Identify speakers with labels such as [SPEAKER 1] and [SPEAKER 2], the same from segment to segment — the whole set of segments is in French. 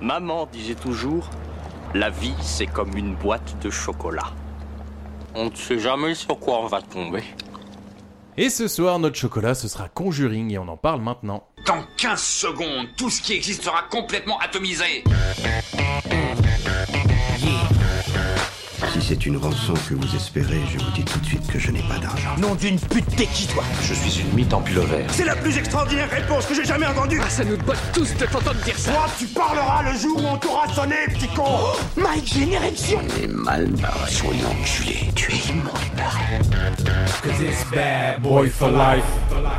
[SPEAKER 1] Maman disait toujours, la vie c'est comme une boîte de chocolat. On ne sait jamais sur quoi on va tomber.
[SPEAKER 2] Et ce soir, notre chocolat, ce sera Conjuring et on en parle maintenant.
[SPEAKER 3] Dans 15 secondes, tout ce qui existe sera complètement atomisé.
[SPEAKER 4] Si c'est une rançon que vous espérez, je vous dis tout de suite que je n'ai pas d'argent.
[SPEAKER 5] Nom d'une pute, t'es qui toi
[SPEAKER 6] Je suis une mythe en pullover.
[SPEAKER 5] C'est la plus extraordinaire réponse que j'ai jamais entendue
[SPEAKER 7] Ah, ça nous botte tous de t'entendre dire ça
[SPEAKER 5] Toi, tu parleras le jour où on t'aura sonné, petit con oh,
[SPEAKER 8] My Generation
[SPEAKER 9] On est mal barré. Soyons enculé, tu es immonde
[SPEAKER 10] Cause it's bad boy for life. For life.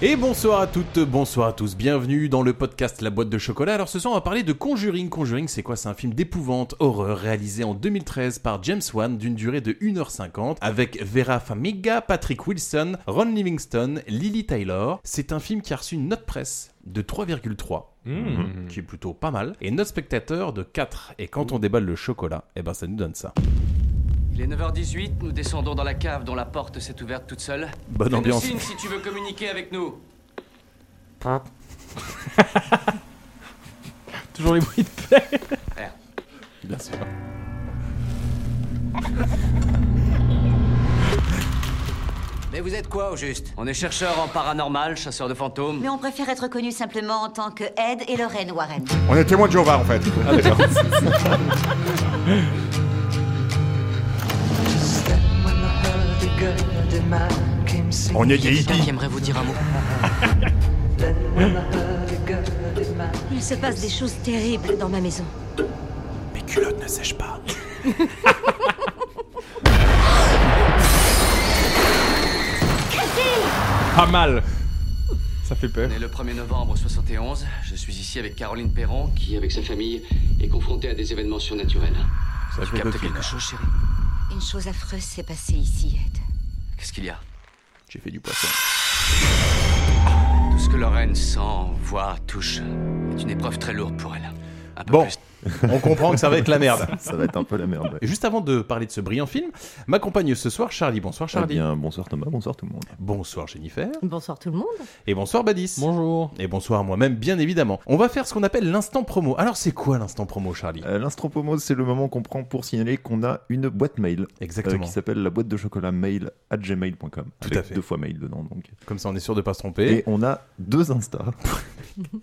[SPEAKER 2] Et bonsoir à toutes, bonsoir à tous, bienvenue dans le podcast La boîte de chocolat. Alors ce soir on va parler de Conjuring. Conjuring c'est quoi C'est un film d'épouvante, horreur, réalisé en 2013 par James Wan d'une durée de 1h50 avec Vera Farmiga, Patrick Wilson, Ron Livingston, Lily Taylor. C'est un film qui a reçu une note presse de 3,3.
[SPEAKER 11] Mmh.
[SPEAKER 2] Qui est plutôt pas mal. Et note spectateur de 4. Et quand on déballe le chocolat, eh ben ça nous donne ça.
[SPEAKER 12] Il est 9h18, nous descendons dans la cave dont la porte s'est ouverte toute seule.
[SPEAKER 2] Bonne
[SPEAKER 12] Fais-nous
[SPEAKER 2] ambiance.
[SPEAKER 12] signe si tu veux communiquer avec nous.
[SPEAKER 11] Toujours les bruits de paix.
[SPEAKER 12] Frère.
[SPEAKER 2] Bien sûr.
[SPEAKER 12] Mais vous êtes quoi au juste On est chercheur en paranormal, chasseur de fantômes.
[SPEAKER 13] Mais on préfère être connu simplement en tant que Ed et Lorraine Warren.
[SPEAKER 14] On est témoin de Jéhovah en fait. On est des hippies.
[SPEAKER 12] J'aimerais vous dire un mot.
[SPEAKER 13] Il se passe des choses terribles dans ma maison.
[SPEAKER 2] Mes culottes ne sèchent pas.
[SPEAKER 11] Pas mal. Ça fait peur.
[SPEAKER 12] On est le 1er novembre 71. Je suis ici avec Caroline Perron, qui, avec sa famille, est confrontée à des événements surnaturels.
[SPEAKER 2] Ça
[SPEAKER 12] tu
[SPEAKER 2] fait
[SPEAKER 12] captes
[SPEAKER 2] coquine.
[SPEAKER 12] quelque chose, chérie
[SPEAKER 13] Une chose affreuse s'est passée ici, Ed.
[SPEAKER 12] Qu'est-ce qu'il y a
[SPEAKER 2] J'ai fait du poisson.
[SPEAKER 12] Tout ce que Lorraine sent, voit, touche est une épreuve très lourde pour elle. Un peu
[SPEAKER 2] Bon.
[SPEAKER 12] plus.
[SPEAKER 2] On comprend que ça va être la merde.
[SPEAKER 15] Ça va être un peu la merde. ouais.
[SPEAKER 2] Et Juste avant de parler de ce brillant film, m'accompagne ce soir Charlie. Bonsoir
[SPEAKER 15] Eh
[SPEAKER 2] Charlie.
[SPEAKER 15] bien, bonsoir Thomas, bonsoir tout le monde.
[SPEAKER 2] Bonsoir Jennifer.
[SPEAKER 16] Bonsoir tout le monde.
[SPEAKER 2] Et bonsoir Badis.
[SPEAKER 11] Bonjour.
[SPEAKER 2] Et bonsoir moi-même, bien évidemment. On va faire ce qu'on appelle l'instant promo. Alors c'est quoi l'instant promo, Charlie
[SPEAKER 15] Euh, L'instant promo, c'est le moment qu'on prend pour signaler qu'on a une boîte mail euh,
[SPEAKER 2] Exactement.
[SPEAKER 15] qui s'appelle la boîte de chocolat mail à gmail.com.
[SPEAKER 2] Tout
[SPEAKER 15] avec
[SPEAKER 2] à fait.
[SPEAKER 15] Deux fois mail dedans donc.
[SPEAKER 2] Comme ça on est sûr de pas se tromper.
[SPEAKER 15] Et on a deux Insta.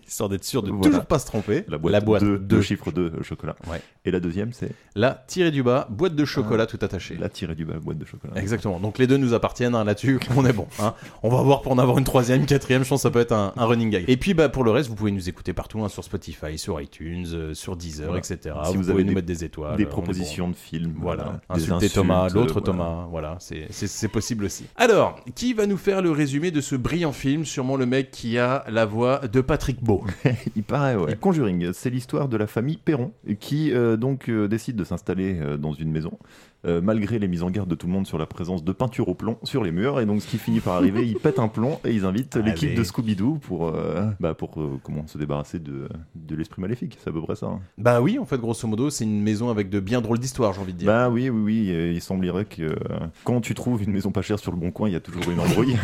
[SPEAKER 2] Histoire d'être sûr de
[SPEAKER 15] Voilà.
[SPEAKER 2] toujours pas se tromper.
[SPEAKER 15] La boîte, de, de chiffre de euh, chocolat.
[SPEAKER 2] Ouais.
[SPEAKER 15] Et la deuxième, c'est
[SPEAKER 2] La tirée du bas, boîte de chocolat tout attachée.
[SPEAKER 15] la tirée du bas boîte de chocolat.
[SPEAKER 2] Exactement. Donc les deux nous appartiennent hein, là-dessus. On est bon. hein. On va voir pour en avoir une troisième, quatrième. Je pense que ça peut être un, un running gag. Et puis bah pour le reste, vous pouvez nous écouter partout hein, sur Spotify, sur iTunes, euh, sur Deezer,
[SPEAKER 15] Voilà.
[SPEAKER 2] etc.
[SPEAKER 15] Si
[SPEAKER 2] vous,
[SPEAKER 15] vous
[SPEAKER 2] pouvez
[SPEAKER 15] avez
[SPEAKER 2] nous
[SPEAKER 15] des-
[SPEAKER 2] mettre des étoiles.
[SPEAKER 15] Des
[SPEAKER 2] on est bon.
[SPEAKER 15] propositions de films.
[SPEAKER 2] Voilà,
[SPEAKER 15] Des
[SPEAKER 2] insulter
[SPEAKER 15] insultes,
[SPEAKER 2] Thomas,
[SPEAKER 15] euh,
[SPEAKER 2] l'autre
[SPEAKER 15] voilà.
[SPEAKER 2] Thomas, voilà, c'est- c'est c'est possible aussi. Alors, qui va nous faire le résumé de ce brillant film Sûrement le mec qui a la voix de Patrick Beau.
[SPEAKER 15] Il paraît, ouais. Conjuring, c'est l'histoire de la famille Perron qui euh, donc euh, décide de s'installer euh, dans une maison euh, malgré les mises en garde de tout le monde sur la présence de peinture au plomb sur les murs et donc ce qui finit par arriver, ils pètent un plomb et ils invitent
[SPEAKER 2] Allez.
[SPEAKER 15] l'équipe de Scooby-Doo pour euh, bah, pour euh, comment se débarrasser de, de l'esprit maléfique, c'est à peu près ça. hein.
[SPEAKER 2] Bah oui, en fait, grosso modo, c'est une maison avec de bien drôles d'histoires, j'ai envie de dire.
[SPEAKER 15] Bah oui, oui, oui, euh, il semblerait que euh, quand tu trouves une maison pas chère sur le bon coin, il y a toujours une embrouille.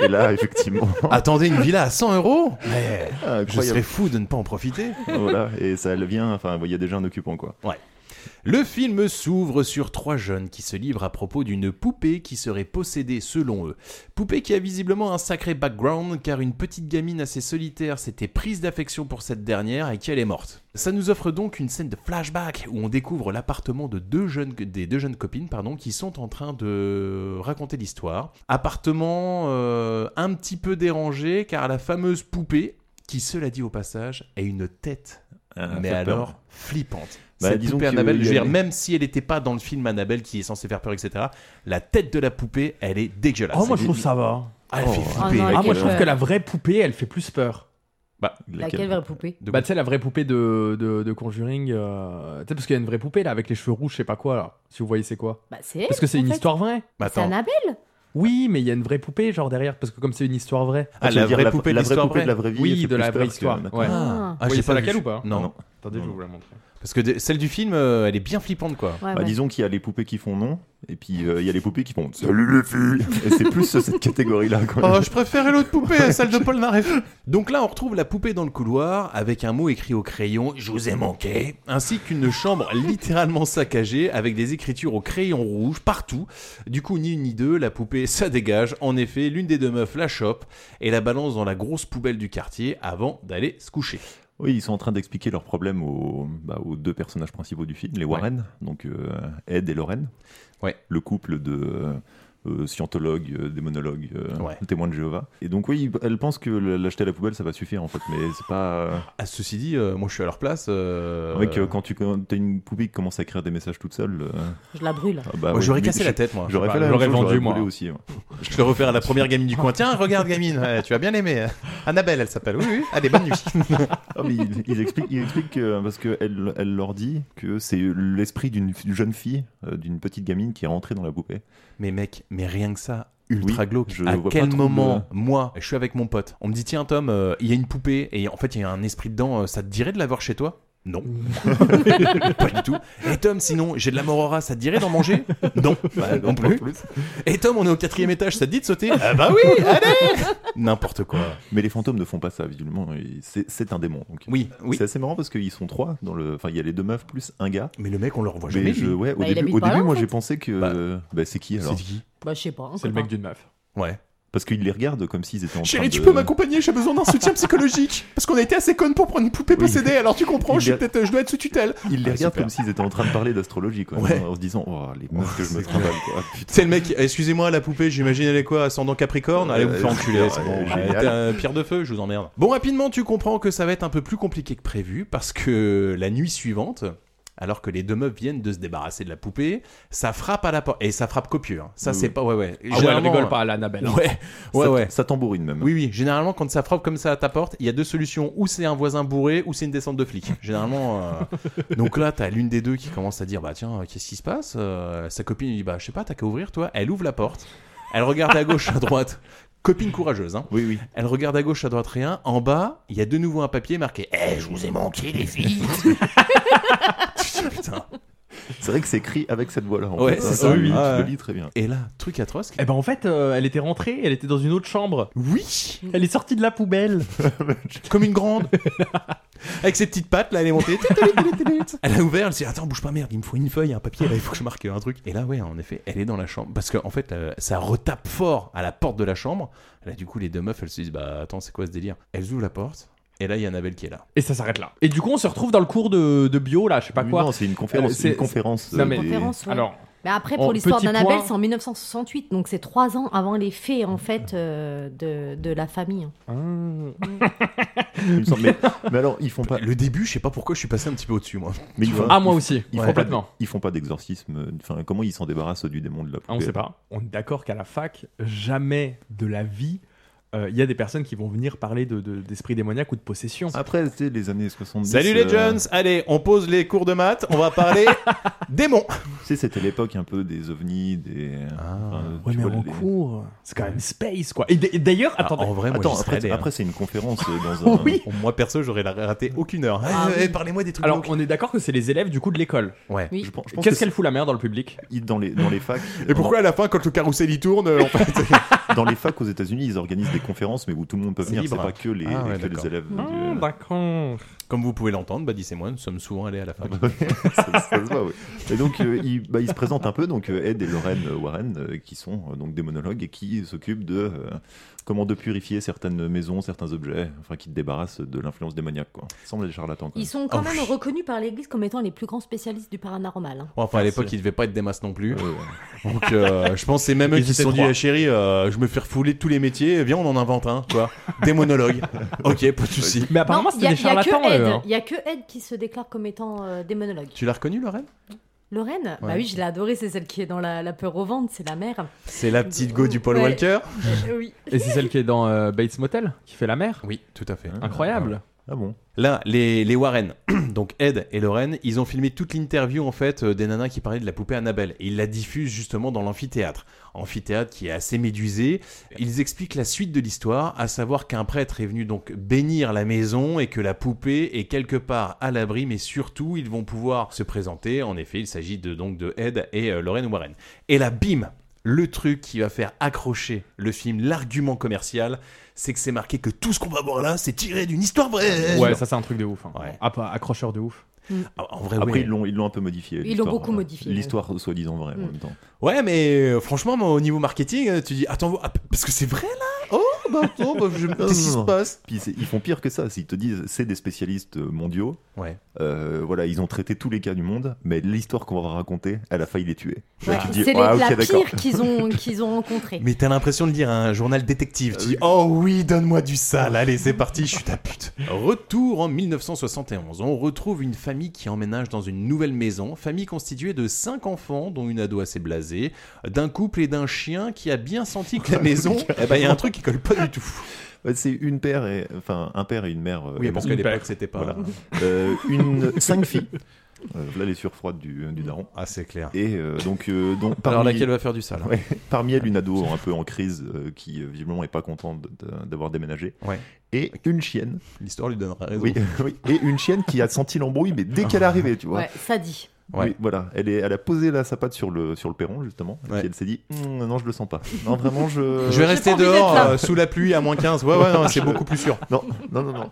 [SPEAKER 15] et là, effectivement,
[SPEAKER 2] Attendez, une villa à 100 euros Mais Je
[SPEAKER 15] Bah, incroyable.
[SPEAKER 2] serais fou de ne pas en profiter.
[SPEAKER 15] Voilà, et ça vient, enfin, il y a déjà un occupant quoi.
[SPEAKER 2] Le film s'ouvre sur trois jeunes qui se livrent à propos d'une poupée qui serait possédée selon eux. Poupée qui a visiblement un sacré background car une petite gamine assez solitaire s'était prise d'affection pour cette dernière et qu'elle est morte. Ça nous offre donc une scène de flashback où on découvre l'appartement de deux jeunes, des deux jeunes copines pardon, qui sont en train de raconter l'histoire. Appartement euh, un petit peu dérangé car la fameuse poupée, qui cela dit au passage, a une tête Euh, mais
[SPEAKER 15] Fait peur.
[SPEAKER 2] alors flippante.
[SPEAKER 15] Bah,
[SPEAKER 2] Cette
[SPEAKER 15] disons
[SPEAKER 2] poupée
[SPEAKER 15] que
[SPEAKER 2] Annabelle,
[SPEAKER 15] il y
[SPEAKER 2] je veux
[SPEAKER 15] a
[SPEAKER 2] dire,
[SPEAKER 15] les-
[SPEAKER 2] même si elle n'était pas dans le film Annabelle qui est censé faire peur, etc., la tête de la poupée, elle est dégueulasse.
[SPEAKER 11] Oh, moi je trouve ça va.
[SPEAKER 2] Ah, elle fait
[SPEAKER 15] Oh.
[SPEAKER 2] flipper.
[SPEAKER 16] Ah, non,
[SPEAKER 11] Ah, moi je
[SPEAKER 16] Ouais.
[SPEAKER 11] trouve que la vraie poupée, elle fait plus peur.
[SPEAKER 16] Laquelle vraie poupée
[SPEAKER 2] De-
[SPEAKER 11] bah, tu sais, la vraie poupée de, de, de Conjuring. euh, Tu sais, parce qu'il y a une vraie poupée là, avec les cheveux rouges, je sais pas quoi, là. Si vous voyez, c'est quoi
[SPEAKER 16] Bah c'est elle.
[SPEAKER 11] Parce que c'est
[SPEAKER 16] en
[SPEAKER 11] une
[SPEAKER 16] fait.
[SPEAKER 11] histoire vraie.
[SPEAKER 2] Bah,
[SPEAKER 16] C'est
[SPEAKER 2] attends.
[SPEAKER 16] Annabelle
[SPEAKER 11] Oui, mais il y a une vraie poupée, genre derrière, parce que comme c'est une histoire vraie.
[SPEAKER 2] Ah,
[SPEAKER 15] tu
[SPEAKER 2] la
[SPEAKER 15] veux dire
[SPEAKER 2] vraie poupée de
[SPEAKER 15] la
[SPEAKER 2] l'histoire
[SPEAKER 15] vraie poupée de la
[SPEAKER 2] vraie
[SPEAKER 15] vraie vie.
[SPEAKER 11] Oui,
[SPEAKER 15] elle fait
[SPEAKER 11] de la
[SPEAKER 15] plus
[SPEAKER 11] vraie
[SPEAKER 15] peur que-
[SPEAKER 11] histoire,
[SPEAKER 15] d'accord.
[SPEAKER 11] ouais.
[SPEAKER 2] Ah,
[SPEAKER 11] Vous
[SPEAKER 2] j'ai
[SPEAKER 11] voyez
[SPEAKER 2] pas
[SPEAKER 11] ça laquelle
[SPEAKER 2] vu.
[SPEAKER 11] ou pas
[SPEAKER 2] Non.
[SPEAKER 15] Ah non.
[SPEAKER 11] Attendez, je vais vous la montrer.
[SPEAKER 2] Parce que de- celle du film, euh, elle est bien flippante, quoi.
[SPEAKER 16] Ah,
[SPEAKER 15] Bah, Disons qu'il y a les poupées qui font non, et puis euh, il y a les poupées qui font Salut les filles Et c'est plus cette catégorie-là. quand
[SPEAKER 2] Oh,
[SPEAKER 15] même.
[SPEAKER 2] je préférais l'autre poupée à celle de Paul Naref. Donc là, on retrouve la poupée dans le couloir avec un mot écrit au crayon Je vous ai manqué, ainsi qu'une chambre littéralement saccagée avec des écritures au crayon rouge partout. Du coup, ni une ni deux, la poupée, ça dégage. En effet, l'une des deux meufs la chope et la balance dans la grosse poubelle du quartier avant d'aller se coucher.
[SPEAKER 15] Oui, ils sont en train d'expliquer leurs problèmes aux, bah, aux deux personnages principaux du film, les Warren, donc euh, Ed et Lorraine. Le couple de euh, euh, scientologues, euh, démonologues, euh, témoins de Jéhovah. Et donc, oui, elle pense que l- l'acheter à la poubelle, ça va suffire en fait, mais c'est pas. euh,
[SPEAKER 2] Ah, ceci dit, euh, moi je suis à leur place. euh,
[SPEAKER 15] que Ah, quand tu as une poupée qui commence à écrire des messages toute seule. euh,
[SPEAKER 16] Je la brûle.
[SPEAKER 15] ah bah
[SPEAKER 2] Moi,
[SPEAKER 15] oui,
[SPEAKER 2] j'aurais
[SPEAKER 15] mais
[SPEAKER 2] cassé
[SPEAKER 15] je-
[SPEAKER 2] la tête, moi.
[SPEAKER 15] J'aurais
[SPEAKER 2] Bah,
[SPEAKER 15] fait la même
[SPEAKER 2] j'aurais
[SPEAKER 15] chose,
[SPEAKER 2] vendu,
[SPEAKER 15] j'aurais
[SPEAKER 2] moi.
[SPEAKER 15] brûlé aussi. ouais.
[SPEAKER 2] Je le refaire à la première gamine du coin. Tiens, regarde, gamine, euh, tu as bien aimé. euh. Annabelle, elle s'appelle. Oui, oui. Allez, bonne nuit.
[SPEAKER 15] Ah, mais ils, ils expliquent, ils expliquent que- parce qu'elle elle leur dit que c'est l'esprit d'une f- jeune fille, euh, d'une petite gamine qui est rentrée dans la poupée.
[SPEAKER 2] Mais mec, mais rien que ça, ultra
[SPEAKER 15] Oui,
[SPEAKER 2] glauque.
[SPEAKER 15] je
[SPEAKER 2] à
[SPEAKER 15] vois pas
[SPEAKER 2] quel
[SPEAKER 15] trop
[SPEAKER 2] moment, moi, je suis avec mon pote, on me dit tiens Tom, euh, il y a une poupée et en fait il y a un esprit dedans, euh, ça te dirait de l'avoir chez toi Non, pas du tout. Et Tom, sinon j'ai de la morora, ça te dirait d'en manger Non, Bah, non plus. Et Tom, on est au quatrième étage, ça te dit de sauter Ah bah oui, allez N'importe quoi.
[SPEAKER 15] Mais les fantômes ne font pas ça, visiblement. et c'est- C'est un démon. donc.
[SPEAKER 2] Oui,
[SPEAKER 15] C'est assez marrant parce qu'ils sont trois. Dans le... Enfin, il y a les deux meufs plus un gars.
[SPEAKER 2] Mais le mec, on le revoit
[SPEAKER 16] jamais,
[SPEAKER 15] Je...
[SPEAKER 16] lui.
[SPEAKER 15] Ouais, au
[SPEAKER 16] Bah, il
[SPEAKER 15] début,
[SPEAKER 16] habite
[SPEAKER 15] au
[SPEAKER 16] pas là,
[SPEAKER 15] début
[SPEAKER 16] en
[SPEAKER 15] moi,
[SPEAKER 16] fait.
[SPEAKER 15] j'ai pensé que. euh, Bah, c'est qui alors
[SPEAKER 2] C'est qui
[SPEAKER 16] Bah, je sais pas. un
[SPEAKER 11] C'est le
[SPEAKER 16] copain.
[SPEAKER 11] mec d'une meuf. Ah
[SPEAKER 2] Ouais.
[SPEAKER 15] Parce qu'ils les regardent comme s'ils étaient en train
[SPEAKER 2] Chérie, tu
[SPEAKER 15] de-
[SPEAKER 2] peux m'accompagner, j'ai besoin d'un soutien psychologique. Parce qu'on a été assez connes pour prendre une poupée possédée, alors tu comprends,
[SPEAKER 15] Il
[SPEAKER 2] je, suis
[SPEAKER 15] est-
[SPEAKER 2] peut-être, euh, je dois être sous tutelle.
[SPEAKER 15] Ils les
[SPEAKER 2] Ah,
[SPEAKER 15] regardent
[SPEAKER 2] super.
[SPEAKER 15] comme s'ils étaient en train de parler d'astrologie, quoi.
[SPEAKER 2] Ouais.
[SPEAKER 15] En se disant, oh, les meufs que je me trimballe, quoi. Putain.
[SPEAKER 2] C'est le mec, excusez-moi la poupée, j'imagine elle est quoi, ascendant Capricorne Allez vous faire enculer, c'est bon,
[SPEAKER 15] Euh,
[SPEAKER 2] ouais,
[SPEAKER 15] génial.
[SPEAKER 2] t'es un pierre de feu, je vous emmerde. Bon, rapidement, tu comprends que ça va être un peu plus compliqué que prévu, parce que la nuit suivante, alors que les deux meufs viennent de se débarrasser de la poupée, ça frappe à la porte, et ça frappe copieux, hein. ça
[SPEAKER 11] Oui,
[SPEAKER 2] c'est
[SPEAKER 11] oui.
[SPEAKER 2] pas, ouais ouais.
[SPEAKER 11] Ah ouais, elle rigole pas, l'Annabelle, hein.
[SPEAKER 2] Ouais, ouais,
[SPEAKER 11] Ça-
[SPEAKER 2] ouais.
[SPEAKER 15] Ça tambourine même.
[SPEAKER 2] Oui, oui, généralement quand ça frappe comme ça à ta porte, il y a deux solutions, ou c'est un voisin bourré, ou c'est une descente de flic. Généralement, euh, donc là, t'as l'une des deux qui commence à dire, bah tiens, qu'est-ce qui se passe Euh, Sa copine lui dit, bah je sais pas, t'as qu'à ouvrir toi. Elle ouvre la porte, elle regarde à gauche, à droite. Copine courageuse, hein.
[SPEAKER 15] Oui, oui.
[SPEAKER 2] Elle regarde à gauche, à droite, rien. En bas, il y a de nouveau un papier marqué, Eh, je vous ai manqué les filles Putain.
[SPEAKER 15] C'est vrai que c'est écrit avec cette voix-là. en
[SPEAKER 2] Ouais,
[SPEAKER 15] fait.
[SPEAKER 2] c'est ça.
[SPEAKER 15] Oui, oui,
[SPEAKER 2] Ah,
[SPEAKER 15] je
[SPEAKER 2] ouais.
[SPEAKER 15] le lis très bien.
[SPEAKER 2] Et là, truc atroce.
[SPEAKER 11] Eh ben en fait, euh, elle était rentrée, elle était dans une autre chambre.
[SPEAKER 2] Oui
[SPEAKER 11] Elle est sortie de la poubelle.
[SPEAKER 2] Comme une grande. Avec ses petites pattes, là, elle est montée. Elle a ouvert, elle s'est dit Attends, bouge pas, merde, il me faut une feuille, un papier, là, il faut que je marque un truc. Et là, ouais, en effet, elle est dans la chambre. Parce qu'en en fait, euh, ça retape fort à la porte de la chambre. Là, du coup, les deux meufs, elles se disent Bah attends, c'est quoi ce délire Elles ouvrent la porte, et là, il y a Annabelle qui est là.
[SPEAKER 11] Et ça s'arrête là. Et du coup, on se retrouve dans le cours de, de bio, là, je sais pas quoi.
[SPEAKER 15] non, c'est une conférence,
[SPEAKER 11] Euh,
[SPEAKER 15] une conférence,
[SPEAKER 11] Non,
[SPEAKER 15] euh,
[SPEAKER 11] mais...
[SPEAKER 15] des-
[SPEAKER 16] Conférence, ouais.
[SPEAKER 11] Alors,
[SPEAKER 16] Mais après,
[SPEAKER 11] en
[SPEAKER 16] pour l'histoire
[SPEAKER 11] petit
[SPEAKER 16] d'Annabelle,
[SPEAKER 11] point-
[SPEAKER 16] c'est en 1968, donc c'est trois ans avant les faits, en fait, euh, de, de la famille. hein.
[SPEAKER 11] Ah.
[SPEAKER 15] Il me semble- Mais, mais alors, ils font pas.
[SPEAKER 2] Le début, je sais pas pourquoi je suis passé un petit peu au-dessus, moi.
[SPEAKER 15] Mais ils
[SPEAKER 2] Tu
[SPEAKER 15] font-
[SPEAKER 2] vois
[SPEAKER 11] Ah, moi
[SPEAKER 15] ils-
[SPEAKER 11] aussi,
[SPEAKER 15] ils font
[SPEAKER 11] complètement.
[SPEAKER 15] pas- Ils font pas d'exorcisme. Enfin, comment ils s'en débarrassent du démon de la poupée
[SPEAKER 11] Ah, on sait pas. On est d'accord qu'à la fac, jamais de la vie, euh, il y a des personnes qui vont venir parler de- de- d'esprit démoniaque ou de possession.
[SPEAKER 15] Après, c'était les années 70.
[SPEAKER 2] Salut les
[SPEAKER 15] euh,
[SPEAKER 2] Jones Allez, on pose les cours de maths, on va parler démon
[SPEAKER 15] Tu sais, c'était l'époque un peu des ovnis, des. enfin,
[SPEAKER 11] Ah, Ouais,
[SPEAKER 15] tu
[SPEAKER 11] mais
[SPEAKER 15] vois,
[SPEAKER 11] en
[SPEAKER 15] les-
[SPEAKER 11] cours, c'est quand même space, quoi. Et d- et d'ailleurs,
[SPEAKER 2] Ah,
[SPEAKER 11] attendez.
[SPEAKER 2] en vrai, moi,
[SPEAKER 15] Attends,
[SPEAKER 2] j'y serais
[SPEAKER 15] après,
[SPEAKER 2] allé,
[SPEAKER 15] après,
[SPEAKER 2] hein.
[SPEAKER 15] c'est une conférence euh, dans un.
[SPEAKER 11] Oui.
[SPEAKER 2] Moi, perso, j'aurais raté aucune heure.
[SPEAKER 11] Ah,
[SPEAKER 2] Eh,
[SPEAKER 11] oui.
[SPEAKER 2] eh, Parlez-moi des trucs.
[SPEAKER 11] Alors,
[SPEAKER 2] glauques.
[SPEAKER 11] on est d'accord que c'est les élèves du coup de l'école.
[SPEAKER 2] Ouais.
[SPEAKER 16] Oui. Je
[SPEAKER 15] pense- je pense
[SPEAKER 11] Qu'est-ce
[SPEAKER 15] que
[SPEAKER 11] qu'elle fout la merde dans le public
[SPEAKER 15] Dans les, dans les facs.
[SPEAKER 2] Et pourquoi à la fin, quand le carrousel y tourne, en fait
[SPEAKER 15] Dans les facs aux États-Unis, ils organisent des conférences, mais où tout le monde peut
[SPEAKER 2] C'est
[SPEAKER 15] venir. C'est
[SPEAKER 2] libre.
[SPEAKER 15] pas que les,
[SPEAKER 2] Ah ouais,
[SPEAKER 15] que les
[SPEAKER 2] d'accord.
[SPEAKER 15] élèves. du-
[SPEAKER 11] Euh, D'accord.
[SPEAKER 2] Comme vous pouvez l'entendre, Badis et moi, nous sommes souvent allés à la fac.
[SPEAKER 15] ça, ça se voit, oui. Et donc, euh, ils, bah, ils se présentent un peu, donc euh, Ed et Lorraine euh, Warren, euh, qui sont euh, donc des monologues et qui s'occupent de euh, comment de purifier certaines maisons, certains objets, enfin qui te débarrassent de l'influence démoniaque, quoi. Ils semblent des charlatans. quoi.
[SPEAKER 16] Ils sont
[SPEAKER 11] Oh,
[SPEAKER 16] quand même reconnus par l'Église comme étant les plus grands spécialistes du paranormal. hein.
[SPEAKER 2] Ouais, enfin, à l'époque, ils devaient pas être des masses non plus. Donc, euh, je pense que c'est même eux
[SPEAKER 11] Ils
[SPEAKER 2] qui se
[SPEAKER 11] étaient
[SPEAKER 2] sont dit
[SPEAKER 11] trois.
[SPEAKER 2] ah, chérie, euh, je me fais refouler de tous les métiers, viens, on en invente un, quoi. Des monologues. ok, pas de soucis.
[SPEAKER 11] Mais apparemment,
[SPEAKER 16] Il y
[SPEAKER 11] c'était
[SPEAKER 16] a,
[SPEAKER 11] des
[SPEAKER 16] il y a
[SPEAKER 11] charlatans,
[SPEAKER 16] que Ed,
[SPEAKER 11] eux, hein.
[SPEAKER 16] il y a que Ed qui se déclare comme étant euh, démonologue.
[SPEAKER 2] Tu l'as reconnu, Lorraine
[SPEAKER 16] Lorraine, bah
[SPEAKER 2] Ouais.
[SPEAKER 16] oui, je l'ai adorée, c'est celle qui est dans la, la peur au ventre, c'est la mère.
[SPEAKER 2] C'est la petite go du Paul
[SPEAKER 16] Ouais.
[SPEAKER 2] Walker
[SPEAKER 16] oui.
[SPEAKER 11] Et c'est celle qui est dans euh, Bates Motel, qui fait la mère
[SPEAKER 2] Oui, tout à fait.
[SPEAKER 11] Incroyable.
[SPEAKER 15] Ah bon
[SPEAKER 2] Là, les, les Warren, donc Ed et Lorraine, ils ont filmé toute l'interview en fait euh, des nanas qui parlaient de la poupée Annabelle. Et ils la diffusent justement dans l'amphithéâtre. Amphithéâtre qui est assez médusé. Ils expliquent la suite de l'histoire, à savoir qu'un prêtre est venu donc bénir la maison et que la poupée est quelque part à l'abri, mais surtout ils vont pouvoir se présenter. En effet, il s'agit de, donc de Ed et euh, Lorraine Warren. Et là, bim le truc qui va faire accrocher le film, l'argument commercial, c'est que c'est marqué que tout ce qu'on va voir là, c'est tiré d'une histoire vraie.
[SPEAKER 11] Ouais, ça c'est un truc de ouf. hein. Ah, pas- accrocheur de ouf.
[SPEAKER 16] Mm.
[SPEAKER 2] Ah, En vrai,
[SPEAKER 15] Après,
[SPEAKER 2] ouais.
[SPEAKER 15] ils l'ont ils l'ont un peu modifié.
[SPEAKER 16] Ils l'ont
[SPEAKER 15] l'histoire,
[SPEAKER 16] beaucoup
[SPEAKER 15] euh,
[SPEAKER 16] modifié.
[SPEAKER 15] L'histoire soi-disant vraie en
[SPEAKER 16] Mm.
[SPEAKER 15] même temps.
[SPEAKER 2] Ouais, mais euh, franchement, moi, au niveau marketing, euh, tu dis, attends, vous- ah, p- parce que c'est vrai là Oh, bah, oh, bah, je... qu'est-ce qui se passe
[SPEAKER 15] Puis c'est- ils font pire que ça. S'ils te disent c'est des spécialistes euh, mondiaux,
[SPEAKER 2] Ouais.
[SPEAKER 15] euh, voilà, ils ont traité tous les cas du monde, mais l'histoire qu'on va raconter, elle a failli les tuer. Le mec, il dit,
[SPEAKER 16] C'est les-
[SPEAKER 15] Ah, ok,
[SPEAKER 16] la
[SPEAKER 15] d'accord.
[SPEAKER 16] pire qu'ils ont, qu'ils ont rencontrée.
[SPEAKER 2] Mais t'as l'impression de lire un journal détective. Tu dis, oh oui, donne-moi du sale. Allez, c'est parti, je suis ta pute. Retour en 1971. On retrouve une famille qui emménage dans une nouvelle maison. Famille constituée de cinq enfants, dont une ado assez blasée, d'un couple et d'un chien qui a bien senti que la maison. eh ben, il y a un truc qui colle pas du tout.
[SPEAKER 15] Ouais, C'est une paire et enfin un père et une mère. euh,
[SPEAKER 2] Oui, parce
[SPEAKER 15] une
[SPEAKER 2] qu'à l'époque,
[SPEAKER 15] paire.
[SPEAKER 2] c'était pas-
[SPEAKER 15] Voilà. Euh, une cinq filles. Euh, voilà les surfroides du, du daron.
[SPEAKER 2] Ah c'est clair.
[SPEAKER 15] Et euh, donc euh, donc
[SPEAKER 2] Alors, laquelle va faire du sale, hein
[SPEAKER 15] Ouais. Parmi elles une ado un peu en crise euh, qui euh, visiblement est pas contente de- de- d'avoir déménagé.
[SPEAKER 2] Ouais.
[SPEAKER 15] Et une chienne.
[SPEAKER 2] L'histoire lui donnera raison. Ah.
[SPEAKER 15] Oui, oui. Et une chienne qui a senti l'embrouille, mais dès qu'elle est arrivée, tu vois.
[SPEAKER 16] Ouais, ça dit.
[SPEAKER 15] Oui, voilà, elle, est, elle a posé la, sa patte sur le, sur le perron, justement, et puis elle s'est dit Hum, Non, je le sens pas. Non, vraiment, je.
[SPEAKER 2] Je vais rester dehors euh, sous la pluie à moins 15. Ouais, ouais, non, c'est beaucoup plus sûr.
[SPEAKER 15] Non, non, non, non.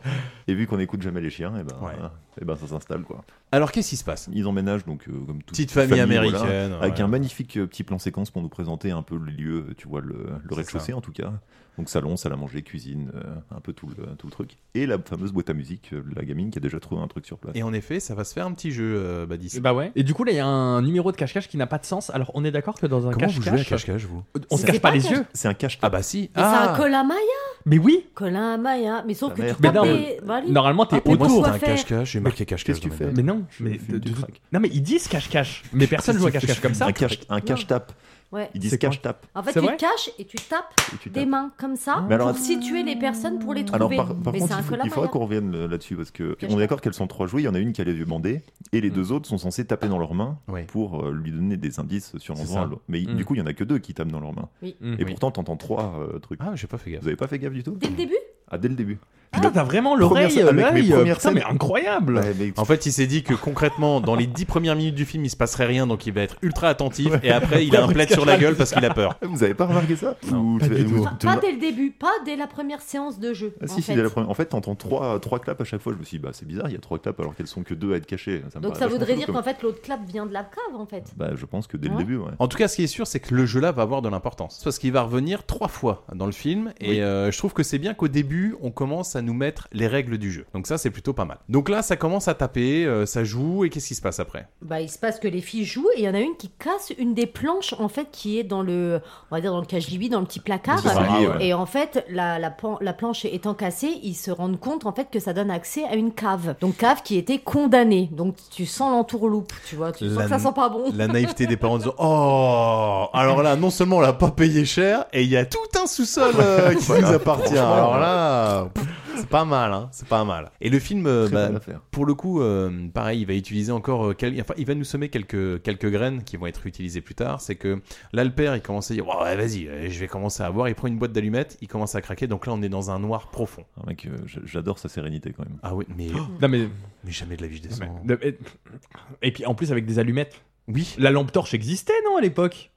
[SPEAKER 15] Et vu qu'on n'écoute jamais les chiens, et ben, euh, eh ben ça s'installe quoi.
[SPEAKER 2] Alors qu'est-ce qui se passe
[SPEAKER 15] Ils emménagent donc euh, comme toute
[SPEAKER 2] Petite famille
[SPEAKER 15] voilà,
[SPEAKER 2] américaine, ouais.
[SPEAKER 15] avec un magnifique euh, petit plan séquence pour nous présenter un peu le lieu, euh, tu vois le, le
[SPEAKER 2] C'est
[SPEAKER 15] rez-de-chaussée
[SPEAKER 2] ça.
[SPEAKER 15] en tout cas. Donc salon, salle à manger, cuisine, euh, un peu tout le, tout le truc. Et la fameuse boîte à musique, euh, la gamine qui a déjà trouvé un truc sur place.
[SPEAKER 2] Et en effet, ça va se faire un petit jeu, euh, Badis.
[SPEAKER 11] Bah ouais. Et du coup, là, il y a un numéro de cache-cache qui n'a pas de sens. Alors, on est d'accord que dans un
[SPEAKER 2] Comment
[SPEAKER 11] cache-cache.
[SPEAKER 2] vous jouez à cache-cache, vous
[SPEAKER 11] On se cache pas les yeux.
[SPEAKER 15] C'est un cache
[SPEAKER 2] Ah bah si.
[SPEAKER 16] Mais c'est un Colin Maya
[SPEAKER 11] Mais oui
[SPEAKER 16] Colin Maya Mais sauf que
[SPEAKER 2] merde.
[SPEAKER 16] tu
[SPEAKER 2] Mais
[SPEAKER 16] tapes
[SPEAKER 2] non,
[SPEAKER 16] les-
[SPEAKER 2] mais-
[SPEAKER 16] bah, allez.
[SPEAKER 11] Normalement, t'es
[SPEAKER 16] Ah, mais moi,
[SPEAKER 11] autour
[SPEAKER 16] je
[SPEAKER 2] Un
[SPEAKER 16] dois faire.
[SPEAKER 2] cache-cache, j'ai marqué cache-cache. dans ma
[SPEAKER 11] Mais
[SPEAKER 2] tête.
[SPEAKER 11] non, mais de- de- non, mais ils disent cache-cache. Mais personne joue à cache-cache comme ça.
[SPEAKER 15] Un cache- un cache-tape.
[SPEAKER 16] Ouais.
[SPEAKER 15] Ils disent cache-tape.
[SPEAKER 16] En fait,
[SPEAKER 11] C'est
[SPEAKER 16] tu
[SPEAKER 11] vrai
[SPEAKER 16] caches et tu tapes
[SPEAKER 15] tu
[SPEAKER 16] des
[SPEAKER 15] tapes.
[SPEAKER 16] mains comme ça
[SPEAKER 15] Mais alors,
[SPEAKER 16] pour situer les personnes pour les
[SPEAKER 15] Alors
[SPEAKER 16] trouver.
[SPEAKER 15] par, par
[SPEAKER 16] mais
[SPEAKER 15] contre,
[SPEAKER 16] c'est un
[SPEAKER 15] il, faut-
[SPEAKER 16] Colin
[SPEAKER 15] il faudra
[SPEAKER 16] Maya.
[SPEAKER 15] qu'on revienne euh, là-dessus parce que
[SPEAKER 16] Cache-cache.
[SPEAKER 15] on est d'accord qu'elles sont trois jouées. Il y en a une qui a les yeux bandés et
[SPEAKER 16] Mm.
[SPEAKER 15] les deux autres sont censés taper dans leurs mains pour euh, lui donner des indices sur l'endroit.
[SPEAKER 2] ça.
[SPEAKER 15] à l'autre. Mais
[SPEAKER 2] Mm.
[SPEAKER 15] du coup, il y en a que deux qui tapent dans leurs mains.
[SPEAKER 16] Oui.
[SPEAKER 11] Mhm.
[SPEAKER 2] Mm.
[SPEAKER 15] Et
[SPEAKER 2] Oui.
[SPEAKER 15] pourtant, t'entends trois euh, trucs.
[SPEAKER 2] Ah, j'ai pas fait gaffe.
[SPEAKER 15] Vous avez pas fait gaffe du tout
[SPEAKER 16] Dès le début
[SPEAKER 15] Ah, dès le début.
[SPEAKER 11] Ah, t'as vraiment
[SPEAKER 15] Première
[SPEAKER 11] l'oreille,
[SPEAKER 15] scène- avec mes
[SPEAKER 11] l'œil.
[SPEAKER 15] premières
[SPEAKER 11] Putain, mais
[SPEAKER 15] scènes.
[SPEAKER 11] incroyable
[SPEAKER 15] Ouais, mais-
[SPEAKER 2] En fait, il s'est dit que concrètement, dans les 10 premières minutes du film, il se passerait rien, donc il va être ultra attentif. Et après, il a un plaid sur la gueule parce qu'il a peur.
[SPEAKER 15] Vous avez pas remarqué ça Ou tu- ou-
[SPEAKER 16] Pas-
[SPEAKER 15] tu-
[SPEAKER 16] Pas dès le début, pas dès la première séance de jeu.
[SPEAKER 15] Ah,
[SPEAKER 16] en
[SPEAKER 15] si, si,
[SPEAKER 16] fait.
[SPEAKER 15] dès la première- En fait, t'entends trois, trois claps à chaque fois. Je me suis dit, bah, c'est bizarre, il y a trois claps alors qu'elles sont que deux à être cachées. me
[SPEAKER 16] Donc
[SPEAKER 15] paraît
[SPEAKER 16] ça
[SPEAKER 15] vachement
[SPEAKER 16] voudrait
[SPEAKER 15] chelou
[SPEAKER 16] dire
[SPEAKER 15] comme-
[SPEAKER 16] qu'en fait l'autre clap vient de la cave en fait.
[SPEAKER 15] Bah, je pense que dès le
[SPEAKER 16] Ouais.
[SPEAKER 15] début, ouais.
[SPEAKER 2] En tout cas, ce qui est sûr, c'est que le jeu-là va avoir de l'importance. Parce qu'il va revenir trois fois dans le film. Et euh, je trouve que c'est bien qu'au début, on commence à nous mettre les règles du jeu. Donc ça, c'est plutôt pas mal. Donc là, ça commence à taper, euh, ça joue. Et qu'est-ce qui se passe après
[SPEAKER 16] Bah, il se passe que les filles jouent et il y en a une qui casse une des planches en fait qui est dans le on va dire dans le cagibi dans le petit placard
[SPEAKER 13] Le
[SPEAKER 15] cendrier, ouais.
[SPEAKER 16] Ah, bah, et en fait la, la, pan- la planche étant cassée ils se rendent compte en fait que ça donne accès à une cave donc cave qui était condamnée donc tu sens l'entourloupe tu vois tu sens que ça sent pas bon
[SPEAKER 2] la naïveté des parents en disant Oh Alors là, non seulement on l'a pas payé cher, et il y a tout un sous-sol euh, qui
[SPEAKER 15] Voilà.
[SPEAKER 2] nous appartient.
[SPEAKER 15] Franchement,
[SPEAKER 2] Alors là, pff, c'est pas mal, hein, c'est pas mal. Et le film, euh,
[SPEAKER 15] Très
[SPEAKER 2] bah,
[SPEAKER 15] bonne affaire.
[SPEAKER 2] pour le coup, euh, pareil, il va utiliser encore. euh, quel- Enfin, il va nous semer quelques, quelques graines qui vont être utilisées plus tard. C'est que là, le père, il commence à dire Ouais, ouais, Vas-y, euh, je vais commencer à voir. Il prend une boîte d'allumettes, il commence à craquer. Donc là, on est dans un noir profond.
[SPEAKER 15] Ah, mec, euh, j- j'adore sa sérénité quand même.
[SPEAKER 2] Ah oui, mais.
[SPEAKER 11] Non, mais...
[SPEAKER 2] mais jamais de la vie, je
[SPEAKER 11] Mais-
[SPEAKER 2] descends.
[SPEAKER 11] de- et- Et puis en plus avec des allumettes.
[SPEAKER 2] Oui.
[SPEAKER 11] La lampe torche existait non à l'époque.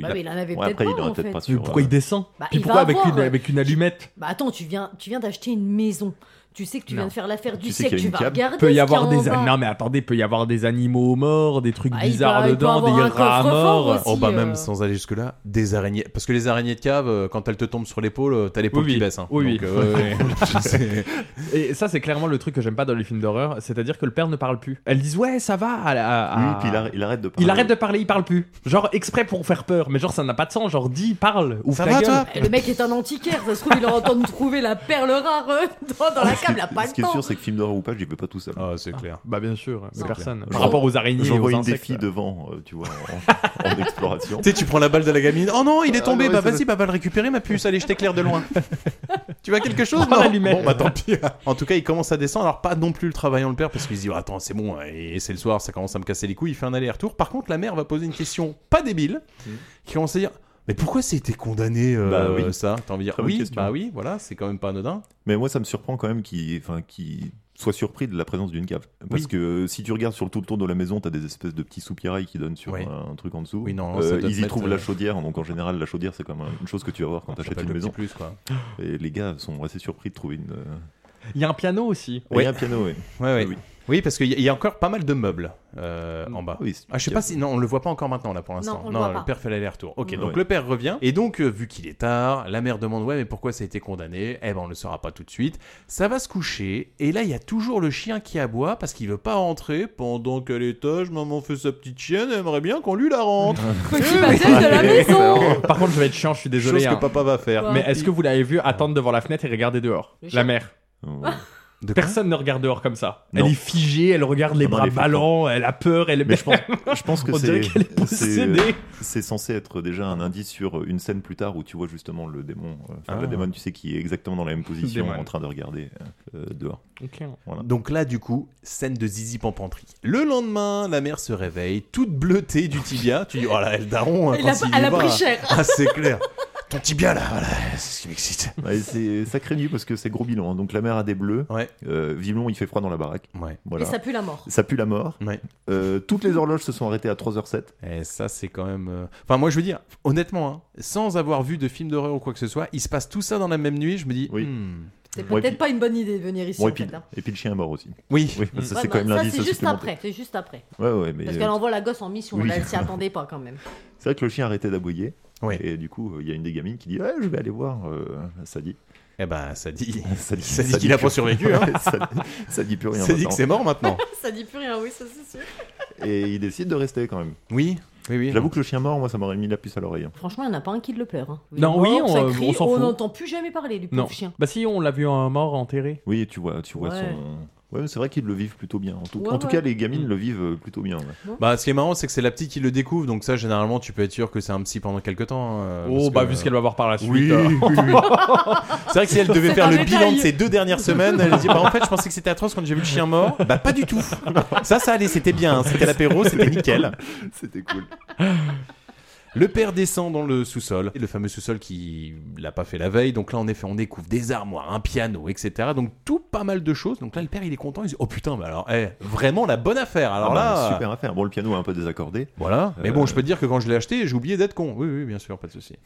[SPEAKER 16] Bah, mais il en avait
[SPEAKER 11] Ouais,
[SPEAKER 16] peut-être
[SPEAKER 11] après,
[SPEAKER 16] pas,
[SPEAKER 11] il en a
[SPEAKER 16] en
[SPEAKER 11] peut-être
[SPEAKER 16] fait.
[SPEAKER 11] pas sûr, Mais
[SPEAKER 15] hein.
[SPEAKER 11] pourquoi euh. il descend
[SPEAKER 16] Bah,
[SPEAKER 11] Puis
[SPEAKER 16] il
[SPEAKER 11] pourquoi
[SPEAKER 16] va
[SPEAKER 11] avec
[SPEAKER 16] avoir,
[SPEAKER 11] une-
[SPEAKER 16] euh,
[SPEAKER 11] avec une
[SPEAKER 16] tu-
[SPEAKER 11] allumette
[SPEAKER 16] Bah attends, tu viens, tu viens d'acheter une maison. Tu sais que tu viens
[SPEAKER 11] Non.
[SPEAKER 16] de faire l'affaire du
[SPEAKER 11] Tu sais
[SPEAKER 16] siècle,
[SPEAKER 11] qu'il y a
[SPEAKER 16] tu
[SPEAKER 11] une
[SPEAKER 16] vas
[SPEAKER 11] cave.
[SPEAKER 16] regarder.
[SPEAKER 11] Peut y
[SPEAKER 16] ce
[SPEAKER 11] avoir
[SPEAKER 16] qu'il y a
[SPEAKER 11] des
[SPEAKER 16] en bas.
[SPEAKER 11] non mais attendez, peut y avoir des animaux morts, des trucs
[SPEAKER 16] Bah, il peut-
[SPEAKER 11] bizarres
[SPEAKER 16] il peut
[SPEAKER 11] dedans,
[SPEAKER 16] avoir
[SPEAKER 11] des
[SPEAKER 16] un
[SPEAKER 11] rats
[SPEAKER 16] coffre-fort
[SPEAKER 11] morts.
[SPEAKER 16] aussi, Oh, bah, euh. même
[SPEAKER 2] sans aller jusque-là, des araignées. Parce que les araignées de cave, euh, quand elles te tombent sur l'épaule, euh, t'as l'épaule
[SPEAKER 11] Oui,
[SPEAKER 2] qui
[SPEAKER 11] oui.
[SPEAKER 2] baisse. hein.
[SPEAKER 11] Oui,
[SPEAKER 2] Donc,
[SPEAKER 11] oui.
[SPEAKER 2] euh, ouais, ouais. C'est-
[SPEAKER 11] Et ça, c'est clairement le truc que j'aime pas dans les films d'horreur, c'est-à-dire que le père ne parle plus. Elles disent ouais, ça va. à la- à-
[SPEAKER 15] Oui,
[SPEAKER 11] à-
[SPEAKER 15] puis il, arrête- il arrête de parler.
[SPEAKER 11] Ah. Il arrête de parler, il parle plus. Genre exprès pour faire peur, mais genre ça n'a pas de sens. Genre dis, parle, ouvre
[SPEAKER 16] Ça
[SPEAKER 11] ta
[SPEAKER 16] va,
[SPEAKER 11] gueule.
[SPEAKER 16] toi Eh, Le mec est un antiquaire, ça se trouve, il est en train de trouver la perle rare euh, dans, dans la cave, il a pas
[SPEAKER 15] Ce
[SPEAKER 16] le
[SPEAKER 15] qui est
[SPEAKER 16] temps.
[SPEAKER 15] sûr, c'est que film d'horreur ou pas, j'y vais pas tout seul.
[SPEAKER 2] Ah, c'est clair.
[SPEAKER 11] Bah, bien sûr, mais personne. Par
[SPEAKER 15] J'en-
[SPEAKER 11] rapport aux araignées,
[SPEAKER 15] J'en
[SPEAKER 11] aux
[SPEAKER 15] vois une
[SPEAKER 11] insectes.
[SPEAKER 15] défi devant, euh, tu vois, en, en exploration.
[SPEAKER 2] Tu sais, tu prends la balle de la gamine. Oh non, il est tombé.
[SPEAKER 15] Ah non,
[SPEAKER 2] bah
[SPEAKER 15] ouais, ça
[SPEAKER 2] vas-y, bah va le récupérer, ma puce. Allez, je t'éclaire de loin. Tu vois quelque chose
[SPEAKER 11] On
[SPEAKER 2] Non.
[SPEAKER 11] allumait.
[SPEAKER 2] Bon, bah tant pis. En tout cas, il commence à descendre. Alors, pas non plus le travail, on le perd parce qu'il se dit oh, Attends, c'est bon, et c'est le soir, ça commence à me casser les couilles. Il fait un aller-retour. Par contre, la mère va poser une question pas débile qui commence à dire Mais pourquoi c'était condamné euh,
[SPEAKER 15] Hmm. Bah oui.
[SPEAKER 2] ça T'as envie de dire
[SPEAKER 15] Très bonne
[SPEAKER 2] Oui,
[SPEAKER 15] question.
[SPEAKER 2] bah oui, voilà, c'est quand même pas anodin.
[SPEAKER 15] Mais moi, ça me surprend quand même qu'il enfin, qu'il soit surpris de la présence d'une cave. Parce
[SPEAKER 2] Oui.
[SPEAKER 15] que euh, si tu regardes sur le tout le tour de la maison, t'as des espèces de petits soupirails qui donnent sur un, un truc en dessous.
[SPEAKER 2] Oui, non,
[SPEAKER 15] Euh,
[SPEAKER 2] ça doit
[SPEAKER 15] ils y
[SPEAKER 2] mettre,
[SPEAKER 15] trouvent la
[SPEAKER 2] euh, Ah,
[SPEAKER 15] chaudière, donc en général, la chaudière, c'est quand même une chose que tu vas voir quand
[SPEAKER 2] Ça
[SPEAKER 15] t'achètes
[SPEAKER 2] s'appelle
[SPEAKER 15] une
[SPEAKER 2] le
[SPEAKER 15] maison.
[SPEAKER 2] petit plus, quoi.
[SPEAKER 15] Et les gars sont assez surpris de trouver une. euh,
[SPEAKER 11] Il y a un piano aussi.
[SPEAKER 15] Il y a un piano, oui. Hmm.
[SPEAKER 2] Ouais, ouais. Oui. parce qu'il y, a- il y a encore pas mal de meubles euh, en bas. ah, je sais pas si. Non, on le voit pas encore maintenant, là, pour l'instant.
[SPEAKER 11] on le voit pas.
[SPEAKER 2] le père fait l'aller-retour. Ok,
[SPEAKER 11] Mm.
[SPEAKER 2] donc
[SPEAKER 11] Ouais.
[SPEAKER 2] le père revient. Et donc, euh, vu qu'il est tard, la mère demande Ouais, mais pourquoi ça a été condamné Eh ben, on le saura pas tout de suite. Ça va se coucher. Et là, il y a toujours le chien qui aboie parce qu'il veut pas rentrer. Pendant qu'à l'étage, maman fait sa petite chienne, elle aimerait bien qu'on lui la rentre.
[SPEAKER 11] Petit passage de la maison. Par contre, je vais être chiant, je suis désolé.
[SPEAKER 2] Chose que
[SPEAKER 11] hein.
[SPEAKER 2] papa va faire.
[SPEAKER 11] Mais est-ce que vous l'avez vu attendre devant la fenêtre et regarder dehors
[SPEAKER 2] Le
[SPEAKER 11] La
[SPEAKER 2] chat.
[SPEAKER 11] mère.
[SPEAKER 15] Euh,
[SPEAKER 11] Personne ne regarde dehors comme ça.
[SPEAKER 15] Non.
[SPEAKER 11] Elle est figée, elle regarde les
[SPEAKER 15] Non, non,
[SPEAKER 11] bras
[SPEAKER 15] elle est flippante.
[SPEAKER 11] ballants, elle a peur, elle est.
[SPEAKER 15] Mais je pense, je pense que
[SPEAKER 11] On dirait
[SPEAKER 15] c'est
[SPEAKER 11] qu'elle est
[SPEAKER 15] c'est-
[SPEAKER 11] possédée.
[SPEAKER 15] c'est censé être déjà un indice sur une scène plus tard où tu vois justement le démon, euh, enfin
[SPEAKER 2] Ah.
[SPEAKER 15] le démon, tu sais, qui est exactement dans la même position
[SPEAKER 2] Démon.
[SPEAKER 15] en train de regarder euh, dehors.
[SPEAKER 11] Ok.
[SPEAKER 15] Voilà.
[SPEAKER 2] Donc là, du coup, scène de zizi pampanterie. Le lendemain, la mère se réveille, toute bleutée du tibia. Tu dis, oh là, elle daron, hein,
[SPEAKER 16] Elle
[SPEAKER 2] quand
[SPEAKER 16] a pas-
[SPEAKER 2] il y
[SPEAKER 16] elle a
[SPEAKER 2] va.
[SPEAKER 16] pris cher.
[SPEAKER 2] Ah, c'est clair. Ton tibia, là, voilà, c'est ce qui m'excite.
[SPEAKER 15] Ouais, c'est sacré nuit parce que c'est gros bilan. hein. Donc la mer a des bleus. Euh, vivement, il fait froid dans la baraque. Voilà.
[SPEAKER 16] Et ça pue la mort.
[SPEAKER 15] Ça pue la mort. Euh, toutes les horloges se sont arrêtées à 3h07.
[SPEAKER 2] Et ça, c'est quand même. euh, Enfin, moi, je veux dire, honnêtement, hein, sans avoir vu de film d'horreur ou quoi que ce soit, il se passe tout ça dans la même nuit. Je me dis, hmm. oui.
[SPEAKER 16] C'est peut-être pas une bonne idée de venir ici.
[SPEAKER 15] Bon,
[SPEAKER 16] en
[SPEAKER 15] et, puis,
[SPEAKER 16] fait, hein.
[SPEAKER 15] et puis le chien est mort aussi.
[SPEAKER 2] Oui,
[SPEAKER 15] ça, c'est
[SPEAKER 16] Ouais,
[SPEAKER 15] quand même
[SPEAKER 16] bah, ça,
[SPEAKER 15] l'indice
[SPEAKER 16] c'est juste
[SPEAKER 15] supplémentaire.
[SPEAKER 16] après. C'est juste après.
[SPEAKER 15] Ouais, ouais, mais
[SPEAKER 16] Parce
[SPEAKER 15] euh,
[SPEAKER 16] qu'elle envoie la gosse en mission.
[SPEAKER 15] oui.
[SPEAKER 16] Là, elle s'y attendait pas quand même.
[SPEAKER 15] c'est vrai que le chien arrêtait d'aboyer. Et du coup, il y a une des gamines qui dit Ah, Je vais aller voir euh, Sadie.
[SPEAKER 2] Eh ben, Sadie,
[SPEAKER 15] Sadie,
[SPEAKER 2] Sadie qu'il a pas survécu, hein.
[SPEAKER 15] ça, ça dit plus rien.
[SPEAKER 2] Sadie que
[SPEAKER 15] maintenant.
[SPEAKER 2] c'est mort maintenant.
[SPEAKER 16] ça dit plus rien, oui, ça c'est sûr.
[SPEAKER 15] Et il décide de rester quand même.
[SPEAKER 2] Oui, oui, oui.
[SPEAKER 15] J'avoue que le chien mort, moi, ça m'aurait mis la puce à l'oreille. hein.
[SPEAKER 16] Franchement, il n'y en a pas un qui le pleure. hein.
[SPEAKER 11] Non,
[SPEAKER 16] Il est
[SPEAKER 11] oui,
[SPEAKER 16] mort,
[SPEAKER 11] on-
[SPEAKER 16] ça
[SPEAKER 11] euh,
[SPEAKER 16] crie,
[SPEAKER 11] on s'en fout.
[SPEAKER 16] n'entend plus jamais parler du pauvre chien.
[SPEAKER 11] Bah si, on l'a vu un mort enterré.
[SPEAKER 15] Oui, tu vois, tu vois
[SPEAKER 16] Ouais.
[SPEAKER 15] son. Ouais, mais c'est vrai qu'ils le vivent plutôt bien. En tout,
[SPEAKER 16] Ouais,
[SPEAKER 15] en tout
[SPEAKER 16] ouais.
[SPEAKER 15] cas, les gamines le vivent euh, plutôt bien. ouais.
[SPEAKER 2] Bah, ce qui est marrant, c'est que c'est la petite qui le découvre, donc ça, généralement, tu peux être sûr que c'est un psy pendant quelques temps. euh,
[SPEAKER 11] Oh,
[SPEAKER 2] parce
[SPEAKER 11] bah,
[SPEAKER 2] que-
[SPEAKER 11] vu ce qu'elle va voir par la suite,
[SPEAKER 2] Oui,
[SPEAKER 11] euh.
[SPEAKER 2] oui, oui. c'est vrai que si elle devait
[SPEAKER 11] C'est
[SPEAKER 2] faire
[SPEAKER 11] un
[SPEAKER 2] le
[SPEAKER 11] détail.
[SPEAKER 2] bilan de ces deux dernières semaines, elle dit, bah, en fait, je pensais que c'était atroce quand j'ai vu le chien mort. Bah, pas du tout. Ça, ça allait, c'était bien, hein, c'était l'apéro, c'était nickel.
[SPEAKER 15] C'était cool.
[SPEAKER 2] Le père descend dans le sous-sol, et le fameux sous-sol qui l'a pas fait la veille. Donc là, en effet, on découvre des armoires, un piano, etc. Donc tout pas mal de choses. Donc là, le père, il est content. Il se dit Oh putain, bah alors, eh, vraiment la bonne affaire. Alors
[SPEAKER 15] Ah bah,
[SPEAKER 2] là,
[SPEAKER 15] super affaire. Bon, le piano est un peu désaccordé.
[SPEAKER 2] Voilà. Mais
[SPEAKER 15] Euh,
[SPEAKER 2] bon, je peux te dire que quand je l'ai acheté, j'ai oublié d'être con. Oui, oui, bien sûr, pas de souci.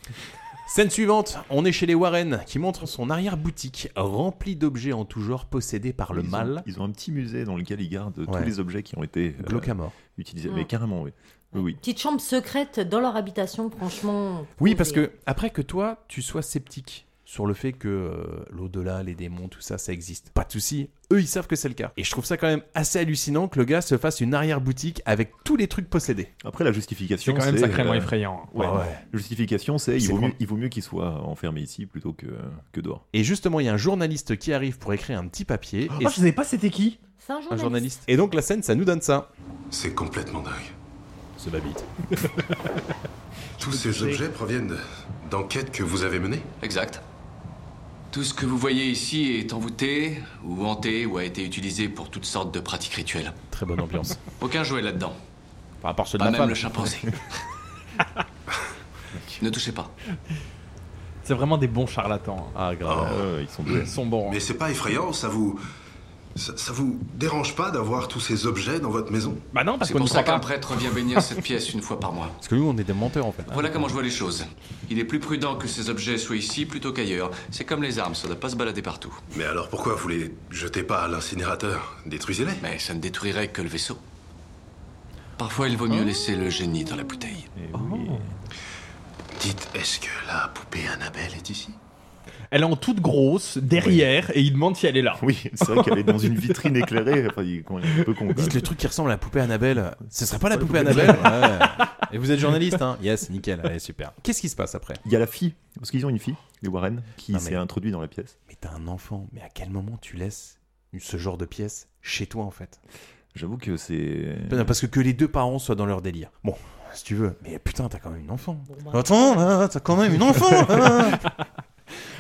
[SPEAKER 2] Scène suivante, on est chez les Warren qui montrent son arrière-boutique remplie d'objets en tout genre possédés par le
[SPEAKER 15] ils ont-
[SPEAKER 2] mal.
[SPEAKER 15] ils ont un petit musée dans lequel ils gardent
[SPEAKER 2] Ouais.
[SPEAKER 15] tous les objets qui ont été euh,
[SPEAKER 2] Glaucamore.
[SPEAKER 15] utilisés.
[SPEAKER 16] Mm.
[SPEAKER 15] Mais carrément, oui. Oui, oui.
[SPEAKER 16] Petite chambre secrète dans leur habitation, franchement.
[SPEAKER 2] Oui, parce que après que toi, tu sois sceptique sur le fait que euh, l'au-delà, les démons, tout ça, ça existe. Pas de souci. Eux, ils savent que c'est le cas. Et je trouve ça quand même assez hallucinant que le gars se fasse une arrière-boutique avec tous les trucs possédés.
[SPEAKER 15] Après, la justification.
[SPEAKER 11] C'est quand même sacrément effrayant.
[SPEAKER 15] euh,
[SPEAKER 11] hein.
[SPEAKER 15] ouais.
[SPEAKER 11] Ouais, ouais.
[SPEAKER 15] La justification, c'est il,
[SPEAKER 2] C'est
[SPEAKER 15] vaut
[SPEAKER 2] vrai.
[SPEAKER 15] mieux- il vaut mieux qu'il soit enfermé ici plutôt que, que dehors.
[SPEAKER 2] Et justement, il y a un journaliste qui arrive pour écrire un petit papier. et
[SPEAKER 11] Oh, je savais pas c'était qui.
[SPEAKER 16] C'est un
[SPEAKER 2] un
[SPEAKER 16] journaliste.
[SPEAKER 2] journaliste. Et donc la scène, ça nous donne ça.
[SPEAKER 6] C'est complètement dingue.
[SPEAKER 2] C'est ma bite.
[SPEAKER 6] Tous ces objets proviennent de- d'enquêtes que vous avez menées
[SPEAKER 12] Exact. Tout ce que vous voyez ici est envoûté, ou hanté, ou a été utilisé pour toutes sortes de pratiques rituelles.
[SPEAKER 2] Très bonne ambiance.
[SPEAKER 12] Aucun jouet là-dedans.
[SPEAKER 2] Par rapport à ceux de la
[SPEAKER 12] Pas même
[SPEAKER 2] femme.
[SPEAKER 12] le chimpanzé. ne touchez pas.
[SPEAKER 11] C'est vraiment des bons charlatans. hein.
[SPEAKER 2] Ah,
[SPEAKER 6] grave.
[SPEAKER 15] ils sont
[SPEAKER 11] Ils sont bons. hein.
[SPEAKER 6] Mais c'est pas effrayant, ça vous. Ça, ça vous dérange pas d'avoir tous ces objets dans votre maison
[SPEAKER 11] Bah non,
[SPEAKER 12] C'est pour ça qu'un prêtre vient bénir cette pièce une fois par mois.
[SPEAKER 2] Ah, Parce que nous, on est des menteurs en fait.
[SPEAKER 12] Voilà comment je vois les choses. Il est plus prudent que ces objets soient ici plutôt qu'ailleurs. C'est comme les armes, ça ne doit pas se balader partout.
[SPEAKER 6] Mais alors pourquoi vous les jetez pas à l'incinérateur Détruisez-les.
[SPEAKER 12] Mais ça ne détruirait que le vaisseau. Parfois, il vaut
[SPEAKER 2] Ah.
[SPEAKER 12] mieux laisser le génie dans la bouteille.
[SPEAKER 6] Dites, est-ce que la poupée Annabelle est ici
[SPEAKER 11] Elle est en toute grosse, derrière, et il demande si elle est là.
[SPEAKER 15] Ah Oui, c'est vrai qu'elle est dans une vitrine éclairée. Enfin, il est quand même un peu con.
[SPEAKER 2] Dites le truc qui ressemble à la poupée Annabelle. Ce serait pas la poupée Annabelle Ouais. Et vous êtes journaliste, hein Yes, nickel, allez, super. Qu'est-ce qui se passe après
[SPEAKER 15] Il y a la fille, parce qu'ils ont une fille, les Warren, qui
[SPEAKER 2] Non, mais-
[SPEAKER 15] s'est introduite dans la pièce.
[SPEAKER 2] Mais t'as un enfant, mais à quel moment tu laisses ce genre de pièce chez toi en fait
[SPEAKER 15] J'avoue que c'est.
[SPEAKER 2] Eh ben, Parce que que les deux parents soient dans leur délire. Bon, si tu veux, mais putain, hein, t'as quand même une enfant. hein.
[SPEAKER 15] bah.
[SPEAKER 2] Attends, là, t'as quand même une enfant là.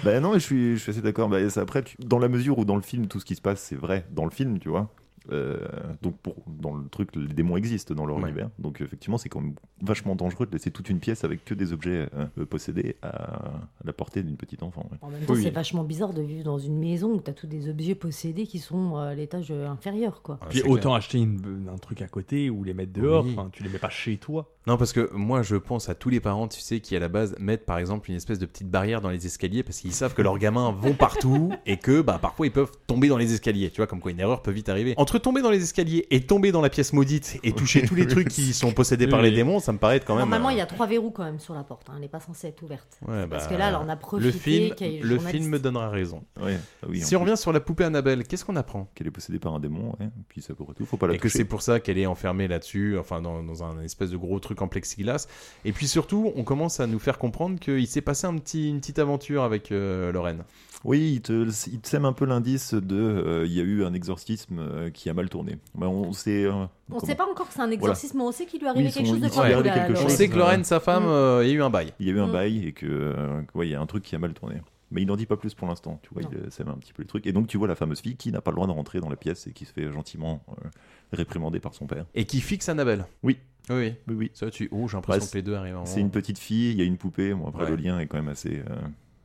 [SPEAKER 15] Bah non, mais je suis, je suis assez d'accord. Bah, c'est après, tu- dans la mesure où dans le film, tout ce qui se passe, c'est vrai dans le film, tu vois. Euh, donc pour, dans le truc, les démons existent dans leur univers. Donc effectivement, c'est quand même vachement dangereux de laisser toute une pièce avec que des objets euh, possédés à la portée d'une petite enfant. ouais.
[SPEAKER 16] En même temps, c'est vachement bizarre de vivre dans une maison où t'as tous des objets possédés qui sont euh, à l'étage euh, inférieur, quoi.
[SPEAKER 2] Ah,
[SPEAKER 11] Puis autant acheter une- un truc à côté ou les mettre dehors. Enfin, tu les mets pas chez toi.
[SPEAKER 2] Non, parce que moi, je pense à tous les parents, tu sais, qui à la base mettent par exemple une espèce de petite barrière dans les escaliers parce qu'ils savent que leurs gamins vont partout et que bah, parfois ils peuvent tomber dans les escaliers. Tu vois, comme quoi une erreur peut vite arriver. Entre tomber dans les escaliers et tomber dans la pièce maudite et toucher tous les trucs qui sont possédés par les démons, ça me paraît être quand même.
[SPEAKER 16] Normalement,
[SPEAKER 2] euh,
[SPEAKER 16] il y a trois verrous quand même sur la porte. hein. Elle n'est pas censée être ouverte.
[SPEAKER 2] ouais,
[SPEAKER 16] Parce
[SPEAKER 2] bah,
[SPEAKER 16] que là, alors, on a profité.
[SPEAKER 2] Le film,
[SPEAKER 16] qu'il y ait
[SPEAKER 2] le
[SPEAKER 16] journaliste.
[SPEAKER 2] film me donnera raison.
[SPEAKER 15] Ah oui,
[SPEAKER 2] si
[SPEAKER 15] en
[SPEAKER 2] on revient sur la poupée Annabelle, qu'est-ce qu'on apprend
[SPEAKER 15] Qu'elle est possédée par un démon, ouais. puis ça pourrait tout. Faut pas la
[SPEAKER 2] et que
[SPEAKER 15] toucher.
[SPEAKER 2] c'est pour ça qu'elle est enfermée là-dessus, enfin dans, dans un espèce de gros truc en plexiglas. Et puis surtout, on commence à nous faire comprendre qu'il s'est passé un petit, une petite aventure avec euh, Lorraine.
[SPEAKER 16] Ah
[SPEAKER 15] Oui, il te, il te sème un peu l'indice de euh, il y a eu un exorcisme euh, qui a mal tourné. Bah, on sait. euh,
[SPEAKER 16] On ne
[SPEAKER 15] comment-
[SPEAKER 16] sait pas encore que c'est un
[SPEAKER 15] Voilà.
[SPEAKER 16] exorcisme, mais on sait qu'il lui
[SPEAKER 15] Oui,
[SPEAKER 16] arrivait
[SPEAKER 15] ils
[SPEAKER 16] quelque
[SPEAKER 15] sont-
[SPEAKER 16] chose de Oh
[SPEAKER 15] ils sont arrivés
[SPEAKER 16] grave. à
[SPEAKER 15] quelque
[SPEAKER 16] la-
[SPEAKER 15] chose.
[SPEAKER 2] On sait que Lorraine, sa femme,
[SPEAKER 16] Mm.
[SPEAKER 2] euh, il y a eu un bail.
[SPEAKER 15] Il y a eu un
[SPEAKER 16] Mm.
[SPEAKER 15] bail et que euh, que, ouais, il y a un truc qui a mal tourné. Mais il n'en dit pas plus pour l'instant, tu vois, il euh, sème un petit peu le truc. Et donc tu vois la fameuse fille qui n'a pas le droit de rentrer dans la pièce et qui se fait gentiment euh, réprimander par son père.
[SPEAKER 2] Et qui fixe Annabelle.
[SPEAKER 15] Oui.
[SPEAKER 2] Oui,
[SPEAKER 15] oui.
[SPEAKER 2] Ça, tu... Oh, j'ai l'impression
[SPEAKER 15] Bah,
[SPEAKER 2] que les deux arrivent en
[SPEAKER 15] C'est une petite fille, il y a une poupée, bon après le lien est quand même assez, euh,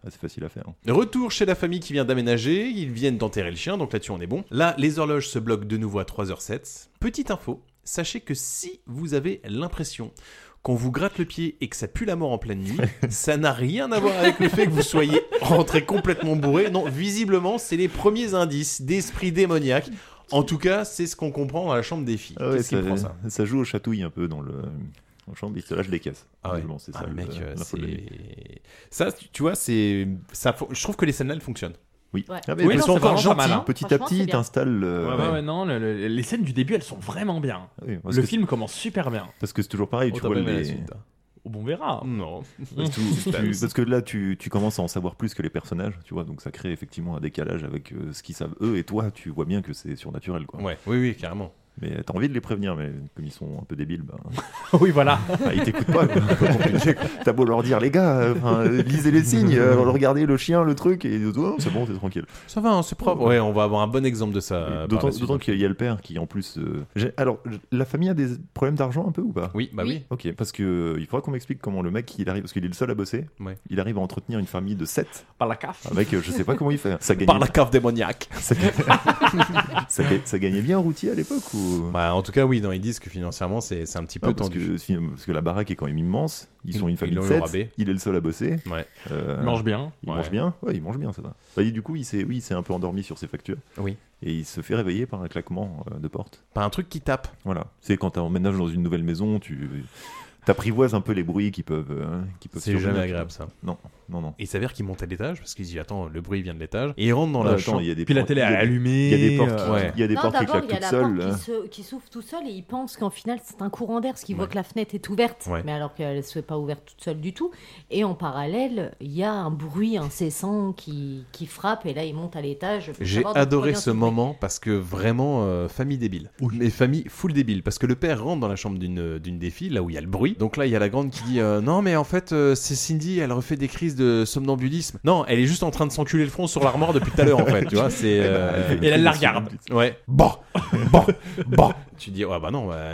[SPEAKER 15] assez facile à faire. hein.
[SPEAKER 2] Retour chez la famille qui vient d'aménager, ils viennent d'enterrer le chien, donc là-dessus on est bon. Là, les horloges se bloquent de nouveau à 3h07. Petite info, sachez que si vous avez l'impression qu'on vous gratte le pied et que ça pue la mort en pleine nuit, ça n'a rien à voir avec le fait que vous soyez rentré complètement bourré. Non, visiblement, c'est les premiers indices d'esprit démoniaque. En tout cas, c'est ce qu'on comprend dans la chambre des filles.
[SPEAKER 15] Ah ouais,
[SPEAKER 2] Qu'est-ce qui
[SPEAKER 15] ça,
[SPEAKER 2] prend ça
[SPEAKER 15] ça joue aux chatouilles un peu dans le en chambre, il se lâche des caisses. Ah ouais. c'est ça.
[SPEAKER 2] Ah,
[SPEAKER 15] le-
[SPEAKER 2] mec, euh,
[SPEAKER 15] l'info de la nuit.
[SPEAKER 2] c'est... Ça, tu tu vois, c'est... Ça, fon- je trouve que les scènes-là, elles fonctionnent.
[SPEAKER 15] Oui.
[SPEAKER 11] Ouais.
[SPEAKER 15] Ah, mais
[SPEAKER 11] Oui,
[SPEAKER 15] elles
[SPEAKER 11] non,
[SPEAKER 15] sont
[SPEAKER 11] c'est
[SPEAKER 15] encore
[SPEAKER 11] vraiment pas mal,
[SPEAKER 15] gentilles.
[SPEAKER 11] hein.
[SPEAKER 15] Petit à
[SPEAKER 11] Franchement, c'est
[SPEAKER 15] petit,
[SPEAKER 11] bien.
[SPEAKER 15] t'installes. euh,
[SPEAKER 11] Ouais, ouais, ouais, non, le- le- les scènes du début, elles sont vraiment bien.
[SPEAKER 15] Oui, parce
[SPEAKER 11] le
[SPEAKER 15] que
[SPEAKER 11] film commence super bien.
[SPEAKER 15] Parce que c'est toujours pareil,
[SPEAKER 2] Oh,
[SPEAKER 11] On
[SPEAKER 15] tu vois.
[SPEAKER 11] t'appelle à la
[SPEAKER 15] les-
[SPEAKER 11] suite.
[SPEAKER 2] hein.
[SPEAKER 11] On verra.
[SPEAKER 2] Non.
[SPEAKER 15] Parce que tu- tu- parce que là, tu, tu commences à en savoir plus que les personnages, tu vois, donc ça crée effectivement un décalage avec euh, ce qu'ils savent eux, et toi, tu vois bien que c'est surnaturel, quoi.
[SPEAKER 2] Ouais, oui, oui, carrément.
[SPEAKER 15] Mais euh, t'as envie de les prévenir, mais comme ils sont un peu débiles, bah,
[SPEAKER 11] oui, voilà.
[SPEAKER 15] bah, ils t'écoutent pas, quoi. C'est compliqué, quoi. T'as beau leur dire, les gars, euh, enfin, euh, lisez les signes, euh, regardez le chien, le truc, et ils disent, Oh, c'est bon, c'est tranquille.
[SPEAKER 2] Ça va, hein, c'est propre. Ouais, on va avoir un bon exemple de ça. euh, par
[SPEAKER 15] D'autant
[SPEAKER 2] la suite.
[SPEAKER 15] d'autant qu'il y a le père qui, en plus. euh, j'ai- Alors, j- la famille a des problèmes d'argent un peu ou pas
[SPEAKER 2] Oui, bah oui.
[SPEAKER 15] Ok, parce que euh, il faudra qu'on m'explique comment le mec, il arrive, parce qu'il est le seul à bosser,
[SPEAKER 2] Ouais.
[SPEAKER 15] il arrive à entretenir une famille de 7.
[SPEAKER 11] Par la CAF
[SPEAKER 15] Avec, euh, je sais pas comment il fait. Ça gagne
[SPEAKER 2] Par la cave démoniaque.
[SPEAKER 15] ça, ça ga- ça gagnait bien un routier à l'époque ou
[SPEAKER 2] Bah, en tout cas, oui, non, ils disent que financièrement, c'est c'est un petit peu
[SPEAKER 15] Non, Ah, parce,
[SPEAKER 2] tendu.
[SPEAKER 15] que, si- parce que la baraque est quand même immense. Ils sont une
[SPEAKER 2] Ils
[SPEAKER 15] famille de
[SPEAKER 2] l'ont eu au
[SPEAKER 15] sept,
[SPEAKER 2] rabais.
[SPEAKER 15] Il est le seul à bosser.
[SPEAKER 2] Ouais.
[SPEAKER 15] Euh,
[SPEAKER 11] Il mange bien.
[SPEAKER 15] Il
[SPEAKER 11] Ouais.
[SPEAKER 15] mange bien. Ouais, il mange bien, ça va. Bah, et du coup, il s'est oui, il s'est un peu endormi sur ses factures.
[SPEAKER 2] Oui.
[SPEAKER 15] Et il se fait réveiller par un claquement euh, de porte.
[SPEAKER 2] Par un truc qui tape.
[SPEAKER 15] Voilà. C'est quand tu emménages dans une nouvelle maison, tu t'apprivoises un peu les bruits qui peuvent. euh, qui peuvent
[SPEAKER 2] C'est
[SPEAKER 15] survenir,
[SPEAKER 2] jamais
[SPEAKER 15] tu vois.
[SPEAKER 2] agréable ça.
[SPEAKER 15] Non, non, non.
[SPEAKER 2] Et il s'avère qu'il monte à l'étage parce qu'il dit attends, le bruit vient de l'étage. Et il rentre dans
[SPEAKER 15] Ah,
[SPEAKER 2] la
[SPEAKER 15] attends,
[SPEAKER 2] chambre.
[SPEAKER 15] il y a des Puis la portes- télé, il y a elle est des- allumée,
[SPEAKER 2] Il y a des portes.
[SPEAKER 15] euh,
[SPEAKER 2] qui-
[SPEAKER 15] ouais. il y a des
[SPEAKER 16] non,
[SPEAKER 15] portes qui
[SPEAKER 16] d'abord,
[SPEAKER 15] claquent hein.
[SPEAKER 16] il y a la
[SPEAKER 15] toutes
[SPEAKER 16] porte
[SPEAKER 15] seules.
[SPEAKER 16] qui, se- qui s'ouvre tout seul et il pense qu'en final, c'est un courant d'air parce qu'il voit que la fenêtre est ouverte,
[SPEAKER 2] Ouais.
[SPEAKER 16] mais alors qu'elle ne se fait pas ouverte toute seule du tout. Et en parallèle, il y a un bruit incessant qui, qui frappe et là, il monte à l'étage. pour
[SPEAKER 2] J'ai
[SPEAKER 16] savoir d'où
[SPEAKER 2] adoré
[SPEAKER 16] provient
[SPEAKER 2] ce moment parce que vraiment, euh, famille débile. Mais famille full débile. Parce que le père rentre dans la chambre d'une euh, d'une des filles, là où il y a le bruit. Donc là, il y a la grande qui dit euh, Non, mais en fait, euh, c'est Cindy, elle refait des crises de somnambulisme. Non, elle est juste en train de s'enculer le front sur l'armoire depuis tout à l'heure, en fait. Tu vois, c'est.
[SPEAKER 15] Bah,
[SPEAKER 2] euh,
[SPEAKER 11] Et elle la regarde.
[SPEAKER 2] Ouais. Bon, bon, bon. Tu dis Ouais, bah non, bah,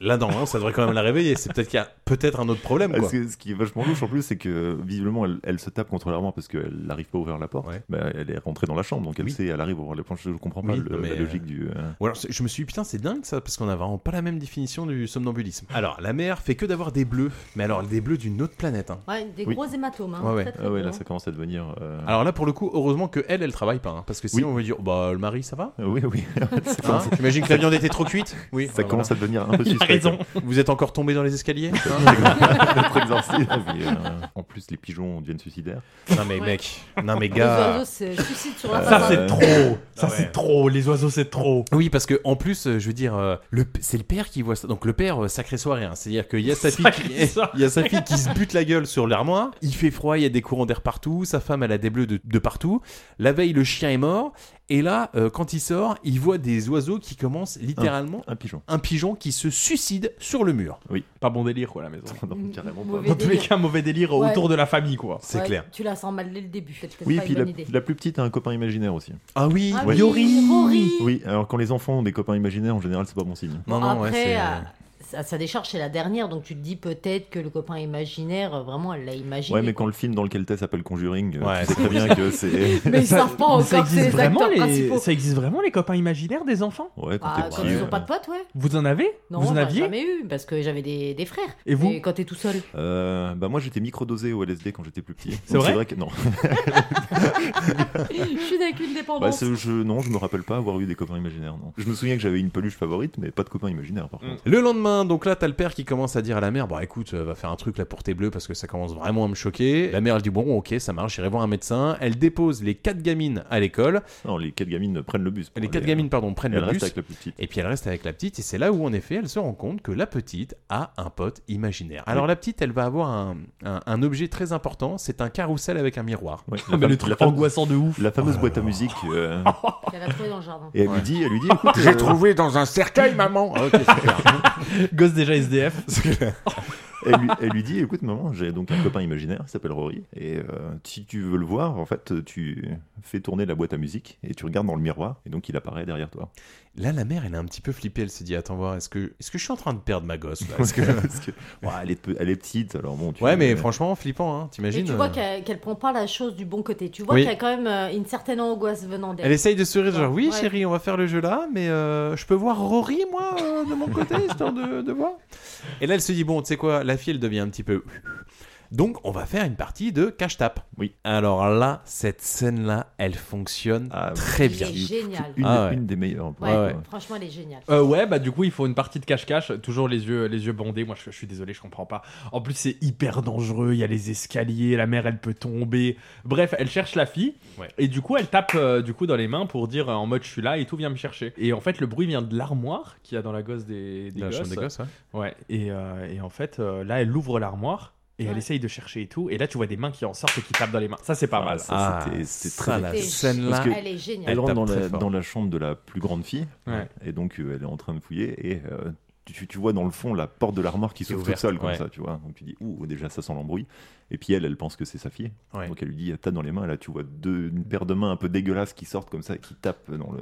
[SPEAKER 2] là, normalement, ça devrait quand même la réveiller. C'est peut-être qu'il y a peut-être un autre problème, quoi.
[SPEAKER 15] Parce que ce qui est vachement louche en plus, c'est que visiblement elle, elle se tape contre l'armoire parce qu'elle n'arrive pas à ouvrir la porte. Mais elle est rentrée dans la chambre, donc elle sait, elle arrive à ouvrir la planche. Je comprends pas
[SPEAKER 2] Oui,
[SPEAKER 15] le-
[SPEAKER 2] non, mais,
[SPEAKER 15] la logique
[SPEAKER 2] euh,
[SPEAKER 15] du. euh,
[SPEAKER 2] Ou alors c'est- je me suis dit, putain, c'est dingue ça, parce qu'on n'a vraiment pas la même définition du somnambulisme. Alors, la mère fait que d'avoir des bleus, mais alors des bleus d'une autre planète. hein.
[SPEAKER 16] Ouais, des gros hématomes. hein,
[SPEAKER 2] Ouais, ouais.
[SPEAKER 16] très, très
[SPEAKER 15] Ah ouais,
[SPEAKER 16] gros.
[SPEAKER 15] là ça commence à devenir. euh,
[SPEAKER 2] Alors là, pour le coup, heureusement que elle, elle travaille pas, hein, parce que sinon on va dire, bah le mari, ça va
[SPEAKER 15] euh, Oui, oui. Ça
[SPEAKER 2] Hein
[SPEAKER 15] commence-
[SPEAKER 2] T'imagines que la viande était trop cuite Oui.
[SPEAKER 15] Ça commence à devenir un peu
[SPEAKER 2] Ah, Il a
[SPEAKER 15] suspect,
[SPEAKER 2] raison. Vous êtes encore tombé dans les escaliers hein
[SPEAKER 15] Notre exorcisme, puis, euh, en plus, les pigeons deviennent suicidaires.
[SPEAKER 2] Non mais mec, non mais
[SPEAKER 16] Les
[SPEAKER 2] gars.
[SPEAKER 16] oiseaux se suicident sur la
[SPEAKER 15] Euh,
[SPEAKER 16] façade.
[SPEAKER 11] Ça, c'est trop. Ça,
[SPEAKER 2] Ah ouais.
[SPEAKER 11] c'est trop. Les oiseaux, c'est trop.
[SPEAKER 2] Oui, parce que en plus, euh, je veux dire, euh, le p- c'est le père qui voit ça. Donc le père, euh, sacré soirée. hein. C'est-à-dire qu'il y a sa fille, qui,
[SPEAKER 11] Sacré soirée.
[SPEAKER 2] il y a sa fille qui se bute la gueule sur l'armoire. Il fait froid, froid, il y a des courants d'air partout, sa femme elle a des bleus de, de partout. La veille, le chien est mort. Et là, euh, quand il sort, il voit des oiseaux qui commencent littéralement
[SPEAKER 15] un, pigeon,
[SPEAKER 2] un pigeon qui se suicide sur le mur.
[SPEAKER 15] Oui,
[SPEAKER 11] pas bon délire quoi la maison.
[SPEAKER 16] Mm,
[SPEAKER 15] carrément
[SPEAKER 16] Mauvais
[SPEAKER 11] Dans tous les
[SPEAKER 16] délire.
[SPEAKER 11] cas, mauvais délire
[SPEAKER 16] Ouais.
[SPEAKER 11] autour de la famille quoi.
[SPEAKER 16] Ouais, Tu la sens mal dès le début. Peut-être que
[SPEAKER 15] Oui, et
[SPEAKER 16] c'est pas
[SPEAKER 15] puis
[SPEAKER 16] une
[SPEAKER 15] la,
[SPEAKER 16] bonne idée.
[SPEAKER 15] la plus petite a un copain imaginaire aussi.
[SPEAKER 2] Ah oui,
[SPEAKER 16] Ah oui, Yori. Yori.
[SPEAKER 15] Oui, alors quand les enfants ont des copains imaginaires, en général, c'est pas bon signe.
[SPEAKER 16] Bon, après, euh, ça, ça décharge, c'est la dernière, donc tu te dis peut-être que le copain imaginaire, euh, vraiment, elle l'a imaginé.
[SPEAKER 15] Ouais, mais quand le film dans lequel t'es s'appelle Conjuring, euh,
[SPEAKER 2] Ouais,
[SPEAKER 15] tu sais
[SPEAKER 16] c'est-
[SPEAKER 15] très bien que c'est.
[SPEAKER 16] Mais ils savent
[SPEAKER 11] ça
[SPEAKER 16] pas encore que c'est
[SPEAKER 11] existe
[SPEAKER 16] les
[SPEAKER 11] vraiment
[SPEAKER 16] acteurs
[SPEAKER 11] les...
[SPEAKER 16] principaux.
[SPEAKER 11] ça existe vraiment les copains imaginaires des enfants
[SPEAKER 15] Ouais,
[SPEAKER 16] quand Ah, t'es quand petit, ils ont ouais. pas de potes, ouais.
[SPEAKER 11] Vous en avez
[SPEAKER 16] Non,
[SPEAKER 11] Vous en
[SPEAKER 16] j'en ai
[SPEAKER 11] aviez
[SPEAKER 16] jamais eu, parce que j'avais des, des frères.
[SPEAKER 11] Et vous
[SPEAKER 16] Mais quand t'es tout seul.
[SPEAKER 15] Euh, bah moi j'étais microdosé au LSD quand j'étais plus petit.
[SPEAKER 11] C'est
[SPEAKER 15] Donc,
[SPEAKER 11] vrai
[SPEAKER 15] que non.
[SPEAKER 16] Je suis avec une
[SPEAKER 15] Bah,
[SPEAKER 16] dépendance.
[SPEAKER 15] c'est- je, non, je me rappelle pas avoir eu des copains imaginaires. Non. Je me souviens que j'avais une peluche favorite, mais pas de copains imaginaires par contre.
[SPEAKER 2] Le lendemain, donc là, t'as le père qui commence à dire à la mère, bon écoute, euh, va faire un truc là pour tes bleus parce que ça commence vraiment à me choquer. La mère elle dit bon ok, ça marche, j'irai voir un médecin. Elle dépose les quatre gamines à l'école.
[SPEAKER 15] Non, les quatre gamines prennent le bus.
[SPEAKER 2] Les quatre
[SPEAKER 15] aller,
[SPEAKER 2] gamines
[SPEAKER 15] euh,
[SPEAKER 2] pardon prennent
[SPEAKER 15] elle
[SPEAKER 2] le
[SPEAKER 15] reste
[SPEAKER 2] bus.
[SPEAKER 15] avec la petite.
[SPEAKER 2] Et puis elle reste avec la petite et c'est là où en effet elle se rend compte que la petite a un pote imaginaire. Alors
[SPEAKER 15] Oui.
[SPEAKER 2] la petite, elle va avoir un, un- un objet très important, c'est un carrousel avec un miroir.
[SPEAKER 15] Ouais,
[SPEAKER 11] mais le truc angoissant de ouf.
[SPEAKER 15] La fameuse boîte à musique. euh,
[SPEAKER 16] Elle a trouvé dans le jardin.
[SPEAKER 15] et elle lui dit, elle lui dit, écoute, euh,
[SPEAKER 2] dans un cercueil, maman. Ah, ok,
[SPEAKER 11] Gosse déjà SDF.
[SPEAKER 15] elle, lui, elle lui dit écoute maman j'ai donc un copain imaginaire il s'appelle Rory et euh, si tu veux le voir en fait tu fais tourner la boîte à musique et tu regardes dans le miroir et donc il apparaît derrière toi
[SPEAKER 2] Là, la mère, elle est un petit peu flippée. Elle se dit Attends, voir, est-ce que, est que je suis en train de perdre ma gosse là Est-ce que-
[SPEAKER 15] Parce que, ouais, elle, est, pe- elle est petite alors bon tu-
[SPEAKER 2] Ouais, mais franchement, flippant, hein,
[SPEAKER 16] Et
[SPEAKER 2] t'imagines
[SPEAKER 16] tu
[SPEAKER 2] euh,
[SPEAKER 16] vois qu'elle qu'elle prend pas la chose du bon côté. Tu vois
[SPEAKER 2] Oui.
[SPEAKER 16] qu'il y a quand même euh, une certaine angoisse venant d'elle.
[SPEAKER 2] Elle essaye de sourire, genre Oui,
[SPEAKER 16] Ouais.
[SPEAKER 2] chérie, on va faire le jeu là, mais euh, je peux voir Rory, moi, euh, de mon côté, histoire de, de voir. Et là, elle se dit Bon, tu sais quoi, la fille, elle devient un petit peu. Donc, on va faire une partie de cache-tape.
[SPEAKER 15] Oui.
[SPEAKER 2] Alors là, cette scène-là, elle fonctionne
[SPEAKER 15] Ah,
[SPEAKER 2] très
[SPEAKER 16] Il
[SPEAKER 2] bien.
[SPEAKER 16] est génial.
[SPEAKER 15] une,
[SPEAKER 2] Ah ouais.
[SPEAKER 15] une des meilleures
[SPEAKER 16] Ouais,
[SPEAKER 2] Ouais, ouais.
[SPEAKER 16] franchement, elle est géniale.
[SPEAKER 11] Euh, ouais, bah du coup, il faut une partie de cache-cache, toujours les yeux, les yeux bandés. Moi, je, je suis désolé, je comprends pas. En plus, c'est hyper dangereux, il y a les escaliers, la mère, elle peut tomber. Bref, elle cherche la fille,
[SPEAKER 2] Ouais.
[SPEAKER 11] et du coup, elle tape euh, du coup dans les mains pour dire euh, en mode je suis là et tout, viens me chercher. Et en fait, le bruit vient de l'armoire qu'il y a dans la gosse des, des
[SPEAKER 2] Dans la
[SPEAKER 11] gosses.
[SPEAKER 2] chambre des gosses,
[SPEAKER 11] ouais. et, euh, et en fait, euh, là, elle ouvre l'armoire. Et elle essaye de chercher et tout. Et là, tu vois des mains qui en sortent et qui tapent dans les mains. Ça, c'est pas
[SPEAKER 15] Ah,
[SPEAKER 11] mal.
[SPEAKER 15] ça, c'était- c'était très
[SPEAKER 2] la
[SPEAKER 15] efficace.
[SPEAKER 2] scène-là,
[SPEAKER 15] Parce que
[SPEAKER 16] elle est géniale.
[SPEAKER 15] elle rentre
[SPEAKER 2] Elle tape
[SPEAKER 15] dans
[SPEAKER 2] très
[SPEAKER 15] la,
[SPEAKER 2] fort.
[SPEAKER 15] dans la chambre de la plus grande fille
[SPEAKER 11] Ouais.
[SPEAKER 15] et donc euh, elle est en train de fouiller et euh, tu, tu vois dans le fond la porte de l'armoire qui s'ouvre toute
[SPEAKER 2] ouverte,
[SPEAKER 15] seule comme
[SPEAKER 2] ouais.
[SPEAKER 15] ça tu vois donc tu dis ouh déjà ça sent l'embrouille et puis elle elle pense que c'est sa fille
[SPEAKER 2] Ouais.
[SPEAKER 15] donc elle lui dit euh, t'as dans les mains là tu vois deux, une paire de mains un peu dégueulasses qui sortent comme ça et qui tapent dans le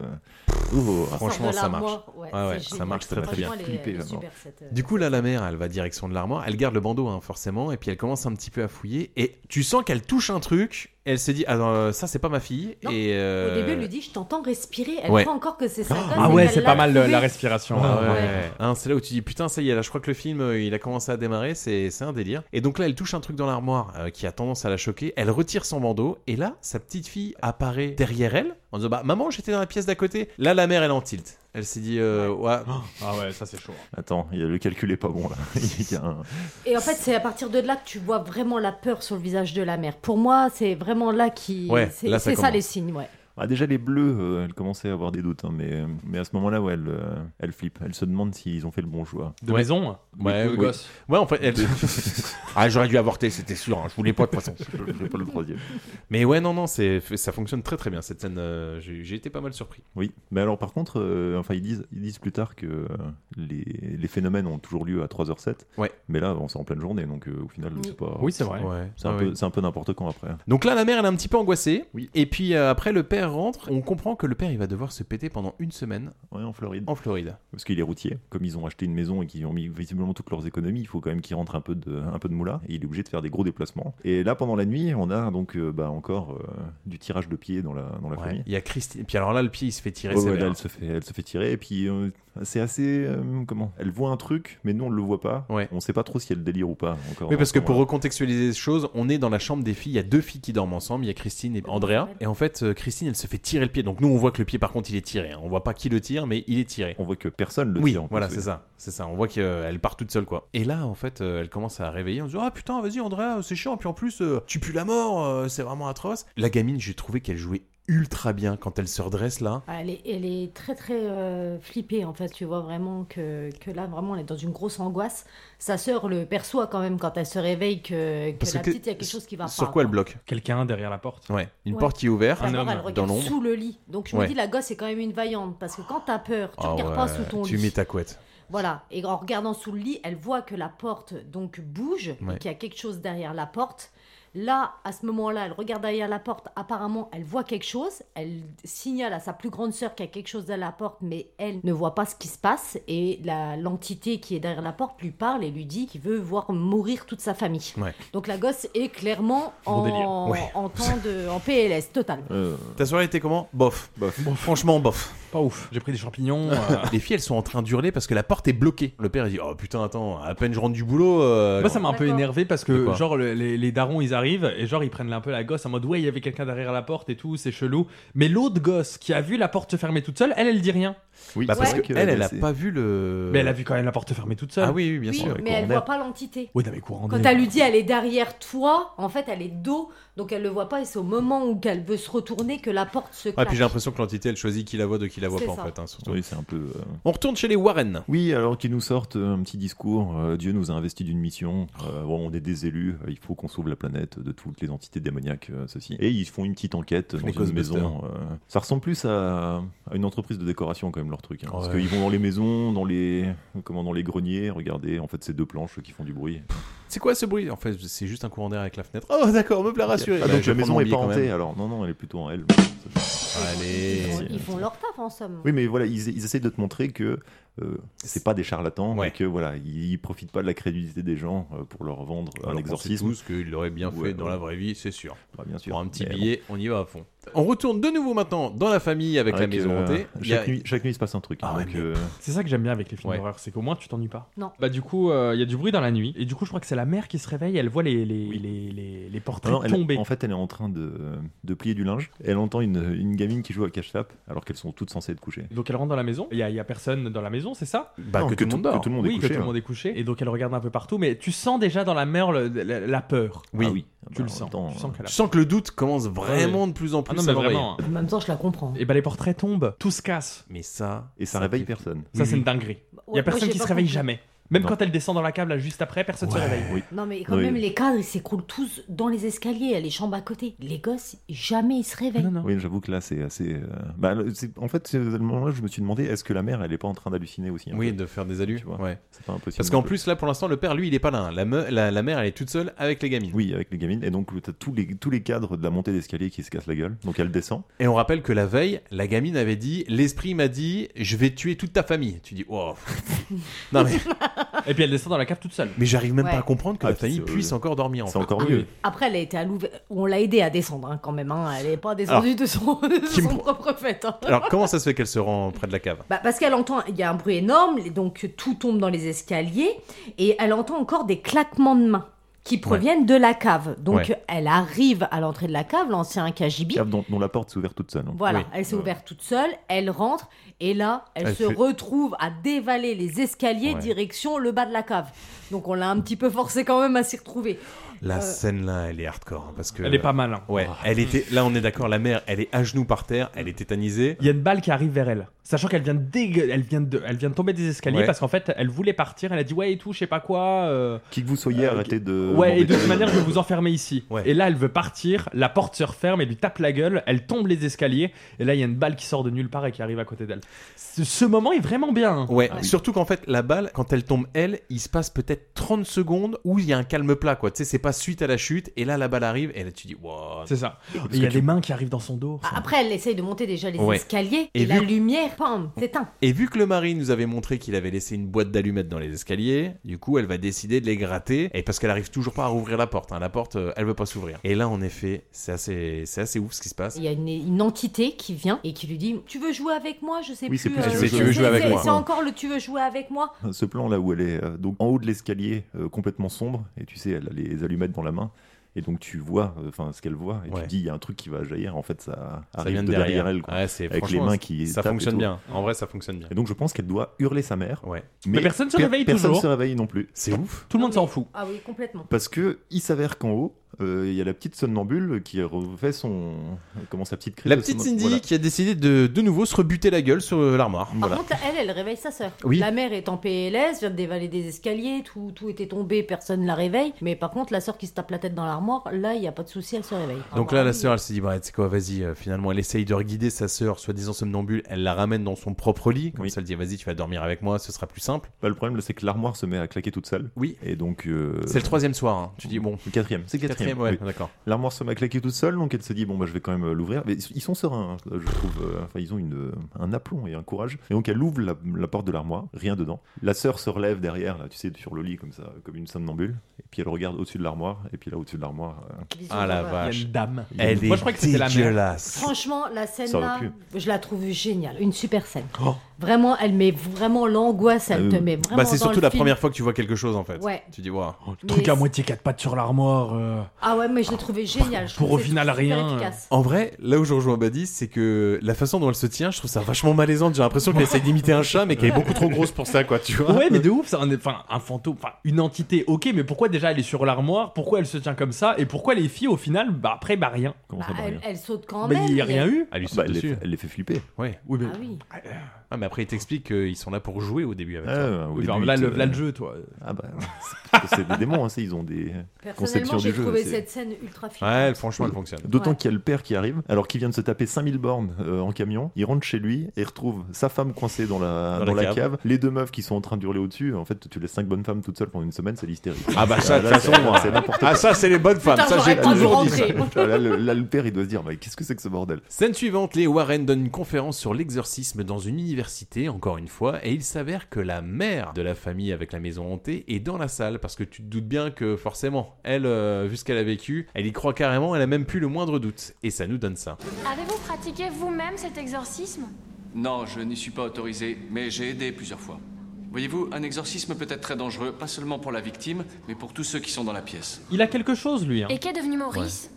[SPEAKER 15] Oh, ah,
[SPEAKER 2] Franchement,
[SPEAKER 16] Sort de
[SPEAKER 2] ça marche.
[SPEAKER 16] l'armoire, ouais,
[SPEAKER 2] Ouais,
[SPEAKER 16] c'est
[SPEAKER 2] ouais,
[SPEAKER 16] génial.
[SPEAKER 2] ça marche très très bien.
[SPEAKER 16] Franchement, elle est- elle est Flippé, super, vraiment. cette- euh,
[SPEAKER 2] Du coup, là, la mère, elle va direction de l'armoire, elle garde le bandeau, hein, forcément, et puis elle commence un petit peu à fouiller, et tu sens qu'elle touche un truc, elle se dit, ah, non, ça, c'est pas ma fille, et. euh,
[SPEAKER 16] Au début, elle lui dit Je t'entends respirer. Elle
[SPEAKER 2] ouais.
[SPEAKER 16] croit encore que c'est ça.
[SPEAKER 11] Ah ouais, c'est pas mal euh, la respiration.
[SPEAKER 2] Ah
[SPEAKER 11] Ouais.
[SPEAKER 2] ouais. Hein, c'est là où tu dis putain ça y est là je crois que le film euh, il a commencé à démarrer c'est c'est un délire et donc là elle touche un truc dans l'armoire euh, qui a tendance à la choquer elle retire son bandeau et là sa petite fille apparaît derrière elle en disant bah maman j'étais dans la pièce d'à côté là la mère elle est en tilt elle s'est dit euh, ouais
[SPEAKER 11] Ah ouais, ça, c'est chaud.
[SPEAKER 15] attends il y a- le calcul est pas bon là Il y a un-
[SPEAKER 16] Et en fait, c'est à partir de là que tu vois vraiment la peur sur le visage de la mère. Pour moi, c'est vraiment là qui.
[SPEAKER 15] Ouais,
[SPEAKER 16] c'est
[SPEAKER 15] là, ça
[SPEAKER 16] c'est ça,
[SPEAKER 15] commence.
[SPEAKER 16] les signes, ouais.
[SPEAKER 15] Ah, déjà les bleus euh, elle commençait à avoir des doutes hein, mais, mais à ce moment là ouais, elle, euh, elle flippe elle se demande s'ils ont fait le bon choix
[SPEAKER 11] De maison
[SPEAKER 2] Ouais,
[SPEAKER 15] oui.
[SPEAKER 2] ouais. Ouais, en fait, elle- ah, j'aurais dû avorter, c'était sûr. hein, Je voulais pas de toute façon.
[SPEAKER 15] Je voulais pas le troisième.
[SPEAKER 2] Mais ouais, non, non, c'est ça fonctionne très très bien cette scène. euh, J'ai j'ai été pas mal surpris.
[SPEAKER 15] Oui, mais alors par contre, euh, enfin ils disent, ils disent plus tard que euh, les, les phénomènes ont toujours lieu à 3h07.
[SPEAKER 2] Ouais.
[SPEAKER 15] Mais là, on s'est en pleine journée, donc euh, au final, c'est pas.
[SPEAKER 11] Oui, c'est vrai. Ouais.
[SPEAKER 15] C'est un,
[SPEAKER 2] Ah
[SPEAKER 15] peu-
[SPEAKER 2] oui.
[SPEAKER 15] c'est un peu n'importe quand après.
[SPEAKER 2] Donc là, la mère, elle est un petit peu angoissée. Et puis euh, après, le père rentre. On comprend que le père, il va devoir se péter pendant une semaine.
[SPEAKER 15] en Floride.
[SPEAKER 2] En Floride.
[SPEAKER 15] Parce qu'il est routier. Comme ils ont acheté une maison et qu'ils ont mis visiblement toutes leurs économies, il faut quand même qu'il rentre un peu de, un peu de moula. Et il est obligé de faire des gros déplacements. Et là, pendant la nuit, on a donc euh, bah, encore euh, du tirage de pied dans la, dans la
[SPEAKER 2] Ouais.
[SPEAKER 15] famille.
[SPEAKER 2] Il y a Christine. Puis alors là, le pied, il se fait tirer.
[SPEAKER 15] Ouais,
[SPEAKER 2] sévère.
[SPEAKER 15] ouais, là, elle se fait, elle se fait tirer et puis euh, c'est assez euh, comment Elle voit un truc, mais nous on le voit pas. On sait pas trop si elle délire ou pas encore. hein, euh,
[SPEAKER 2] Oui, parce que pour
[SPEAKER 15] Voilà.
[SPEAKER 2] recontextualiser les choses, on est dans la chambre des filles. Il y a deux filles qui dorment ensemble. Il y a Christine et Andrea. Et en fait, euh, Christine, elle se fait tirer le pied. Donc nous, on voit que le pied, par contre, il est tiré. hein. On voit pas qui le tire, mais il est tiré.
[SPEAKER 15] On voit que personne le
[SPEAKER 2] oui,
[SPEAKER 15] tire, en plus,
[SPEAKER 2] Voilà,
[SPEAKER 15] oui.
[SPEAKER 2] c'est ça. C'est ça. On voit qu'elle part toute seule, quoi. Et là, en fait, euh, elle commence à réveiller en disant Ah euh, putain, vas-y, Andrea, c'est chiant. Puis en plus, euh, tu pues la mort. euh, c'est vraiment atroce. La gamine, j'ai trouvé qu'elle jouait ultra bien quand elle se redresse là.
[SPEAKER 16] Ah, Elle est, elle est très très euh, flippée en fait, tu vois vraiment que, que là vraiment elle est dans une grosse angoisse. Sa sœur le perçoit quand même quand elle se réveille que, que
[SPEAKER 2] Parce
[SPEAKER 16] la
[SPEAKER 2] que-
[SPEAKER 16] petite il y a quelque chose qui va
[SPEAKER 2] Sur
[SPEAKER 16] pas,
[SPEAKER 2] quoi elle bloque
[SPEAKER 11] Quelqu'un derrière la porte.
[SPEAKER 2] Ouais, une
[SPEAKER 16] Ouais.
[SPEAKER 2] porte qui est ouverte,
[SPEAKER 16] D'abord, elle regarde
[SPEAKER 2] dans l'ombre.
[SPEAKER 16] sous le lit. Donc je me
[SPEAKER 2] Ouais.
[SPEAKER 16] dis la gosse est quand même une vaillante parce que quand t'as peur, tu
[SPEAKER 2] Ah
[SPEAKER 16] regardes
[SPEAKER 2] ouais,
[SPEAKER 16] pas sous ton
[SPEAKER 2] tu
[SPEAKER 16] lit.
[SPEAKER 2] mets ta couette.
[SPEAKER 16] Voilà, et en regardant sous le lit, elle voit que la porte donc bouge, et
[SPEAKER 2] Ouais.
[SPEAKER 16] qu'il y a quelque chose derrière la porte. Là, à ce moment-là, elle regarde derrière la porte, apparemment, elle voit quelque chose, elle signale à sa plus grande sœur qu'il y a quelque chose derrière la porte, mais elle ne voit pas ce qui se passe, et la- l'entité qui est derrière la porte lui parle et lui dit qu'il veut voir mourir toute sa famille.
[SPEAKER 2] Ouais.
[SPEAKER 16] Donc la gosse est clairement
[SPEAKER 2] Bon
[SPEAKER 16] en,
[SPEAKER 2] délire. Ouais.
[SPEAKER 16] en temps de, en PLS, total.
[SPEAKER 2] Ta soirée était comment bof. Bon, Franchement, bof.
[SPEAKER 11] Pas ouf. J'ai pris des champignons. euh.
[SPEAKER 2] Les filles, elles sont en train d'hurler parce que la porte est bloquée. Le père, il dit Oh putain, attends, à peine je rentre du boulot. euh,
[SPEAKER 11] Moi, ça m'a un peu énervé parce
[SPEAKER 2] De
[SPEAKER 11] que,
[SPEAKER 2] quoi
[SPEAKER 11] genre, le- les, les darons, ils arrivent et, genre, ils prennent un peu la gosse en mode, ouais, il y avait quelqu'un derrière la porte et tout, c'est chelou. Mais l'autre gosse qui a vu la porte se fermer toute seule, elle, elle dit rien.
[SPEAKER 15] Oui,
[SPEAKER 2] Bah, parce que elle, elle a pas vu le.
[SPEAKER 11] Mais elle a vu quand même la porte se fermer toute seule.
[SPEAKER 2] Ah oui, oui, bien
[SPEAKER 16] Oui,
[SPEAKER 2] sûr.
[SPEAKER 16] mais elle voit pas l'entité.
[SPEAKER 11] Oui, non, mais courant
[SPEAKER 16] Quand
[SPEAKER 11] d'air.
[SPEAKER 16] elle lui dit elle est derrière toi, en fait elle est dos, donc elle le voit pas et c'est au moment où elle veut se retourner que la porte se
[SPEAKER 2] Ah,
[SPEAKER 16] claque.
[SPEAKER 2] puis j'ai l'impression que l'entité, elle choisit qui la voit de qui la voit
[SPEAKER 16] C'est
[SPEAKER 2] pas
[SPEAKER 16] ça.
[SPEAKER 2] en fait. hein, surtout.
[SPEAKER 15] Oui, c'est un peu. euh,
[SPEAKER 2] On retourne chez les Warren.
[SPEAKER 15] Oui, alors qu'ils nous sortent euh, un petit discours. euh, Dieu nous a investis d'une mission. euh, bon, on est des élus. euh, il faut qu'on sauve la planète de toutes les entités démoniaques, euh, ceci. Et ils font une petite enquête dans
[SPEAKER 2] Les
[SPEAKER 15] une maison.
[SPEAKER 2] Ghostbusters.
[SPEAKER 15] euh, ça ressemble plus à, à une entreprise de décoration quand même leur truc. hein, Parce
[SPEAKER 2] Ouais.
[SPEAKER 15] qu'ils vont dans les maisons, dans les comment, dans les greniers. Regardez, en fait, c'est deux planches qui font du bruit.
[SPEAKER 2] C'est quoi ce bruit En fait, c'est juste un courant d'air avec la fenêtre. Oh, d'accord, me plaît rassuré.
[SPEAKER 15] Ah,
[SPEAKER 2] Bah,
[SPEAKER 15] donc
[SPEAKER 2] je vais
[SPEAKER 15] la maison
[SPEAKER 2] prendre mon
[SPEAKER 15] est pas
[SPEAKER 2] billet quand
[SPEAKER 15] hantée.
[SPEAKER 2] même.
[SPEAKER 15] Alors non, non, elle est plutôt en L.
[SPEAKER 2] Allez.
[SPEAKER 16] Ils font- Ils font leur taf en somme.
[SPEAKER 15] Oui, mais voilà, ils, ils essayent de te montrer que euh, c'est pas des charlatans, et que voilà, ils, ils profitent pas de la crédulité des gens euh, pour leur vendre un
[SPEAKER 2] Alors qu'on sait
[SPEAKER 15] exorcisme.
[SPEAKER 2] tous qu'il l'aurait bien fait
[SPEAKER 15] Ouais,
[SPEAKER 2] dans
[SPEAKER 15] ouais.
[SPEAKER 2] la vraie vie, c'est sûr.
[SPEAKER 15] Bah, bien sûr.
[SPEAKER 2] Pour un petit
[SPEAKER 15] Mais
[SPEAKER 2] billet, on y va à fond. On retourne de nouveau maintenant dans la famille avec, la
[SPEAKER 15] Avec,
[SPEAKER 2] maison
[SPEAKER 15] euh,
[SPEAKER 2] hantée. Il y a-
[SPEAKER 15] chaque, nuit, chaque nuit, il se passe un truc.
[SPEAKER 2] Ah ouais,
[SPEAKER 15] donc,
[SPEAKER 2] mais-
[SPEAKER 15] euh,
[SPEAKER 11] C'est ça que j'aime bien avec les films
[SPEAKER 2] Ouais.
[SPEAKER 11] d'horreur, c'est qu'au moins tu t'ennuies pas.
[SPEAKER 16] Non.
[SPEAKER 11] Bah du coup, euh, il y a du bruit dans la nuit et du coup, je crois que c'est la mère qui se réveille, elle voit les, les, les, les, les portraits
[SPEAKER 15] non, elle-
[SPEAKER 11] tomber.
[SPEAKER 15] en fait, elle est en train de, de plier du linge. Elle entend une, une gamine qui joue à cache-tape alors qu'elles sont toutes censées être couchées.
[SPEAKER 11] Donc elle rentre dans la maison, il y, a- il y a personne dans la maison, c'est ça
[SPEAKER 15] Bah, Non, que que tout le tout- monde dort. que tout le monde est
[SPEAKER 11] Oui, hein. que
[SPEAKER 15] couché, hein.
[SPEAKER 11] tout le
[SPEAKER 15] ouais.
[SPEAKER 11] monde est couché. Et donc elle regarde un peu partout, mais tu sens déjà dans la mère le- la, la peur.
[SPEAKER 2] Oui.
[SPEAKER 15] Ah oui.
[SPEAKER 11] Tu le sens. tu sens qu'elle a
[SPEAKER 2] Je sens que le doute
[SPEAKER 15] Ah,
[SPEAKER 2] commence vraiment
[SPEAKER 11] Ouais.
[SPEAKER 2] de plus en euh, plus
[SPEAKER 11] Ah non,
[SPEAKER 2] à
[SPEAKER 11] mais
[SPEAKER 2] l'envahir.
[SPEAKER 11] vraiment.
[SPEAKER 16] En même temps, je la comprends.
[SPEAKER 11] Et bah les portraits tombent, tout se casse.
[SPEAKER 2] Mais ça.
[SPEAKER 15] Et ça, réveille personne.
[SPEAKER 11] Ça, c'est une dinguerie. Il y
[SPEAKER 16] Ouais,
[SPEAKER 11] a personne
[SPEAKER 16] moi, j'ai
[SPEAKER 11] qui se
[SPEAKER 16] pas
[SPEAKER 11] réveille
[SPEAKER 16] compris.
[SPEAKER 11] jamais. Même
[SPEAKER 15] Non.
[SPEAKER 11] quand elle descend dans la cave là juste après, personne se réveille.
[SPEAKER 15] Oui.
[SPEAKER 16] Non mais quand
[SPEAKER 15] Oui.
[SPEAKER 16] même les cadres ils s'écroulent tous dans les escaliers, il y a les chambres à côté. Les gosses jamais ils se réveillent.
[SPEAKER 15] Oui, j'avoue que là, c'est assez. euh, bah, le- c'est- en fait, c'est le moment-là, je me suis demandé est-ce que la mère, elle est pas en train d'halluciner aussi un
[SPEAKER 2] Oui,
[SPEAKER 15] peu
[SPEAKER 2] de faire des alus.
[SPEAKER 15] Tu vois,
[SPEAKER 2] ouais.
[SPEAKER 15] C'est pas impossible.
[SPEAKER 2] Parce
[SPEAKER 15] non
[SPEAKER 2] qu'en
[SPEAKER 15] plus.
[SPEAKER 2] plus, là, pour l'instant, le père, lui, il est pas là. hein. La, me- la, la mère, elle est toute seule avec les gamines.
[SPEAKER 15] Oui, avec les gamines. Et donc, t'as tous les, tous les cadres de la montée d'escalier qui se cassent la gueule. Donc, elle descend.
[SPEAKER 2] Et on rappelle que la veille, la gamine avait dit L'esprit m'a dit, je vais tuer toute ta famille. Tu dis Wow. non, mais,
[SPEAKER 11] Et puis elle descend dans la cave toute seule.
[SPEAKER 2] mais j'arrive même
[SPEAKER 16] Ouais.
[SPEAKER 2] pas à comprendre que
[SPEAKER 15] Ah,
[SPEAKER 2] la famille
[SPEAKER 15] c'est-
[SPEAKER 2] puisse encore dormir. en
[SPEAKER 15] C'est
[SPEAKER 2] fait. Ah
[SPEAKER 15] encore mieux.
[SPEAKER 16] Après elle a été à Louvain, on l'a aidée à descendre hein, quand même. hein. Elle est pas descendue de son, de
[SPEAKER 2] qui me
[SPEAKER 16] son
[SPEAKER 2] pro-
[SPEAKER 16] propre fête. hein.
[SPEAKER 2] Alors, comment ça se fait qu'elle se rend près de la cave
[SPEAKER 16] Bah, parce qu'elle entend, il y a un bruit énorme, donc tout tombe dans les escaliers, et elle entend encore des claquements de mains qui proviennent de la cave. Donc
[SPEAKER 15] Ouais.
[SPEAKER 16] elle arrive à l'entrée de la cave, l'ancien KGB.
[SPEAKER 15] Cave dont, dont la porte s'est ouverte toute seule. hein.
[SPEAKER 16] Voilà, elle s'est
[SPEAKER 15] Ouais.
[SPEAKER 16] ouverte toute seule, elle rentre, et là, elle,
[SPEAKER 15] Elle
[SPEAKER 16] se
[SPEAKER 15] fait-
[SPEAKER 16] retrouve à dévaler les escaliers
[SPEAKER 2] Ouais.
[SPEAKER 16] direction le bas de la cave. Donc on l'a un petit peu forcée quand même à s'y retrouver.
[SPEAKER 2] La
[SPEAKER 16] Euh,
[SPEAKER 2] scène là, elle est hardcore. hein, Parce que... Ah.
[SPEAKER 11] Elle est pas mal, hein.
[SPEAKER 2] Ouais,
[SPEAKER 11] Oh.
[SPEAKER 2] elle était... là, on est d'accord, la mère, elle est à genoux par terre, elle est tétanisée.
[SPEAKER 11] Il y a une balle qui arrive vers elle, sachant qu'elle vient de dégue- elle vient de, elle vient de tomber des escaliers
[SPEAKER 2] Ouais.
[SPEAKER 11] parce qu'en fait elle voulait partir. Elle a dit ouais et tout, je sais pas quoi. euh,
[SPEAKER 15] Qui que vous soyez, arrêtez
[SPEAKER 2] Euh,
[SPEAKER 15] de.
[SPEAKER 11] ouais et de
[SPEAKER 15] m'embêter.
[SPEAKER 11] toute manière je vais vous enfermer ici. Et là elle veut partir, la porte se referme, elle lui tape la gueule, elle tombe les escaliers et là il y a une balle qui sort de nulle part et qui arrive à côté d'elle. Ce, ce moment est vraiment bien. hein.
[SPEAKER 2] Ouais, surtout qu'en fait, la balle, quand elle tombe, elle, il se passe peut-être 30 secondes où il y a un calme plat, quoi. Tu sais, c'est pas suite à la chute, et là, la balle arrive, et là, tu dis, wow.
[SPEAKER 11] C'est ça.
[SPEAKER 2] Parce
[SPEAKER 11] Et Il y a
[SPEAKER 2] que
[SPEAKER 11] des
[SPEAKER 2] tu- Ah,
[SPEAKER 11] mains qui arrivent dans son dos.
[SPEAKER 16] Après, elle essaye de monter déjà les
[SPEAKER 2] Ouais.
[SPEAKER 16] escaliers,
[SPEAKER 2] Et
[SPEAKER 16] et, la
[SPEAKER 2] vu-
[SPEAKER 16] lumière, pam, s'éteint.
[SPEAKER 2] Et vu que le mari nous avait montré qu'il avait laissé une boîte d'allumettes dans les escaliers, du coup, elle va décider de les gratter, et parce qu'elle arrive toujours pas à rouvrir la porte. hein. La porte, euh, elle veut pas s'ouvrir. Et là, en effet, c'est assez, c'est assez ouf ce qui se passe.
[SPEAKER 16] Il y a une, une entité qui vient et qui lui dit Tu veux jouer avec moi Je sais
[SPEAKER 15] Oui, c'est
[SPEAKER 16] plus.
[SPEAKER 15] plus
[SPEAKER 2] tu veux
[SPEAKER 16] c'est-
[SPEAKER 2] jouer
[SPEAKER 16] c'est-
[SPEAKER 2] avec
[SPEAKER 16] c'est-
[SPEAKER 2] moi.
[SPEAKER 16] C'est encore le Tu veux jouer avec moi
[SPEAKER 15] Ce plan là où elle est euh, donc en haut de l'escalier euh, complètement sombre et tu sais elle a les allumettes dans la main et donc tu vois euh, enfin ce qu'elle voit et
[SPEAKER 2] Ouais.
[SPEAKER 15] tu dis il y a un truc qui va jaillir en fait ça
[SPEAKER 2] Ça
[SPEAKER 15] arrive
[SPEAKER 2] vient
[SPEAKER 15] de
[SPEAKER 2] de
[SPEAKER 15] derrière,
[SPEAKER 2] derrière.
[SPEAKER 15] elle quoi,
[SPEAKER 2] Ouais, c'est-
[SPEAKER 15] avec les
[SPEAKER 2] franchement,
[SPEAKER 15] mains qui
[SPEAKER 2] ça
[SPEAKER 15] tapent et
[SPEAKER 2] fonctionne
[SPEAKER 15] tout.
[SPEAKER 2] bien. En vrai, ça fonctionne bien.
[SPEAKER 15] et donc je pense qu'elle doit hurler sa mère
[SPEAKER 2] Ouais.
[SPEAKER 11] Mais personne se réveille
[SPEAKER 15] personne
[SPEAKER 11] toujours.
[SPEAKER 15] se réveille non plus
[SPEAKER 2] c'est ouf
[SPEAKER 11] Tout le monde s'en fout.
[SPEAKER 16] Ah oui, complètement.
[SPEAKER 15] parce que il s'avère qu'en haut euh, il y a la petite somnambule qui refait son. Comment sa petite crise
[SPEAKER 2] La
[SPEAKER 15] de
[SPEAKER 2] petite
[SPEAKER 15] somnam-
[SPEAKER 2] Cindy
[SPEAKER 15] Voilà.
[SPEAKER 2] qui a décidé de de nouveau se rebuter la gueule sur euh, l'armoire.
[SPEAKER 16] Par contre, elle, elle réveille sa sœur.
[SPEAKER 2] Oui.
[SPEAKER 16] La mère est en PLS, vient de dévaler des escaliers, tout, tout était tombé, personne la réveille. Mais par contre, la sœur qui se tape la tête dans l'armoire, là, il n'y a pas de souci, elle se réveille.
[SPEAKER 2] Donc là, la sœur, elle se dit, bah, tu sais quoi, vas-y, euh, finalement, elle essaye de guider sa sœur, soi-disant somnambule, elle la ramène dans son propre lit, comme ça, elle dit, vas-y, tu vas dormir avec moi, ce sera plus simple.
[SPEAKER 15] Bah, le problème, là, c'est que l'armoire se met à claquer toute seule.
[SPEAKER 2] Oui.
[SPEAKER 15] Et donc. euh,
[SPEAKER 2] C'est le troisième soir, hein. tu dis, bon.
[SPEAKER 15] Le quatrième, c'est le quatrième.
[SPEAKER 2] ouais,
[SPEAKER 15] oui.
[SPEAKER 2] d'accord.
[SPEAKER 15] L'armoire se m'a claqué toute seule, donc elle se dit bon bah je vais quand même euh, l'ouvrir. Mais ils sont sereins, hein, je trouve. euh, Enfin ils ont une, euh, un aplomb et un courage. Et donc elle ouvre la, la porte de l'armoire, rien dedans. La sœur se relève derrière, là, tu sais, sur le lit comme ça, comme une somnambule. Et puis elle regarde au-dessus de l'armoire. Et puis là au-dessus de l'armoire. euh,
[SPEAKER 2] Ah la vache.
[SPEAKER 11] Il y a une dame.
[SPEAKER 2] Elle
[SPEAKER 11] Moi,
[SPEAKER 2] est
[SPEAKER 11] je crois que c'était la mère.
[SPEAKER 2] dégueulasse.
[SPEAKER 16] Franchement, la
[SPEAKER 15] Ça
[SPEAKER 16] scène
[SPEAKER 15] aurait
[SPEAKER 16] là,
[SPEAKER 15] pu.
[SPEAKER 16] je la trouve géniale. Une super scène. Vraiment, elle met vraiment l'angoisse, elle te met vraiment.
[SPEAKER 2] Bah, c'est
[SPEAKER 16] dans
[SPEAKER 2] surtout
[SPEAKER 16] le
[SPEAKER 2] la
[SPEAKER 16] film.
[SPEAKER 2] première fois que tu vois quelque chose, en fait.
[SPEAKER 16] Ouais.
[SPEAKER 2] Tu dis, waouh.
[SPEAKER 11] Le truc à moitié quatre pattes sur l'armoire. euh,
[SPEAKER 16] Ah ouais, mais je l'ai trouvé géniale. je
[SPEAKER 11] pour au
[SPEAKER 16] trouve que c'est
[SPEAKER 11] final
[SPEAKER 16] super
[SPEAKER 11] rien. euh.
[SPEAKER 16] efficace.
[SPEAKER 2] En vrai, là où je rejoins Badis, c'est que la façon dont elle se tient, je trouve ça vachement malaisant. J'ai l'impression qu'elle essaie d'imiter un chat, mais qu'elle est beaucoup trop grosse pour ça, quoi, tu vois.
[SPEAKER 11] Ouais, mais de ouf, c'est un, enfin, un fantôme, enfin, une entité, ok, mais pourquoi déjà elle est sur l'armoire Pourquoi elle se tient comme ça Et pourquoi les filles, au final, bah après, bah rien
[SPEAKER 15] Comment hein.
[SPEAKER 16] Bah, elle, elle saute quand
[SPEAKER 11] Bah,
[SPEAKER 16] même.
[SPEAKER 11] il n'y a rien eu
[SPEAKER 2] Elle lui
[SPEAKER 15] bah,
[SPEAKER 2] saute
[SPEAKER 15] elle, les,
[SPEAKER 2] dessus.
[SPEAKER 15] elle les fait flipper.
[SPEAKER 2] Ouais.
[SPEAKER 11] Oui, mais.
[SPEAKER 16] Ah oui.
[SPEAKER 2] Ah, mais après, il t'explique qu'ils sont là pour jouer au début euh, avec
[SPEAKER 15] Ah,
[SPEAKER 2] toi.
[SPEAKER 15] ouais, au
[SPEAKER 11] Oui,
[SPEAKER 15] début,
[SPEAKER 11] enfin, là,
[SPEAKER 15] ils te-
[SPEAKER 11] le, là, le jeu, toi.
[SPEAKER 15] Ah bah c'est parce que c'est des démons, hein, ça, ils ont des
[SPEAKER 16] Personnellement,
[SPEAKER 15] conceptions
[SPEAKER 16] j'ai
[SPEAKER 15] du jeu.
[SPEAKER 16] trouvé
[SPEAKER 15] c'est-
[SPEAKER 16] cette scène ultra fine.
[SPEAKER 2] Ouais, franchement, elle fonctionne.
[SPEAKER 15] D'autant
[SPEAKER 16] Ouais.
[SPEAKER 15] qu'il y a le père qui arrive, alors qu'il vient de se taper 5000 bornes euh, en camion, il rentre chez lui et retrouve sa femme coincée dans la,
[SPEAKER 2] Dans
[SPEAKER 15] dans
[SPEAKER 2] la
[SPEAKER 15] la cave. les deux meufs qui sont en train d'hurler au-dessus. En fait, tu laisses cinq bonnes femmes toutes seules pendant une semaine, c'est l'hystérie.
[SPEAKER 2] Ah, bah, ça, de
[SPEAKER 15] Là,
[SPEAKER 2] toute façon.
[SPEAKER 15] c'est-
[SPEAKER 2] hein.
[SPEAKER 15] c'est n'importe
[SPEAKER 2] Ah, ça, c'est les bonnes femmes.
[SPEAKER 16] Putain,
[SPEAKER 2] Ça,
[SPEAKER 16] j'aurais
[SPEAKER 2] j'ai
[SPEAKER 16] pas dû
[SPEAKER 2] toujours dit ça.
[SPEAKER 16] rentrer.
[SPEAKER 15] quoi. Là le, là, le père, il doit se dire, mais qu'est-ce que c'est que ce bordel
[SPEAKER 2] Scène suivante, les Warren donnent une conférence sur l'exorcisme dans une université, encore une fois, et il s'avère que la mère de la famille avec la maison hantée est dans la salle, parce que tu te doutes bien que forcément, elle, euh, vu ce qu'elle a vécu, elle y croit carrément, elle a même plus le moindre doute. Et ça nous donne ça.
[SPEAKER 8] Avez-vous pratiqué vous-même cet exorcisme
[SPEAKER 12] Non, je n'y suis pas autorisé, mais j'ai aidé plusieurs fois. Voyez-vous, un exorcisme peut être très dangereux, pas seulement pour la victime, mais pour tous ceux qui sont dans la pièce.
[SPEAKER 11] Il a quelque chose, lui. Hein.
[SPEAKER 8] Et qu'est devenu Maurice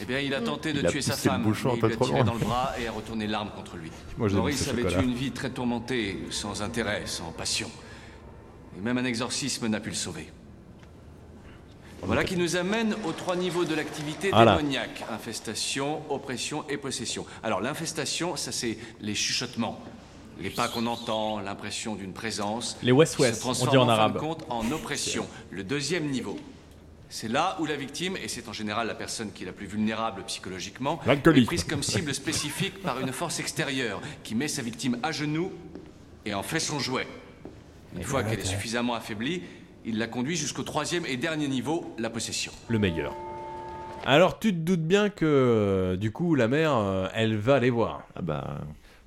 [SPEAKER 12] Eh bien, il a tenté de
[SPEAKER 15] Il a
[SPEAKER 12] tuer sa
[SPEAKER 15] poussé le
[SPEAKER 12] femme,
[SPEAKER 15] bouchon un
[SPEAKER 12] mais il
[SPEAKER 15] peu
[SPEAKER 12] lui a
[SPEAKER 15] trop
[SPEAKER 12] tiré
[SPEAKER 15] loin.
[SPEAKER 12] dans le bras et a retourné l'arme contre lui.
[SPEAKER 2] Moi, je dénonce
[SPEAKER 12] Maurice
[SPEAKER 2] ce
[SPEAKER 12] avait eu
[SPEAKER 2] chocolat.
[SPEAKER 12] une vie très tourmentée, sans intérêt, sans passion. Et même un exorcisme n'a pu le sauver. Voilà qui nous amène aux trois niveaux de l'activité
[SPEAKER 2] Ah là.
[SPEAKER 12] démoniaque. Infestation, oppression et possession. Alors l'infestation, ça c'est les chuchotements. Les pas qu'on entend, l'impression d'une présence.
[SPEAKER 11] Les West
[SPEAKER 12] qui se
[SPEAKER 11] West, on
[SPEAKER 12] transforme
[SPEAKER 11] dit en
[SPEAKER 12] fin de
[SPEAKER 11] arabe.
[SPEAKER 12] compte en oppression. Le deuxième niveau. C'est là où la victime, et c'est en général la personne qui est la plus vulnérable psychologiquement,
[SPEAKER 2] L'alcoolique.
[SPEAKER 12] est prise comme cible spécifique par une force extérieure qui met sa victime à genoux et en fait son jouet. Une fois qu'elle est suffisamment affaiblie, il la conduit jusqu'au troisième et dernier niveau, la possession.
[SPEAKER 2] Le meilleur. Alors tu te doutes bien que euh, du coup la mère, euh, elle va aller voir.
[SPEAKER 15] Ah bah.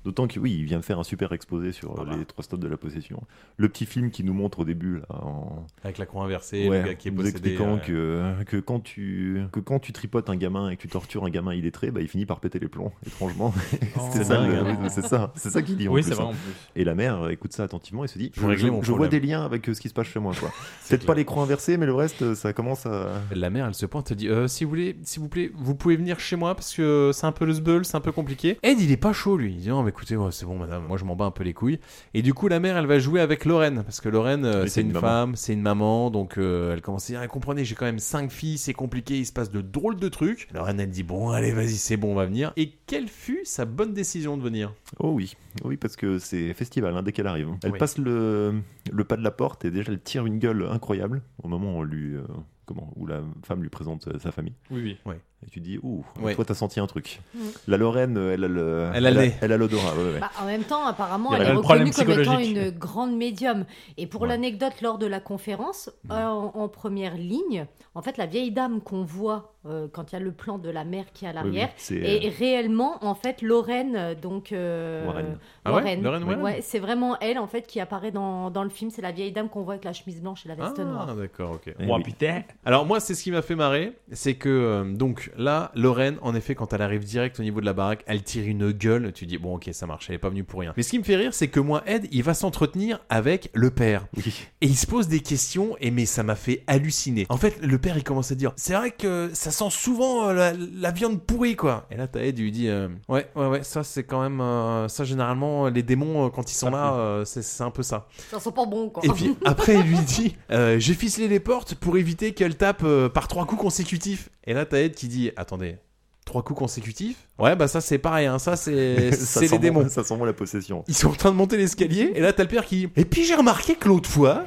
[SPEAKER 15] D'autant que oui, il vient de faire un super exposé sur
[SPEAKER 2] Ah bah.
[SPEAKER 15] euh, les trois stades de la possession. Le petit film qui nous montre au début, là, en,
[SPEAKER 2] Avec la croix inversée,
[SPEAKER 15] Ouais,
[SPEAKER 2] le gars qui est
[SPEAKER 15] nous
[SPEAKER 2] possédé.
[SPEAKER 15] expliquant
[SPEAKER 2] euh,
[SPEAKER 15] que, que, quand tu, que quand tu tripotes un gamin et que tu tortures un gamin illettré, bah, il finit par péter les plombs, étrangement.
[SPEAKER 11] Oh.
[SPEAKER 15] c'est ça,
[SPEAKER 2] dingue.
[SPEAKER 15] le- oui, c'est ça, c'est ça qu'il dit en
[SPEAKER 11] Oui,
[SPEAKER 15] plus,
[SPEAKER 11] c'est vrai,
[SPEAKER 15] hein.
[SPEAKER 11] en plus.
[SPEAKER 15] Et la mère euh, écoute ça attentivement et se dit
[SPEAKER 2] Faut
[SPEAKER 15] Je,
[SPEAKER 2] régler
[SPEAKER 15] je-
[SPEAKER 2] mon
[SPEAKER 15] je vois des
[SPEAKER 2] problème.
[SPEAKER 15] liens avec euh, ce qui se passe chez moi. quoi. Peut-être pas les croix inversées, mais le reste, euh, ça commence à.
[SPEAKER 2] La mère, elle se pointe, elle dit euh, Si vous voulez, s'il vous plaît, vous pouvez venir chez moi parce que c'est un peu le sbeul, c'est un peu compliqué. Ed, il est pas chaud, lui. Il dit Non, mais écoutez, ouais, c'est bon, madame, moi je m'en bats un peu les couilles. Et du coup, la mère, elle va jouer avec Lorraine parce que Lorraine, euh,
[SPEAKER 15] Oui,
[SPEAKER 2] c'est
[SPEAKER 15] c'est
[SPEAKER 2] une,
[SPEAKER 15] une maman.
[SPEAKER 2] femme, c'est une maman, donc euh, elle commence à dire Eh, Comprenez, j'ai quand même cinq filles, c'est compliqué, il se passe de drôles de trucs. Lorraine, elle dit Bon, allez, vas-y, c'est bon, on va venir. Et quelle fut sa bonne décision de venir
[SPEAKER 15] Oh oui, Oh oui parce que c'est festival hein, dès qu'elle arrive. Elle
[SPEAKER 2] Oui.
[SPEAKER 15] passe le, le pas de la porte et déjà elle tire une gueule incroyable au moment où, on lui, euh, comment, où la femme lui présente euh, sa famille.
[SPEAKER 11] Oui, oui.
[SPEAKER 2] Ouais.
[SPEAKER 15] Et tu dis, ouh,
[SPEAKER 2] Ouais.
[SPEAKER 15] toi t'as senti un truc.
[SPEAKER 16] Mm.
[SPEAKER 15] La Lorraine, euh, elle a le-
[SPEAKER 2] Elle a le nez.
[SPEAKER 15] elle a l'odorat. ouais, ouais.
[SPEAKER 16] Bah, en même temps, apparemment,
[SPEAKER 15] Il y
[SPEAKER 16] elle
[SPEAKER 15] a
[SPEAKER 16] est
[SPEAKER 15] le
[SPEAKER 16] reconnue
[SPEAKER 11] problème
[SPEAKER 16] comme étant
[SPEAKER 11] psychologique.
[SPEAKER 16] une grande médium. Et pour
[SPEAKER 2] Ouais.
[SPEAKER 16] l'anecdote, lors de la conférence, euh, en, en première ligne, en fait, la vieille dame qu'on voit euh, quand il y a le plan de la mère qui est à l'arrière,
[SPEAKER 15] oui, c'est,
[SPEAKER 16] est réellement, en fait, Lorraine, euh, donc... euh,
[SPEAKER 15] Warren.
[SPEAKER 2] Ah ouais Lorraine Warren
[SPEAKER 16] Ouais, c'est vraiment elle, en fait, qui apparaît dans, dans le film. C'est la vieille dame qu'on voit avec la chemise blanche et la veste
[SPEAKER 2] Ah,
[SPEAKER 16] noire.
[SPEAKER 2] d'accord, ok.
[SPEAKER 15] Eh
[SPEAKER 11] Oh
[SPEAKER 15] oui.
[SPEAKER 11] putain
[SPEAKER 2] Alors moi, c'est ce qui m'a fait marrer, c'est que euh, donc là, Lorraine, en effet, quand elle arrive direct au niveau de la baraque, elle tire une gueule. Tu dis bon, ok, ça marche, elle est pas venue pour rien. Mais ce qui me fait rire, c'est que moi, Ed, il va s'entretenir avec le père
[SPEAKER 15] Oui.
[SPEAKER 2] et il se pose des questions. Et mais ça m'a fait halluciner. En fait, le père, il commence à dire, c'est vrai que ça sent souvent euh, la, la viande pourrie, quoi. Et là, t'as Ed, il lui dit, euh, ouais, ouais, ouais, ça c'est quand même euh, ça. Généralement, les démons euh, quand ils sont là, euh, c'est c'est un peu ça.
[SPEAKER 16] Ça sent pas bon, quoi.
[SPEAKER 2] Et puis après, il lui dit euh, J'ai ficelé les portes pour éviter qu'elle tape euh, par trois coups consécutifs. Et là, t'as Ed qui dit Attendez, trois coups consécutifs Ouais, bah ça, c'est pareil, hein, ça, c'est
[SPEAKER 15] euh, Ça
[SPEAKER 2] c'est
[SPEAKER 15] sent
[SPEAKER 2] les
[SPEAKER 15] bon-
[SPEAKER 2] démons.
[SPEAKER 15] ça sent bon la possession.
[SPEAKER 2] Ils sont en train de monter l'escalier, et là, t'as le père qui dit Et puis j'ai remarqué que l'autre fois,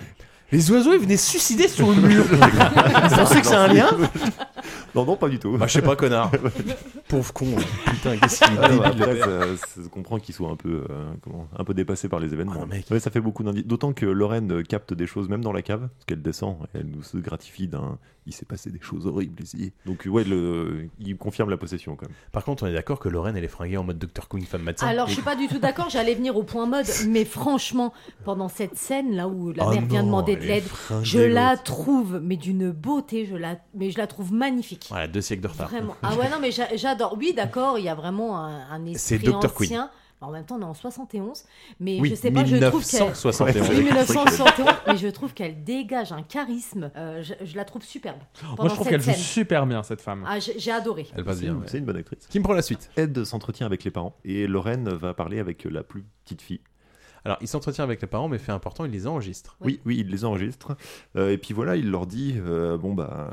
[SPEAKER 2] les oiseaux, ils venaient se suicider sur le mur. Vous pensez que c'est un lien
[SPEAKER 15] Non, non, pas du tout.
[SPEAKER 2] Bah, je sais pas, connard. Pauvre con. Putain, qu'est-ce qu'il est
[SPEAKER 15] Ah, bah,
[SPEAKER 2] débile,
[SPEAKER 15] après,
[SPEAKER 2] le
[SPEAKER 15] ça, ça se comprend qu'il soit un peu, euh, comment, un peu dépassé par les événements.
[SPEAKER 2] Ah,
[SPEAKER 15] Ouais, ça fait beaucoup d'indices. D'autant que Lorraine euh, capte des choses même dans la cave, parce qu'elle descend, et elle nous se gratifie d'un. Il s'est passé des choses horribles ici. Donc, ouais, le- il confirme la possession quand même.
[SPEAKER 2] Par contre, on est d'accord que Lorraine, elle est fringuée en mode Dr. Queen, femme médecin.
[SPEAKER 16] Alors, je suis pas du tout d'accord, j'allais venir au point mode, mais franchement, pendant cette scène là où la
[SPEAKER 11] Ah
[SPEAKER 2] Oh
[SPEAKER 16] mère vient
[SPEAKER 2] non,
[SPEAKER 16] demander
[SPEAKER 2] elle
[SPEAKER 16] de
[SPEAKER 2] est
[SPEAKER 16] l'aide,
[SPEAKER 2] fringée,
[SPEAKER 16] je la
[SPEAKER 2] l'autre.
[SPEAKER 16] trouve, mais d'une beauté, je la, mais je la trouve magnifique.
[SPEAKER 2] Voilà, deux siècles de retard.
[SPEAKER 16] Vraiment. Ah ouais, non, mais j'a- j'adore. Oui, d'accord, il y a vraiment un, un esprit
[SPEAKER 2] C'est Dr. Queen.
[SPEAKER 16] ancien. Bah, En même temps, on est en 71, mais
[SPEAKER 2] Oui,
[SPEAKER 16] je sais pas, je trouve qu'elle.
[SPEAKER 2] 1971.
[SPEAKER 16] Oui, 1971, mais je trouve qu'elle dégage un charisme. euh, je, je la trouve superbe.
[SPEAKER 11] Oh, Moi,
[SPEAKER 16] pendant
[SPEAKER 11] je trouve
[SPEAKER 16] cette
[SPEAKER 11] qu'elle joue
[SPEAKER 16] scène.
[SPEAKER 11] super bien, cette femme.
[SPEAKER 16] Ah, j'ai j'ai adoré.
[SPEAKER 2] passe
[SPEAKER 15] C'est
[SPEAKER 2] bien,
[SPEAKER 15] une-
[SPEAKER 2] ouais.
[SPEAKER 15] C'est une bonne actrice.
[SPEAKER 2] Qui me prend la suite
[SPEAKER 15] Ed s'entretient avec les parents et Lorraine va parler avec la plus petite fille.
[SPEAKER 2] Alors, il s'entretient avec les parents, mais fait important, il les enregistre.
[SPEAKER 15] Oui, oui, il les enregistre. Euh, et puis voilà, il leur dit, euh, bon bah,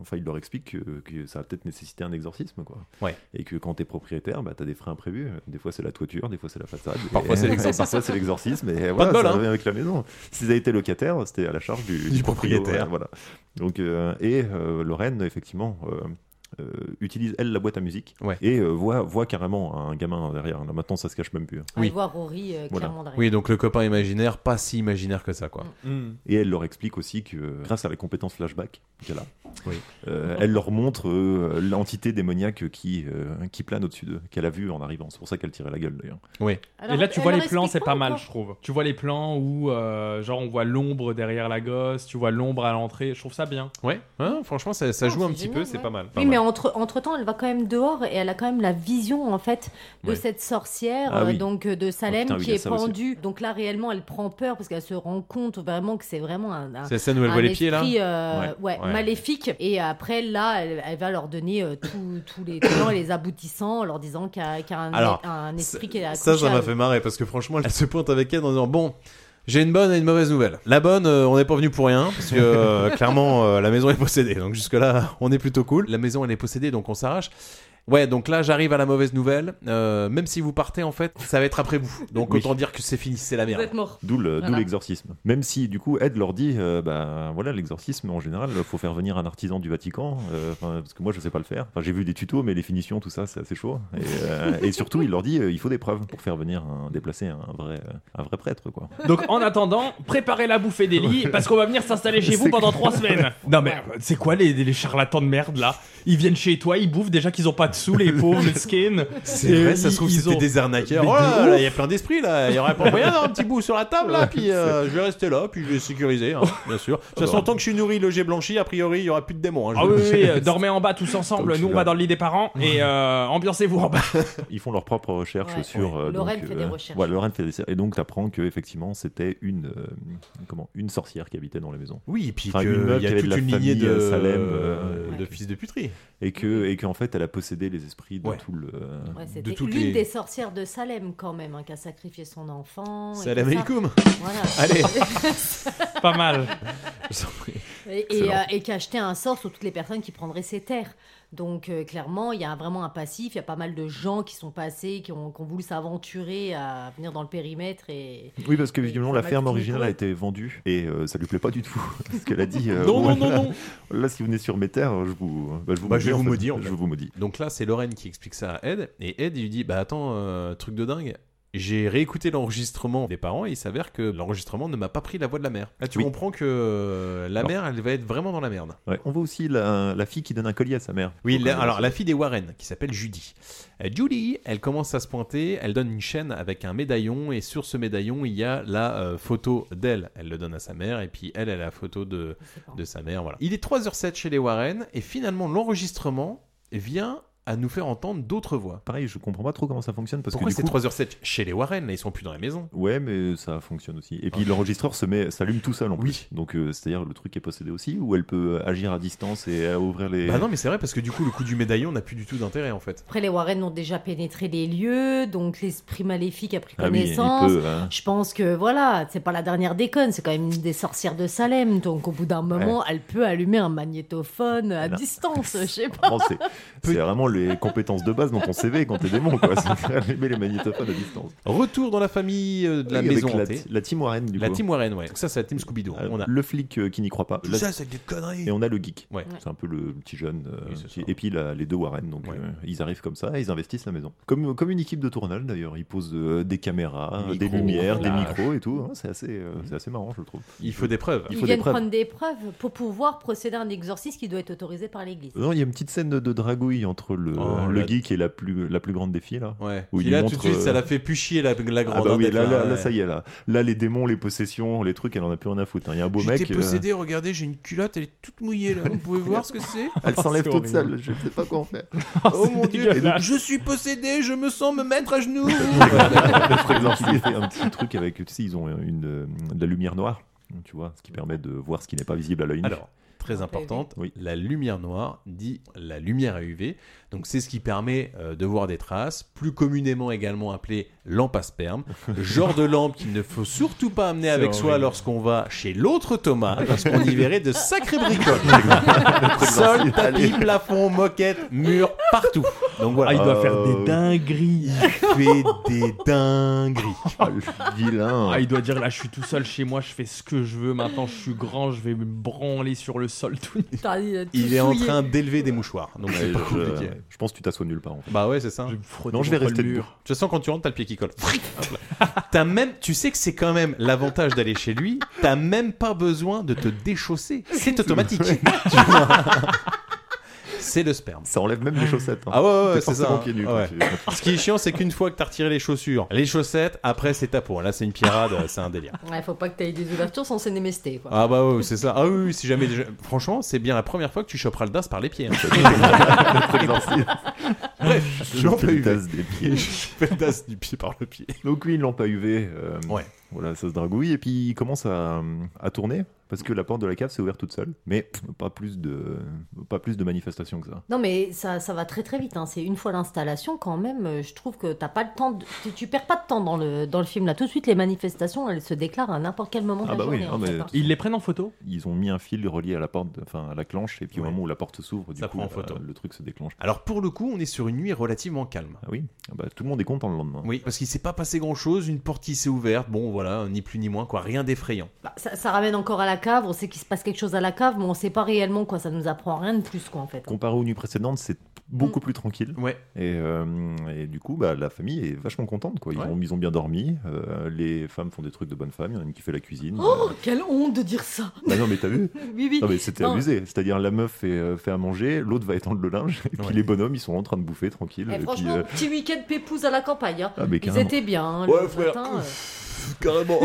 [SPEAKER 15] enfin, il leur explique que, que ça va peut-être nécessiter un exorcisme, quoi.
[SPEAKER 2] Ouais.
[SPEAKER 15] Et que quand t'es propriétaire, bah, t'as des frais imprévus. Des fois, c'est la toiture, des fois, c'est la façade. Et-
[SPEAKER 2] Parfois, c'est l'exorcisme.
[SPEAKER 15] Parfois, c'est l'exorcisme. Et
[SPEAKER 2] Pas
[SPEAKER 15] voilà,
[SPEAKER 2] de bol,
[SPEAKER 15] ça
[SPEAKER 2] hein.
[SPEAKER 15] revient avec la maison. S'ils avaient été locataires, c'était à la charge du,
[SPEAKER 2] Du
[SPEAKER 15] proprio,
[SPEAKER 2] propriétaire.
[SPEAKER 15] Voilà. Donc, euh, et euh, Lorraine, effectivement. euh, euh, utilise elle la boîte à musique et euh, voit, voit carrément un gamin derrière. Là maintenant ça se cache même plus. hein.
[SPEAKER 16] Allez voir Rory euh,
[SPEAKER 15] Voilà.
[SPEAKER 16] clairement derrière.
[SPEAKER 2] Oui, donc le copain imaginaire, pas si imaginaire que ça, quoi.
[SPEAKER 16] Mm. Ah.
[SPEAKER 11] Hmm.
[SPEAKER 15] Et elle leur explique aussi que euh, grâce à la compétence flashback qu'elle a,
[SPEAKER 2] Oui.
[SPEAKER 15] euh, elle leur montre euh, l'entité démoniaque qui, euh, qui plane au-dessus d'eux, qu'elle a vue en arrivant. C'est pour ça qu'elle tirait la gueule d'ailleurs.
[SPEAKER 2] Oui.
[SPEAKER 11] et là, tu
[SPEAKER 16] elle
[SPEAKER 11] vois
[SPEAKER 16] leur
[SPEAKER 11] les plans,
[SPEAKER 16] explique
[SPEAKER 11] c'est
[SPEAKER 16] pas
[SPEAKER 11] pas
[SPEAKER 16] ou
[SPEAKER 11] mal,
[SPEAKER 16] quoi
[SPEAKER 11] je trouve. Tu vois les plans où, euh, genre, on voit l'ombre derrière la gosse, tu vois l'ombre à l'entrée. Je trouve ça bien.
[SPEAKER 2] Ouais, hein, franchement, ça, ça joue un petit peu, c'est pas mal. Pas
[SPEAKER 16] Oui,
[SPEAKER 2] mal.
[SPEAKER 16] mais entre, entre temps, elle va quand même dehors et elle a quand même la vision en fait de
[SPEAKER 2] Ouais.
[SPEAKER 16] cette sorcière,
[SPEAKER 2] Ah
[SPEAKER 16] euh,
[SPEAKER 2] oui.
[SPEAKER 16] donc euh, de Salem,
[SPEAKER 2] putain, oui,
[SPEAKER 16] qui
[SPEAKER 2] il y a
[SPEAKER 16] est
[SPEAKER 2] ça aussi.
[SPEAKER 16] pendue. Donc là, réellement, elle prend peur parce qu'elle se rend compte vraiment que c'est vraiment un. un-
[SPEAKER 2] C'est la scène où elle
[SPEAKER 16] un
[SPEAKER 2] voit les pieds, là
[SPEAKER 16] esprit, euh,
[SPEAKER 2] Ouais.
[SPEAKER 16] ouais,
[SPEAKER 2] Ouais.
[SPEAKER 16] maléfique. Et après, là, elle, elle va leur donner euh, tous- tous les tenants et les aboutissants en leur disant qu'il y a, qu'il y a un,
[SPEAKER 2] Alors,
[SPEAKER 16] un esprit qui est
[SPEAKER 2] Ça,
[SPEAKER 16] accroché
[SPEAKER 2] ça
[SPEAKER 16] à
[SPEAKER 2] m'a
[SPEAKER 16] eux.
[SPEAKER 2] fait marrer parce que franchement, elle se pointe avec elle en disant Bon, j'ai une bonne et une mauvaise nouvelle. La bonne, euh, on n'est pas venu pour rien parce que euh, clairement, euh, la maison est possédée. Donc jusque-là, on est plutôt cool. La maison, elle est possédée, donc on s'arrache. Ouais, donc là, j'arrive à la mauvaise nouvelle. Euh, même si vous partez, en fait, ça va être après vous. Donc
[SPEAKER 15] Oui.
[SPEAKER 2] autant dire que c'est fini, c'est la merde.
[SPEAKER 15] D'où le- d'où
[SPEAKER 2] Voilà.
[SPEAKER 15] l'exorcisme. Même si, du coup, Ed leur dit euh, bah voilà, l'exorcisme en général, faut faire venir un artisan du Vatican, euh, 'fin, parce que moi je sais pas le faire. Enfin, j'ai vu des tutos, mais les finitions, tout ça, c'est assez chaud. Et, euh, et surtout, il leur dit euh, il faut des preuves pour faire venir un, déplacer un vrai, un vrai prêtre, quoi.
[SPEAKER 11] Donc, en attendant, préparez la bouffée des lits parce qu'on va venir s'installer chez vous pendant trois semaines. Non, mais euh, c'est quoi les, les charlatans de merde là Ils viennent chez toi, ils bouffent déjà qu'ils ont pas de sous, les pauvres, les skins.
[SPEAKER 2] C'est vrai, ça se trouve, c'était des arnaqueurs. Oh là là, il y a plein d'esprits là. Il y aurait pas moyen d'avoir un petit bout sur la table là. Puis euh, je vais rester là, puis je vais sécuriser, hein, bien sûr. De toute façon, tant que je suis nourri, logé, blanchi, a priori, il y aura plus de démons. hein, je
[SPEAKER 11] Ah
[SPEAKER 2] vous
[SPEAKER 11] oui,
[SPEAKER 2] le
[SPEAKER 11] oui,
[SPEAKER 2] dis.
[SPEAKER 11] oui, euh, dormez en bas tous ensemble.
[SPEAKER 15] Donc,
[SPEAKER 11] Nous, on
[SPEAKER 15] là.
[SPEAKER 11] va dans le lit des parents et euh, ambiancez-vous en bas.
[SPEAKER 15] Ils font leurs propres recherches
[SPEAKER 11] Ouais,
[SPEAKER 15] sur.
[SPEAKER 11] ouais.
[SPEAKER 15] euh,
[SPEAKER 11] Lorraine
[SPEAKER 15] donc,
[SPEAKER 11] fait des
[SPEAKER 15] euh,
[SPEAKER 11] recherches.
[SPEAKER 15] voilà, Lorraine fait des recherches. Et donc, t'apprends que effectivement, c'était une euh, comment une sorcière qui habitait dans la maison.
[SPEAKER 2] Oui, et puis
[SPEAKER 15] Enfin,
[SPEAKER 2] que
[SPEAKER 15] une
[SPEAKER 2] il
[SPEAKER 15] meuf
[SPEAKER 2] y a
[SPEAKER 15] qui avait
[SPEAKER 2] toute
[SPEAKER 15] la
[SPEAKER 2] une lignée
[SPEAKER 15] famille,
[SPEAKER 2] de-
[SPEAKER 15] euh, Salem,
[SPEAKER 2] de fils de puterie.
[SPEAKER 15] Et que et qu'en fait, elle a possédé les esprits de
[SPEAKER 2] Ouais.
[SPEAKER 15] tout le. euh,
[SPEAKER 16] Ouais, c'était l'une des sorcières de Salem quand même, hein, qui a sacrifié son enfant. et
[SPEAKER 15] Salem
[SPEAKER 16] tout ça.
[SPEAKER 15] alaikum.
[SPEAKER 16] Voilà.
[SPEAKER 15] Allez.
[SPEAKER 11] Pas mal.
[SPEAKER 16] Et, et,
[SPEAKER 11] Excellent.
[SPEAKER 16] euh, et qui a acheté un sort sur toutes les personnes qui prendraient ces terres. Donc euh, clairement, il y a vraiment un passif, il y a pas mal de gens qui sont passés, qui ont, qui ont voulu s'aventurer à venir dans le périmètre. Et...
[SPEAKER 15] Oui, parce que visiblement,
[SPEAKER 16] ça
[SPEAKER 15] la
[SPEAKER 16] m'a
[SPEAKER 15] ferme
[SPEAKER 16] fini
[SPEAKER 15] originale
[SPEAKER 16] pour
[SPEAKER 15] a
[SPEAKER 16] eux.
[SPEAKER 15] été vendue et euh, ça lui plaît pas du tout. parce qu'elle a dit. euh,
[SPEAKER 2] Non, non,
[SPEAKER 15] ouais,
[SPEAKER 2] non, non.
[SPEAKER 15] Là, si vous venez sur mes terres, je vous. bah, je vous
[SPEAKER 2] Bah, je vais
[SPEAKER 15] en
[SPEAKER 2] vous
[SPEAKER 15] fait.
[SPEAKER 2] maudire. en
[SPEAKER 15] Je
[SPEAKER 2] fait.
[SPEAKER 15] vous maudis.
[SPEAKER 2] Donc là, c'est Lorraine qui explique ça à Ed. Et Ed, il lui dit Bah attends, euh, truc de dingue. J'ai réécouté l'enregistrement des parents et il s'avère que l'enregistrement ne m'a pas pris la voix de la mère. Là, tu
[SPEAKER 15] Oui.
[SPEAKER 2] comprends que euh, la
[SPEAKER 15] Non.
[SPEAKER 2] mère, elle va être vraiment dans la merde.
[SPEAKER 15] Ouais. On voit aussi la, la fille qui donne un collier à sa mère. euh,
[SPEAKER 2] Oui,
[SPEAKER 15] Faut
[SPEAKER 2] la-
[SPEAKER 15] qu'on-
[SPEAKER 2] alors la fille des Warren, qui s'appelle Judy. Euh, Judy, elle commence à se pointer, elle donne une chaîne avec un médaillon, et sur ce médaillon, il y a la euh, photo d'elle. Elle le donne à sa mère, et puis elle, elle a la photo de, de sa mère. Voilà. Il est 3h07 chez les Warren, et finalement, l'enregistrement vient à nous faire entendre d'autres voix.
[SPEAKER 15] Pareil, je comprends pas trop comment ça fonctionne parce
[SPEAKER 2] Pourquoi
[SPEAKER 15] que
[SPEAKER 2] c'est
[SPEAKER 15] du coup,
[SPEAKER 2] 3h07 chez les Warren là, Ils sont plus dans la maison.
[SPEAKER 15] Ouais, mais ça fonctionne aussi. Et puis l'enregistreur se met, s'allume tout seul en plus. Donc euh, c'est-à-dire le truc est possédé aussi, ou elle peut euh, agir à distance et euh, ouvrir les.
[SPEAKER 2] Bah non, mais c'est vrai parce que du coup, le coup du médaillon n'a plus du tout d'intérêt en fait.
[SPEAKER 16] Après, les Warren ont déjà pénétré les lieux, donc l'esprit maléfique a pris
[SPEAKER 2] Ah oui, il
[SPEAKER 16] connaissance.
[SPEAKER 2] peut, hein.
[SPEAKER 16] Je pense que voilà, c'est pas la dernière déconne, c'est quand même une des sorcières de Salem, donc au bout d'un moment,
[SPEAKER 15] Ouais.
[SPEAKER 16] elle peut allumer un magnétophone à
[SPEAKER 15] Non.
[SPEAKER 16] distance, je sais pas.
[SPEAKER 15] Vraiment, c'est- c'est vraiment les compétences de base dans ton CV quand t'es démon, quoi. C'est allumer les magnétophones à distance.
[SPEAKER 2] Retour dans la famille euh, de la
[SPEAKER 15] Oui, avec
[SPEAKER 2] maison
[SPEAKER 15] la,
[SPEAKER 2] hantée.
[SPEAKER 15] la team Warren, du
[SPEAKER 2] La
[SPEAKER 15] coup.
[SPEAKER 2] team Warren, ouais. Donc ça, c'est la team Scooby-Doo. On a
[SPEAKER 15] Le flic euh, qui n'y croit pas.
[SPEAKER 2] Tout
[SPEAKER 15] La-
[SPEAKER 2] ça, c'est des conneries.
[SPEAKER 15] Et on a le geek.
[SPEAKER 2] Ouais.
[SPEAKER 15] C'est un peu le petit jeune. euh, qui- Et puis la- les deux Warren. Donc euh, ils arrivent comme ça et ils investissent la maison. Comme, comme une équipe de tournage d'ailleurs. Ils posent euh, des caméras,
[SPEAKER 2] Micros,
[SPEAKER 15] des lumières, des
[SPEAKER 2] flash.
[SPEAKER 15] micros et tout. hein. C'est assez, euh, c'est assez marrant, je trouve.
[SPEAKER 2] Il faut des preuves.
[SPEAKER 15] Il
[SPEAKER 16] Ils
[SPEAKER 15] faut des
[SPEAKER 16] viennent
[SPEAKER 15] preuves.
[SPEAKER 16] prendre des preuves pour pouvoir procéder à un exorcisme qui doit être autorisé par l'Église.
[SPEAKER 15] Euh, Non, il y a une petite scène de dragouille entre le,
[SPEAKER 2] Oh,
[SPEAKER 15] le
[SPEAKER 2] la-
[SPEAKER 15] geek et la plus, la plus grande des filles là.
[SPEAKER 2] Ouais.
[SPEAKER 15] Où
[SPEAKER 2] Puis
[SPEAKER 15] il
[SPEAKER 2] là,
[SPEAKER 15] montre,
[SPEAKER 2] tout de suite,
[SPEAKER 15] euh,
[SPEAKER 2] ça l'a fait puchier la, la grande.
[SPEAKER 15] Ah bah oui,
[SPEAKER 2] hein, d'être
[SPEAKER 15] là, là, là,
[SPEAKER 2] ouais.
[SPEAKER 15] ça y est, là. Là, les démons, les possessions, les trucs, elle en a plus rien à foutre. hein. Il y a un beau mec.
[SPEAKER 2] J'étais
[SPEAKER 15] euh,
[SPEAKER 2] possédé, regardez, j'ai une culotte, elle est toute mouillée là. Vous pouvez voir ce que c'est
[SPEAKER 15] Elle s'enlève
[SPEAKER 2] C'est
[SPEAKER 15] toute
[SPEAKER 2] horrible.
[SPEAKER 15] seule, je sais pas quoi en faire.
[SPEAKER 2] Oh mon dieu,
[SPEAKER 15] dégueulasse.
[SPEAKER 2] je suis possédé, je me sens me mettre à genoux.
[SPEAKER 15] Par exemple, il fait un petit truc avec, tu sais, ils ont une, euh, de la lumière noire, tu vois, ce qui permet de voir ce qui n'est pas visible à l'œil nu.
[SPEAKER 2] Alors, très importante, la lumière noire dit la lumière à UV. Donc, c'est ce qui permet euh, de voir des traces, plus communément également appelée lampe à sperme, genre de lampe qu'il ne faut surtout pas amener avec soi
[SPEAKER 15] horrible.
[SPEAKER 2] lorsqu'on va chez l'autre Thomas, parce qu'on y verrait de sacrées bricoles. Sol, tapis, plafond, moquette, mur, partout. Donc voilà.
[SPEAKER 11] Ah, il doit faire des
[SPEAKER 2] Euh,
[SPEAKER 11] dingueries.
[SPEAKER 2] fait des dingueries.
[SPEAKER 15] Ah, vilain.
[SPEAKER 11] Ah, il doit dire là, je suis tout seul chez moi, je fais ce que je veux. Maintenant, je suis grand, je vais me branler sur le sol tout nu.
[SPEAKER 16] Putain, il a euh, tout
[SPEAKER 2] Il est en
[SPEAKER 16] souillé.
[SPEAKER 2] train d'élever des mouchoirs, donc c'est
[SPEAKER 15] Ouais,
[SPEAKER 2] pas
[SPEAKER 15] je-
[SPEAKER 2] compliqué.
[SPEAKER 15] Je pense que tu t'assois nulle part en fait.
[SPEAKER 2] Bah ouais, c'est ça.
[SPEAKER 15] Non, je vais
[SPEAKER 2] contre
[SPEAKER 15] rester
[SPEAKER 2] le
[SPEAKER 15] debout.
[SPEAKER 2] mur. De toute façon, quand tu rentres, t'as le pied qui colle. t'as même, tu sais que c'est quand même l'avantage d'aller chez lui. T'as même pas besoin de te déchausser. C'est automatique. Tu vois. c'est le sperme.
[SPEAKER 15] Ça enlève même les chaussettes. hein.
[SPEAKER 2] Ah ouais, ouais, ouais,
[SPEAKER 15] T'es
[SPEAKER 2] c'est ça.
[SPEAKER 15] forcément
[SPEAKER 2] hein.
[SPEAKER 15] pieds nus quand
[SPEAKER 2] Ouais.
[SPEAKER 15] tu- quand tu-
[SPEAKER 2] Ce qui est chiant, c'est qu'une fois que t'as retiré les chaussures, les chaussettes, après c'est ta peau. Là, c'est une pirade, c'est un délire.
[SPEAKER 16] Ouais, faut pas que t'aies des ouvertures sans sénémester, quoi.
[SPEAKER 2] Ah bah ouais, c'est ça. Ah oui, oui, si jamais. Franchement, c'est bien la première fois que tu choperas le DAS par les pieds. hein. Bref,
[SPEAKER 15] Je
[SPEAKER 2] lampe
[SPEAKER 15] fais
[SPEAKER 2] à
[SPEAKER 15] le
[SPEAKER 2] UV.
[SPEAKER 15] DAS des pieds.
[SPEAKER 2] Je fais le DAS du pied par le pied.
[SPEAKER 15] Donc oui, une lampe à UV. euh, Voilà, ça se dragouille et puis il commence à, à tourner parce que la porte de la cave s'est ouverte toute seule, mais pff, pas plus de pas plus de manifestations que ça.
[SPEAKER 16] Non, mais ça, ça va très très vite. hein. C'est une fois l'installation, quand même, euh, je trouve que t'as pas le temps. de- tu, tu perds pas de temps dans le, dans le film. Là, tout de suite, les manifestations, elles se déclarent à n'importe quel moment de
[SPEAKER 15] Ah
[SPEAKER 16] la
[SPEAKER 15] bah oui,
[SPEAKER 16] journée.
[SPEAKER 15] non,
[SPEAKER 16] en fait,
[SPEAKER 15] mais-
[SPEAKER 16] hein.
[SPEAKER 11] Ils les prennent en photo
[SPEAKER 15] Ils ont mis un fil relié à la porte, enfin à la clenche, et puis au moment où la porte s'ouvre, du
[SPEAKER 2] Ça
[SPEAKER 15] coup,
[SPEAKER 2] prend en
[SPEAKER 15] la-
[SPEAKER 2] photo.
[SPEAKER 15] le truc se déclenche.
[SPEAKER 2] Alors pour le coup, on est sur une nuit relativement calme.
[SPEAKER 15] Ah oui, Ah bah, tout le monde est content le lendemain.
[SPEAKER 2] Oui, parce qu'il s'est pas passé grand chose, une porte qui s'est ouverte, bon voilà, ni plus ni moins quoi, rien d'effrayant.
[SPEAKER 16] Bah, ça, ça ramène encore à la cave. On sait qu'il se passe quelque chose à la cave, mais on sait pas réellement quoi. Ça nous apprend rien de plus, quoi, en fait. hein.
[SPEAKER 15] Comparé aux nuits précédentes, c'est
[SPEAKER 16] Mm.
[SPEAKER 15] beaucoup plus tranquille.
[SPEAKER 2] Ouais.
[SPEAKER 15] Et, euh, et du coup, bah, la famille est vachement contente. Quoi. Ils,
[SPEAKER 16] Ouais.
[SPEAKER 15] ont, ils ont bien dormi. euh, les femmes font des trucs de bonne femme. Il y en a une qui fait la cuisine. Ah
[SPEAKER 16] Oh, quelle honte de dire ça
[SPEAKER 15] Bah non, mais t'as vu
[SPEAKER 16] Oui, oui.
[SPEAKER 15] Non, mais c'était
[SPEAKER 16] Non.
[SPEAKER 15] amusé. C'est-à-dire, la meuf fait, euh, fait à manger, l'autre va étendre le linge, et puis les bonhommes, ils sont en train de bouffer tranquille.
[SPEAKER 16] Eh,
[SPEAKER 15] et puis,
[SPEAKER 16] franchement,
[SPEAKER 15] euh,
[SPEAKER 16] petit week-end pépouze à la campagne. hein.
[SPEAKER 15] Ah, mais
[SPEAKER 16] Ils
[SPEAKER 15] carrément.
[SPEAKER 16] étaient bien. hein,
[SPEAKER 15] Ouais,
[SPEAKER 16] le
[SPEAKER 15] frère.
[SPEAKER 16] matin, euh.
[SPEAKER 15] Carrément.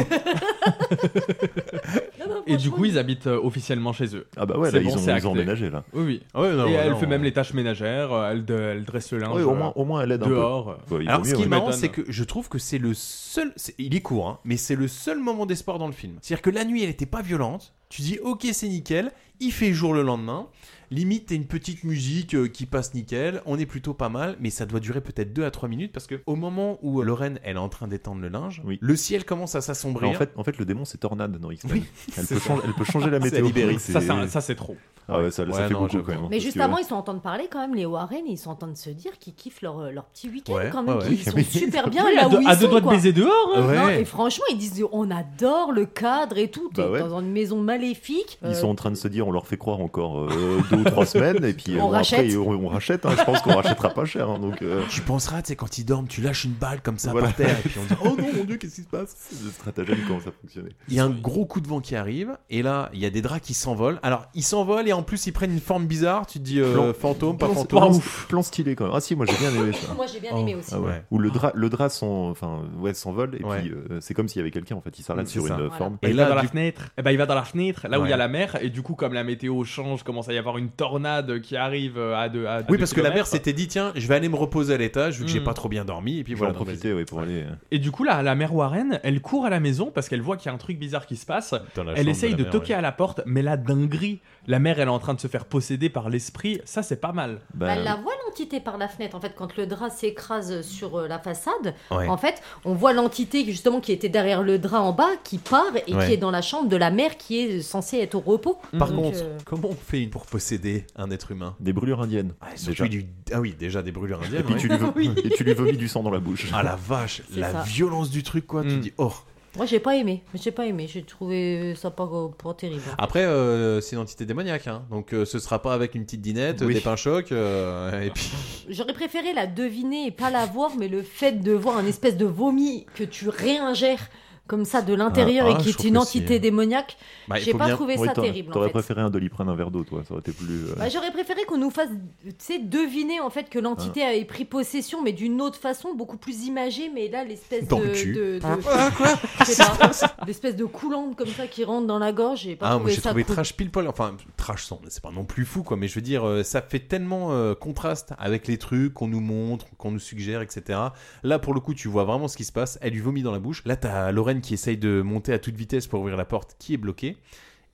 [SPEAKER 11] Et du coup, ils habitent euh, officiellement chez eux.
[SPEAKER 15] Ah bah ouais,
[SPEAKER 11] C'est
[SPEAKER 15] là, ils ont-
[SPEAKER 11] c'est
[SPEAKER 15] ils ont
[SPEAKER 11] acté.
[SPEAKER 15] emménagé, là.
[SPEAKER 11] Oui, oui.
[SPEAKER 15] Ah ouais, non,
[SPEAKER 11] et
[SPEAKER 15] ouais,
[SPEAKER 11] elle
[SPEAKER 15] non.
[SPEAKER 11] fait même les tâches ménagères, euh, elle, de- elle dresse le linge.
[SPEAKER 15] Ouais, au
[SPEAKER 11] euh,
[SPEAKER 15] moins- au moins, elle aide un peu.
[SPEAKER 11] dehors. euh.
[SPEAKER 15] Ouais, il
[SPEAKER 2] Alors
[SPEAKER 15] vaut
[SPEAKER 2] ce
[SPEAKER 15] mieux,
[SPEAKER 2] qui est
[SPEAKER 15] ouais.
[SPEAKER 2] marrant,
[SPEAKER 15] M'étonne.
[SPEAKER 2] c'est que je trouve que c'est le seul, c'est- il est court, hein, mais c'est le seul moment d'espoir dans le film. C'est-à-dire que la nuit, elle n'était pas violente. Tu dis ok, c'est nickel. Il fait jour le lendemain. Limite, t'as une petite musique euh, qui passe nickel. On est plutôt pas mal, mais ça doit durer peut-être 2 à 3 minutes parce que au moment où euh, Lorraine, elle est en train d'étendre le linge, le ciel commence à s'assombrir.
[SPEAKER 15] en, fait, en fait, le démon, c'est Tornade dans X-Men.
[SPEAKER 2] Oui,
[SPEAKER 15] elle,
[SPEAKER 2] c'est
[SPEAKER 15] peut
[SPEAKER 2] ça.
[SPEAKER 15] changer, elle peut changer la
[SPEAKER 2] C'est
[SPEAKER 15] météo.
[SPEAKER 2] Alibéry. Ça, c'est un-
[SPEAKER 11] ça, c'est trop.
[SPEAKER 15] Ah ouais, ça, ça
[SPEAKER 2] Ouais,
[SPEAKER 15] fait
[SPEAKER 2] non,
[SPEAKER 15] beaucoup
[SPEAKER 2] j'avoue.
[SPEAKER 15] quand même. hein,
[SPEAKER 16] Mais
[SPEAKER 15] Parce
[SPEAKER 16] juste
[SPEAKER 15] que-
[SPEAKER 16] avant, ils sont en train de parler quand même, les Warren, ils sont en train de se dire qu'ils kiffent leur, euh, leur petit week-end
[SPEAKER 15] Ouais,
[SPEAKER 16] quand
[SPEAKER 15] ouais,
[SPEAKER 16] même.
[SPEAKER 15] ouais.
[SPEAKER 16] Ils sont
[SPEAKER 15] Oui,
[SPEAKER 16] super bien
[SPEAKER 11] oui,
[SPEAKER 16] là
[SPEAKER 11] à deux-
[SPEAKER 16] où ils
[SPEAKER 11] à deux
[SPEAKER 16] sont,
[SPEAKER 11] doigts de
[SPEAKER 16] quoi.
[SPEAKER 11] baiser dehors, hein.
[SPEAKER 16] Non,
[SPEAKER 15] Ouais.
[SPEAKER 16] et franchement, ils disent on adore le cadre et tout. T'es
[SPEAKER 15] Bah ouais.
[SPEAKER 16] dans une maison maléfique.
[SPEAKER 15] Ils
[SPEAKER 16] Euh,
[SPEAKER 15] sont en train de se dire, on leur fait croire encore euh, deux ou trois semaines, et puis
[SPEAKER 16] On
[SPEAKER 15] euh, bon,
[SPEAKER 16] rachète.
[SPEAKER 15] après, on, on rachète. hein. je pense qu'on rachètera pas cher. hein, donc, euh,
[SPEAKER 2] Tu penseras, tu sais, quand ils dorment, tu lâches une balle comme ça
[SPEAKER 15] Voilà.
[SPEAKER 2] par terre et puis on dit oh non, mon dieu, qu'est-ce qui se passe
[SPEAKER 15] c'est le stratagème, comment ça fonctionnait.
[SPEAKER 2] Il y a un gros coup de vent qui arrive, et là, il y a des draps qui s'envolent. Alors, ils s'envolent et en plus, ils prennent une forme bizarre. Tu te dis euh,
[SPEAKER 15] Plan-
[SPEAKER 2] fantôme, pas
[SPEAKER 15] plan-
[SPEAKER 2] fantôme.
[SPEAKER 15] Plan, plan stylé quand même. Ah si, moi j'ai bien aimé ça.
[SPEAKER 16] Moi, j'ai bien aimé Oh. aussi.
[SPEAKER 15] Ah ouais.
[SPEAKER 2] Ouais.
[SPEAKER 15] Où le drap, le drap s'en- enfin, ouais, s'envole et puis euh, c'est comme s'il y avait quelqu'un en fait. Il s'arrête
[SPEAKER 11] C'est
[SPEAKER 15] sur
[SPEAKER 11] ça.
[SPEAKER 15] une euh, forme.
[SPEAKER 11] Et là, dans la fenêtre, eh ben, il va dans la fenêtre, là où il y a
[SPEAKER 15] Ouais.
[SPEAKER 11] la mer, et du coup, comme la la météo change, commence à y avoir une tornade qui arrive euh, à deux. à
[SPEAKER 2] Oui,
[SPEAKER 11] deux
[SPEAKER 2] parce que la mère
[SPEAKER 11] kilomètres.
[SPEAKER 2] s'était dit tiens, je vais aller me reposer à l'étage vu que j'ai
[SPEAKER 11] Mm.
[SPEAKER 2] pas trop bien dormi et puis
[SPEAKER 15] Je
[SPEAKER 2] voilà.
[SPEAKER 15] vais en profiter, oui, pour aller. euh,
[SPEAKER 11] Et du coup, là, la mère Warren, elle court à la maison parce qu'elle voit qu'il y a un truc bizarre qui se passe.
[SPEAKER 2] la
[SPEAKER 11] Elle
[SPEAKER 2] chambre
[SPEAKER 11] essaye
[SPEAKER 2] de la
[SPEAKER 11] de,
[SPEAKER 2] mère,
[SPEAKER 11] toquer
[SPEAKER 2] ouais.
[SPEAKER 11] à la porte, mais la dinguerie, la mère, elle est en train de se faire posséder par l'esprit. Ça, c'est pas mal.
[SPEAKER 16] Bah, la voit l'entité par la fenêtre. En fait, quand le drap s'écrase sur euh, la façade,
[SPEAKER 11] Ouais.
[SPEAKER 16] en fait, on voit l'entité justement qui était derrière le drap en bas, qui part et
[SPEAKER 2] Ouais.
[SPEAKER 16] qui est dans la chambre de la mère qui est censée être au repos.
[SPEAKER 2] Par
[SPEAKER 16] Donc,
[SPEAKER 2] contre,
[SPEAKER 16] euh,
[SPEAKER 2] comment on fait pour posséder un être humain
[SPEAKER 15] Des brûlures indiennes.
[SPEAKER 2] Ah, surtout du- ah oui, déjà des brûlures indiennes.
[SPEAKER 15] Et puis
[SPEAKER 2] ouais.
[SPEAKER 15] tu lui, vo- et tu lui vomis du sang dans la bouche.
[SPEAKER 2] Ah la vache,
[SPEAKER 16] C'est
[SPEAKER 2] la
[SPEAKER 16] ça.
[SPEAKER 2] violence du truc quoi. Tu dis oh.
[SPEAKER 16] moi, j'ai pas aimé. J'ai pas aimé. J'ai trouvé ça pas, pas terrible.
[SPEAKER 2] Après, euh, c'est une entité démoniaque, hein. donc euh, ce sera pas avec une petite dinette,
[SPEAKER 15] Oui.
[SPEAKER 2] des pains chocs, euh, et puis
[SPEAKER 16] J'aurais préféré la deviner et pas la voir, mais le fait de voir un espèce de vomi que tu réingères comme ça de l'intérieur
[SPEAKER 15] Ah, ah,
[SPEAKER 16] et
[SPEAKER 15] je
[SPEAKER 16] qui est
[SPEAKER 15] trouve
[SPEAKER 16] une
[SPEAKER 15] que Bah, si.
[SPEAKER 16] entité démoniaque,
[SPEAKER 2] bah,
[SPEAKER 16] j'ai pas trouvé
[SPEAKER 15] Ouais,
[SPEAKER 16] ça
[SPEAKER 15] t'aurais-
[SPEAKER 16] terrible. en
[SPEAKER 15] T'aurais
[SPEAKER 16] fait.
[SPEAKER 15] préféré un doliprane, un verre d'eau, toi. Ça aurait été plus. euh,
[SPEAKER 16] Bah, J'aurais préféré qu'on nous fasse tu sais, deviner en fait que
[SPEAKER 15] Ah.
[SPEAKER 16] l'entité avait pris possession, mais d'une autre façon, beaucoup plus imagée. Mais là, l'espèce
[SPEAKER 2] Dans
[SPEAKER 16] de,
[SPEAKER 2] le cul.
[SPEAKER 16] de- de-
[SPEAKER 2] Ah, quoi
[SPEAKER 16] je sais pas, l'espèce de coulante comme ça qui rentre dans la gorge. J'ai pas
[SPEAKER 2] Ah, moi
[SPEAKER 16] trouvé
[SPEAKER 2] j'ai
[SPEAKER 16] ça
[SPEAKER 2] trouvé
[SPEAKER 16] cool.
[SPEAKER 2] trash pile poil. Enfin, trash sans, c'est pas non plus fou quoi, mais je veux dire, euh, ça fait tellement euh, contraste avec les trucs qu'on nous montre, qu'on nous suggère, etc. Là pour le coup, tu vois vraiment ce qui se passe. Elle lui vomit dans la bouche. Là, t'as Lorraine qui essaye de monter à toute vitesse pour ouvrir la porte qui est bloquée.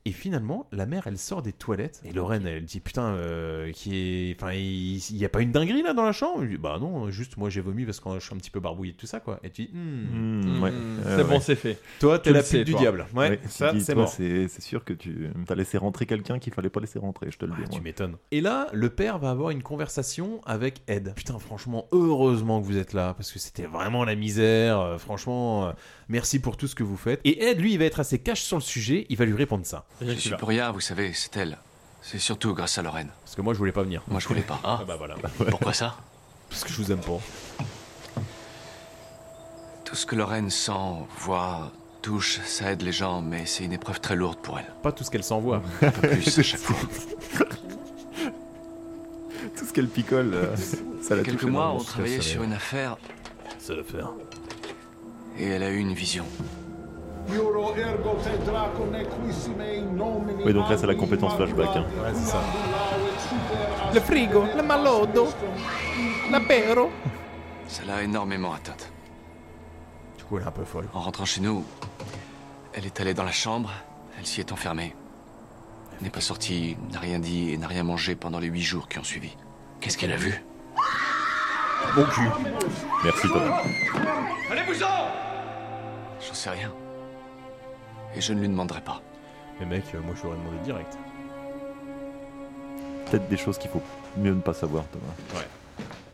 [SPEAKER 2] Et finalement, la mère, elle sort des toilettes. Et Lorraine, elle dit Putain, euh, qui est... enfin, il n'y a pas une dinguerie là dans la chambre Il dit, Bah non, juste moi j'ai vomi parce que je suis un petit peu barbouillé de tout ça quoi. Et tu dis Hmm.
[SPEAKER 15] Hmm, ouais.
[SPEAKER 11] c'est bon, c'est fait.
[SPEAKER 2] Toi, t'es
[SPEAKER 15] Tu
[SPEAKER 2] la
[SPEAKER 15] le sais,
[SPEAKER 2] pute du
[SPEAKER 15] toi.
[SPEAKER 2] diable. Ouais,
[SPEAKER 15] tu
[SPEAKER 2] ça,
[SPEAKER 15] dis,
[SPEAKER 2] c'est
[SPEAKER 15] toi,
[SPEAKER 2] mort.
[SPEAKER 15] C'est c'est sûr que tu as laissé rentrer quelqu'un qu'il fallait pas laisser rentrer, je te le dis.
[SPEAKER 2] Ah, Tu m'étonnes. Et là, le père va avoir une conversation avec Ed. Putain, franchement, heureusement que vous êtes là, parce que c'était vraiment la misère. Euh, franchement, euh, merci pour tout ce que vous faites. Et Ed, lui, il va être assez cash sur le sujet. Il va lui répondre ça.
[SPEAKER 12] Je suis pour rien, vous savez, c'est elle. C'est surtout grâce à Lorraine.
[SPEAKER 2] Parce que moi, je voulais pas venir.
[SPEAKER 12] Moi, je voulais pas.
[SPEAKER 2] Ah, bah voilà.
[SPEAKER 12] Pourquoi ça
[SPEAKER 2] Parce que je vous aime pas.
[SPEAKER 12] Tout ce que Lorraine sent, voit, touche, ça aide les gens, mais c'est une épreuve très lourde pour elle.
[SPEAKER 2] Pas tout ce qu'elle s'envoie.
[SPEAKER 12] Un peu plus à chaque fois.
[SPEAKER 15] Tout ce qu'elle picole, euh, ça la touche.
[SPEAKER 12] Quelques mois,
[SPEAKER 15] énormément.
[SPEAKER 12] on travaillait sur une affaire.
[SPEAKER 2] Ça va faire.
[SPEAKER 12] Et elle a eu une vision.
[SPEAKER 15] Oui, donc là, c'est la compétence flashback. hein.
[SPEAKER 2] Le frigo, le malodo, l'apéro.
[SPEAKER 12] Ça l'a énormément atteinte.
[SPEAKER 2] Du coup, elle est un peu folle.
[SPEAKER 12] En rentrant chez nous, elle est allée dans la chambre, elle s'y est enfermée. Elle n'est pas sortie, n'a rien dit et n'a rien mangé pendant les huit jours qui ont suivi. Qu'est-ce qu'elle a vu
[SPEAKER 2] Bon cul.
[SPEAKER 15] Merci, Tom.
[SPEAKER 12] Allez-vous-en J'en sais rien. Et je ne lui demanderai pas.
[SPEAKER 2] Mais mec, euh, moi, je lui aurais demandé direct.
[SPEAKER 15] Peut-être des choses qu'il faut mieux ne pas savoir, Thomas.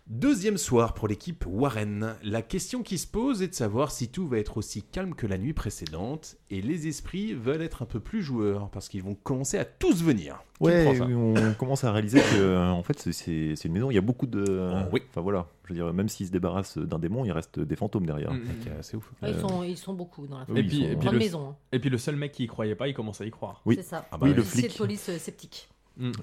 [SPEAKER 2] Deuxième soir pour l'équipe Warren. La question qui se pose est de savoir si tout va être aussi calme que la nuit précédente et les esprits veulent être un peu plus joueurs parce qu'ils vont commencer à tous venir. Qui
[SPEAKER 15] Ouais,
[SPEAKER 2] prend ça
[SPEAKER 15] on commence à réaliser que euh, en fait c'est- c'est c'est une maison. Il y a beaucoup de.
[SPEAKER 2] oui.
[SPEAKER 15] Enfin voilà, je veux dire, même s'ils se débarrassent d'un démon, il reste des fantômes derrière.
[SPEAKER 11] Mm.
[SPEAKER 2] Mec, euh, C'est ouf.
[SPEAKER 16] Ouais, Ils
[SPEAKER 15] Euh,
[SPEAKER 16] sont, ils sont beaucoup dans la
[SPEAKER 15] Oui,
[SPEAKER 11] et,
[SPEAKER 15] ils
[SPEAKER 11] puis,
[SPEAKER 15] sont-
[SPEAKER 11] et, puis
[SPEAKER 16] Grande
[SPEAKER 11] le,
[SPEAKER 16] maison, hein.
[SPEAKER 11] et puis le seul mec qui y croyait pas, il commence à y croire.
[SPEAKER 15] Oui.
[SPEAKER 16] C'est ça.
[SPEAKER 15] Ah bah
[SPEAKER 16] Oui,
[SPEAKER 15] oui.
[SPEAKER 16] le
[SPEAKER 15] le
[SPEAKER 16] flic.
[SPEAKER 15] flic.
[SPEAKER 16] de police euh, sceptique.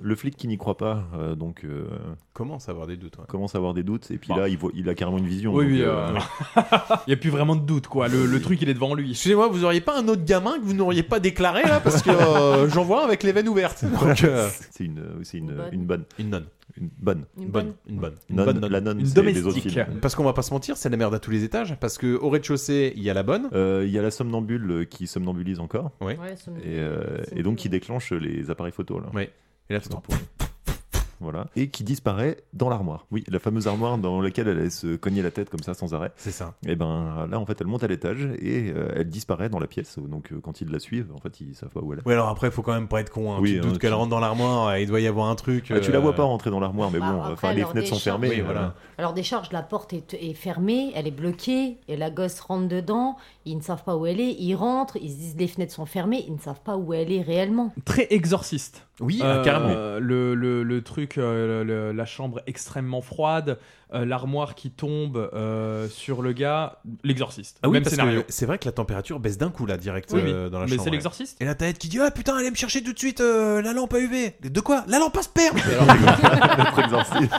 [SPEAKER 15] Le flic qui n'y croit pas, euh, donc euh,
[SPEAKER 2] Commence à avoir des doutes. ouais.
[SPEAKER 15] commence à avoir des doutes. Et puis
[SPEAKER 2] Bah.
[SPEAKER 15] là, il, voit, il a carrément une vision.
[SPEAKER 11] Oui,
[SPEAKER 15] donc,
[SPEAKER 11] oui,
[SPEAKER 15] euh,
[SPEAKER 11] euh, il n'y a plus vraiment de doute, quoi. Le, le truc, il est devant lui.
[SPEAKER 2] Excusez-moi, vous auriez pas un autre gamin que vous n'auriez pas déclaré là parce que euh, j'en vois un avec les veines ouvertes. Donc, euh,
[SPEAKER 15] C'est une, c'est une,
[SPEAKER 16] Bonne.
[SPEAKER 15] une bonne.
[SPEAKER 2] Une nonne.
[SPEAKER 15] Une bonne.
[SPEAKER 16] Une bonne.
[SPEAKER 2] Une bonne.
[SPEAKER 15] Nonne,
[SPEAKER 2] bonne nonne.
[SPEAKER 15] La nonne,
[SPEAKER 11] Une
[SPEAKER 15] c'est les autres
[SPEAKER 11] domestique.
[SPEAKER 15] films.
[SPEAKER 2] Parce qu'on va pas se mentir, c'est la merde à tous les étages. Parce que au rez-de-chaussée, il y a la bonne.
[SPEAKER 15] Euh, Il y a la somnambule euh, qui somnambulise encore.
[SPEAKER 2] Ouais.
[SPEAKER 16] Ouais, ça me-
[SPEAKER 15] Et, euh,
[SPEAKER 16] ça me-
[SPEAKER 15] et donc qui déclenche les appareils photos. Là.
[SPEAKER 2] Ouais. Et là, t'entends.
[SPEAKER 15] Voilà. Et qui disparaît dans l'armoire. Oui, la fameuse armoire dans laquelle elle allait se cogner la tête comme ça sans arrêt.
[SPEAKER 2] C'est ça.
[SPEAKER 15] Et ben là, en fait, elle monte à l'étage et euh, elle disparaît dans la pièce. Donc euh, quand ils la suivent, en fait, ils savent pas où elle est.
[SPEAKER 2] Ouais, alors après, faut quand même pas être con. hein.
[SPEAKER 15] Oui,
[SPEAKER 2] tu te
[SPEAKER 15] hein,
[SPEAKER 2] doutes
[SPEAKER 15] tu-
[SPEAKER 2] qu'elle rentre dans l'armoire, et il doit y avoir un truc.
[SPEAKER 15] Ah, tu la
[SPEAKER 2] euh,
[SPEAKER 15] vois pas rentrer dans l'armoire, mais
[SPEAKER 16] Bah,
[SPEAKER 15] bon, euh,
[SPEAKER 16] après,
[SPEAKER 15] enfin, les
[SPEAKER 16] leur
[SPEAKER 15] fenêtres sont
[SPEAKER 16] décharge.
[SPEAKER 15] fermées.
[SPEAKER 2] Oui,
[SPEAKER 15] euh,
[SPEAKER 2] voilà.
[SPEAKER 16] Alors décharge, la porte est, est fermée, elle est bloquée, et la gosse rentre dedans, ils ne savent pas où elle est, ils rentrent, ils se disent les fenêtres sont fermées, ils ne savent pas où elle est réellement.
[SPEAKER 11] Très exorciste.
[SPEAKER 2] Oui,
[SPEAKER 11] Euh,
[SPEAKER 2] ah, carrément.
[SPEAKER 11] Le, le, le truc truc, euh, le- le- la chambre extrêmement froide, euh, l'armoire qui tombe euh, sur le gars, l'exorciste.
[SPEAKER 2] Ah oui,
[SPEAKER 11] Même
[SPEAKER 2] parce
[SPEAKER 11] scénario.
[SPEAKER 2] que c'est vrai que la température baisse d'un coup là, direct
[SPEAKER 11] Oui, oui.
[SPEAKER 2] euh, dans la
[SPEAKER 11] Mais
[SPEAKER 2] chambre.
[SPEAKER 11] c'est
[SPEAKER 2] ouais.
[SPEAKER 11] l'exorciste.
[SPEAKER 2] Et la tête qui dit Ah putain, allez me chercher tout de suite euh, la lampe à UV. De quoi La lampe à sperme
[SPEAKER 15] Notre exorciste.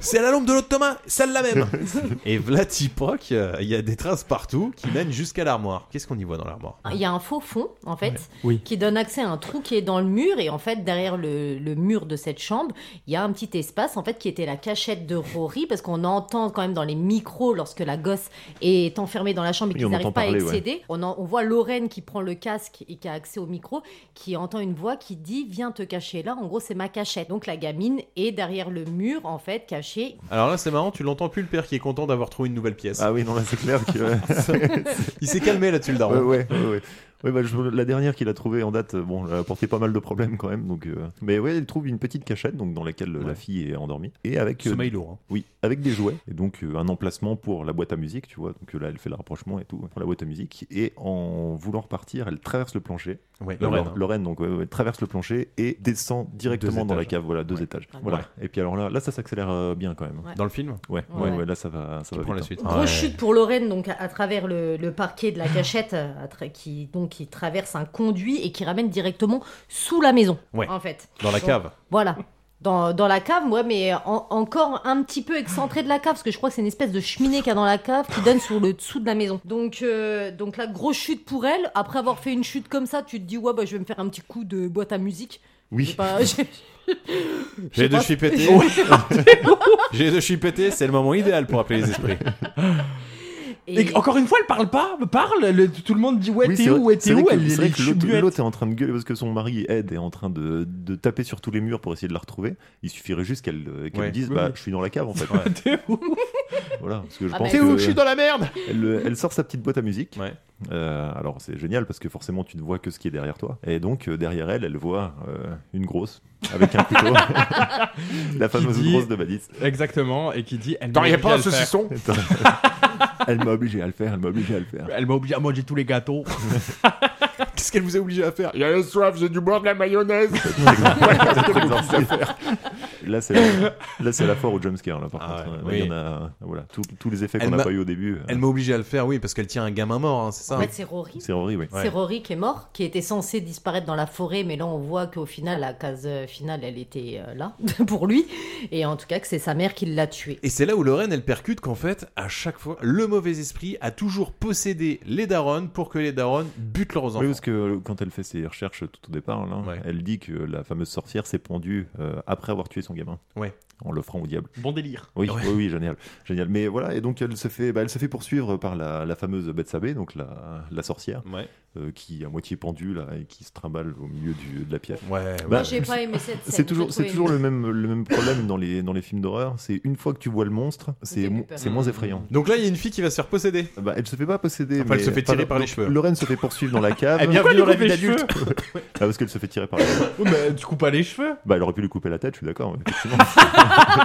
[SPEAKER 2] C'est la lampe de l'autre Thomas, celle-la même Et Vlatipoc, euh, il y a des traces partout qui mènent jusqu'à l'armoire. Qu'est-ce qu'on y voit dans l'armoire
[SPEAKER 16] Il y a un faux fond, en fait,
[SPEAKER 2] Oui.
[SPEAKER 16] qui donne accès à un trou qui est dans le mur. Et en fait, derrière le, le mur de cette chambre, il y a un petit espace, en fait, qui était la cachette de Rory. Parce qu'on entend quand même dans les micros, lorsque la gosse est enfermée dans la chambre et
[SPEAKER 15] Oui,
[SPEAKER 16] qu'ils
[SPEAKER 15] on
[SPEAKER 16] n'arrivent
[SPEAKER 15] entend
[SPEAKER 16] pas à
[SPEAKER 15] parler,
[SPEAKER 16] accéder, on, en- on voit Lorraine qui prend le casque et qui a accès au micro, qui entend une voix qui dit Viens te cacher là. En gros, c'est ma cachette. Donc la gamine est derrière le mur, en fait, cachée.
[SPEAKER 2] Alors là, c'est marrant, tu l'entends plus le père qui est content d'avoir trouvé une nouvelle pièce.
[SPEAKER 15] Ah oui, non, là c'est clair que.
[SPEAKER 2] il s'est calmé là-dessus le
[SPEAKER 15] Ouais,
[SPEAKER 2] daron.
[SPEAKER 15] ouais, ouais, ouais. Ouais, bah, je- la dernière qu'il a trouvée en date, euh, bon, elle a apporté pas mal de problèmes quand même. Donc, euh, Mais ouais, il trouve une petite cachette donc, dans laquelle euh, la fille est endormie. Et avec, euh,
[SPEAKER 2] Sommeil lourd, hein.
[SPEAKER 15] Oui, avec des jouets. Et donc euh, un emplacement pour la boîte à musique, tu vois. Donc euh, là, elle fait le rapprochement et tout, hein, pour la boîte à musique. Et en voulant repartir, elle traverse le plancher.
[SPEAKER 2] Ouais,
[SPEAKER 15] Euh,
[SPEAKER 2] Lorraine,
[SPEAKER 15] Lor-
[SPEAKER 2] hein.
[SPEAKER 15] donc, ouais, ouais, traverse le plancher et descend directement dans la
[SPEAKER 2] étages.
[SPEAKER 15] cave. Voilà, deux étages. Voilà.
[SPEAKER 2] Ouais.
[SPEAKER 15] Et puis alors là, là ça s'accélère euh, bien quand même.
[SPEAKER 16] Ouais.
[SPEAKER 2] Dans le film
[SPEAKER 15] Ouais, ouais,
[SPEAKER 16] Ouais.
[SPEAKER 15] ouais, là ça va. Ça va
[SPEAKER 2] prend
[SPEAKER 15] vite,
[SPEAKER 2] la suite.
[SPEAKER 15] hein.
[SPEAKER 16] Grosse chute pour Lorraine donc à, à travers le, le parquet de la cachette euh, à tra- qui donc qui traverse un conduit et qui ramène directement sous la maison
[SPEAKER 2] Ouais.
[SPEAKER 16] en fait.
[SPEAKER 2] Dans la
[SPEAKER 16] Donc,
[SPEAKER 2] cave.
[SPEAKER 16] Voilà. Dans, dans la cave, ouais, mais en- encore un petit peu excentré de la cave, parce que je crois que c'est une espèce de cheminée qu'il y a dans la cave qui donne sur le dessous de la maison. Donc, euh, donc la grosse chute pour elle. Après avoir fait une chute comme ça, tu te dis, ouais, bah, je vais me faire un petit coup de boîte à musique.
[SPEAKER 2] Oui.
[SPEAKER 16] J'ai pas- j'ai- je
[SPEAKER 2] J'ai
[SPEAKER 16] sais
[SPEAKER 2] deux
[SPEAKER 16] pas.
[SPEAKER 2] chiens pétés. J'ai deux chiens pétés, c'est le moment idéal pour appeler les esprits.
[SPEAKER 11] Et... encore une fois, elle parle pas, parle, le- tout le monde dit ouais,
[SPEAKER 15] Oui,
[SPEAKER 11] t'es
[SPEAKER 15] c'est
[SPEAKER 11] où,
[SPEAKER 15] vrai-
[SPEAKER 11] ouais,
[SPEAKER 15] c'est
[SPEAKER 11] t'es
[SPEAKER 15] vrai
[SPEAKER 11] où,
[SPEAKER 15] que-
[SPEAKER 11] elle
[SPEAKER 15] c'est vrai
[SPEAKER 11] est
[SPEAKER 15] que l'autre- l'autre est en train de gueuler parce que son mari Ed est en train de, de taper sur tous les murs pour essayer de la retrouver. Il suffirait juste qu'elle euh, qu'elle
[SPEAKER 2] Ouais.
[SPEAKER 15] dise
[SPEAKER 2] Oui,
[SPEAKER 15] bah
[SPEAKER 2] oui.
[SPEAKER 15] je suis dans la cave en fait. Voilà, parce que je
[SPEAKER 2] Ah
[SPEAKER 15] pense
[SPEAKER 2] bah, T'es
[SPEAKER 15] que-
[SPEAKER 2] où que je suis dans la merde
[SPEAKER 15] elle, euh, elle sort sa petite boîte à musique. Euh, alors c'est génial parce que forcément tu ne vois que ce qui est derrière toi. Et donc euh, derrière elle, elle voit euh, une grosse avec un couteau. la fameuse
[SPEAKER 11] dit-
[SPEAKER 15] grosse de Badis.
[SPEAKER 11] Exactement, et qui dit elle m'a
[SPEAKER 15] T'aurais
[SPEAKER 11] obligé
[SPEAKER 15] pas
[SPEAKER 11] à
[SPEAKER 15] un
[SPEAKER 11] le faire.
[SPEAKER 15] saucisson elle m'a obligé à le faire, elle m'a obligé à le faire.
[SPEAKER 11] Elle m'a obligé à manger tous les gâteaux.
[SPEAKER 2] Qu'est-ce qu'elle vous a obligé à faire
[SPEAKER 11] Il y a le soif, j'ai du boire de la mayonnaise.
[SPEAKER 15] Là, c'est la, là, c'est la foire au jumpscare, là, par contre.
[SPEAKER 2] Ah ouais,
[SPEAKER 15] Il y
[SPEAKER 2] oui.
[SPEAKER 15] en a, euh, voilà, tous- tous les effets
[SPEAKER 2] Elle
[SPEAKER 15] qu'on n'a
[SPEAKER 2] m'a-
[SPEAKER 15] pas eu au début. euh,
[SPEAKER 2] Elle m'a obligé à le faire, oui, parce qu'elle tient un gamin mort, hein, c'est ça
[SPEAKER 16] En
[SPEAKER 2] hein
[SPEAKER 16] fait, c'est Rory.
[SPEAKER 15] C'est Rory, oui.
[SPEAKER 16] C'est Rory qui est mort, qui était censé disparaître dans la forêt, mais là on voit qu'au final, la case euh, finale, elle était euh, là pour lui. Et en tout cas, que c'est sa mère qui l'a tué.
[SPEAKER 2] Et c'est là où Lorraine, elle percute qu'en fait, à chaque fois, le mauvais esprit a toujours possédé les darons pour que les darons butent leurs enfants.
[SPEAKER 15] Oui, parce que euh, quand elle fait ses recherches tout au départ, là, elle dit que la fameuse sorcière s'est pendue euh, après avoir tué son gamin.
[SPEAKER 2] Ouais.
[SPEAKER 15] En l'offrant au diable.
[SPEAKER 11] Bon délire.
[SPEAKER 15] Oui,
[SPEAKER 11] Ouais.
[SPEAKER 15] oui, oui, génial, génial. Mais voilà, et donc elle se fait, bah, elle se fait poursuivre par la, la fameuse Betsabé, donc la, la sorcière, euh, qui est à moitié pendue là et qui se trimballe au milieu du- de la pièce.
[SPEAKER 2] Ah
[SPEAKER 15] Bah,
[SPEAKER 2] Ouais.
[SPEAKER 16] Moi, j'ai pas aimé cette scène,
[SPEAKER 15] Ah. C'est toujours,
[SPEAKER 16] j'ai
[SPEAKER 15] c'est
[SPEAKER 16] trouvé-
[SPEAKER 15] toujours le même, le même problème dans les, dans les films d'horreur. C'est une fois que tu vois le monstre, c'est, mo-
[SPEAKER 2] peur.
[SPEAKER 15] c'est moins effrayant.
[SPEAKER 2] Donc là, il y a une fille qui va se faire posséder.
[SPEAKER 15] Bah, elle se fait pas posséder.
[SPEAKER 2] Ah. Enfin, elle
[SPEAKER 15] mais-
[SPEAKER 2] se fait tirer
[SPEAKER 15] enfin,
[SPEAKER 2] par les
[SPEAKER 15] donc,
[SPEAKER 2] cheveux.
[SPEAKER 15] Lorraine se fait poursuivre dans la cave.
[SPEAKER 2] Eh, bienvenue dans la vie d'adulte.
[SPEAKER 15] Ah, parce qu'elle se fait tirer par les cheveux.
[SPEAKER 11] Oui, mais tu coupes pas les cheveux.
[SPEAKER 15] Bah, elle aurait pu lui couper la tête, je suis d'accord. mais effectivement.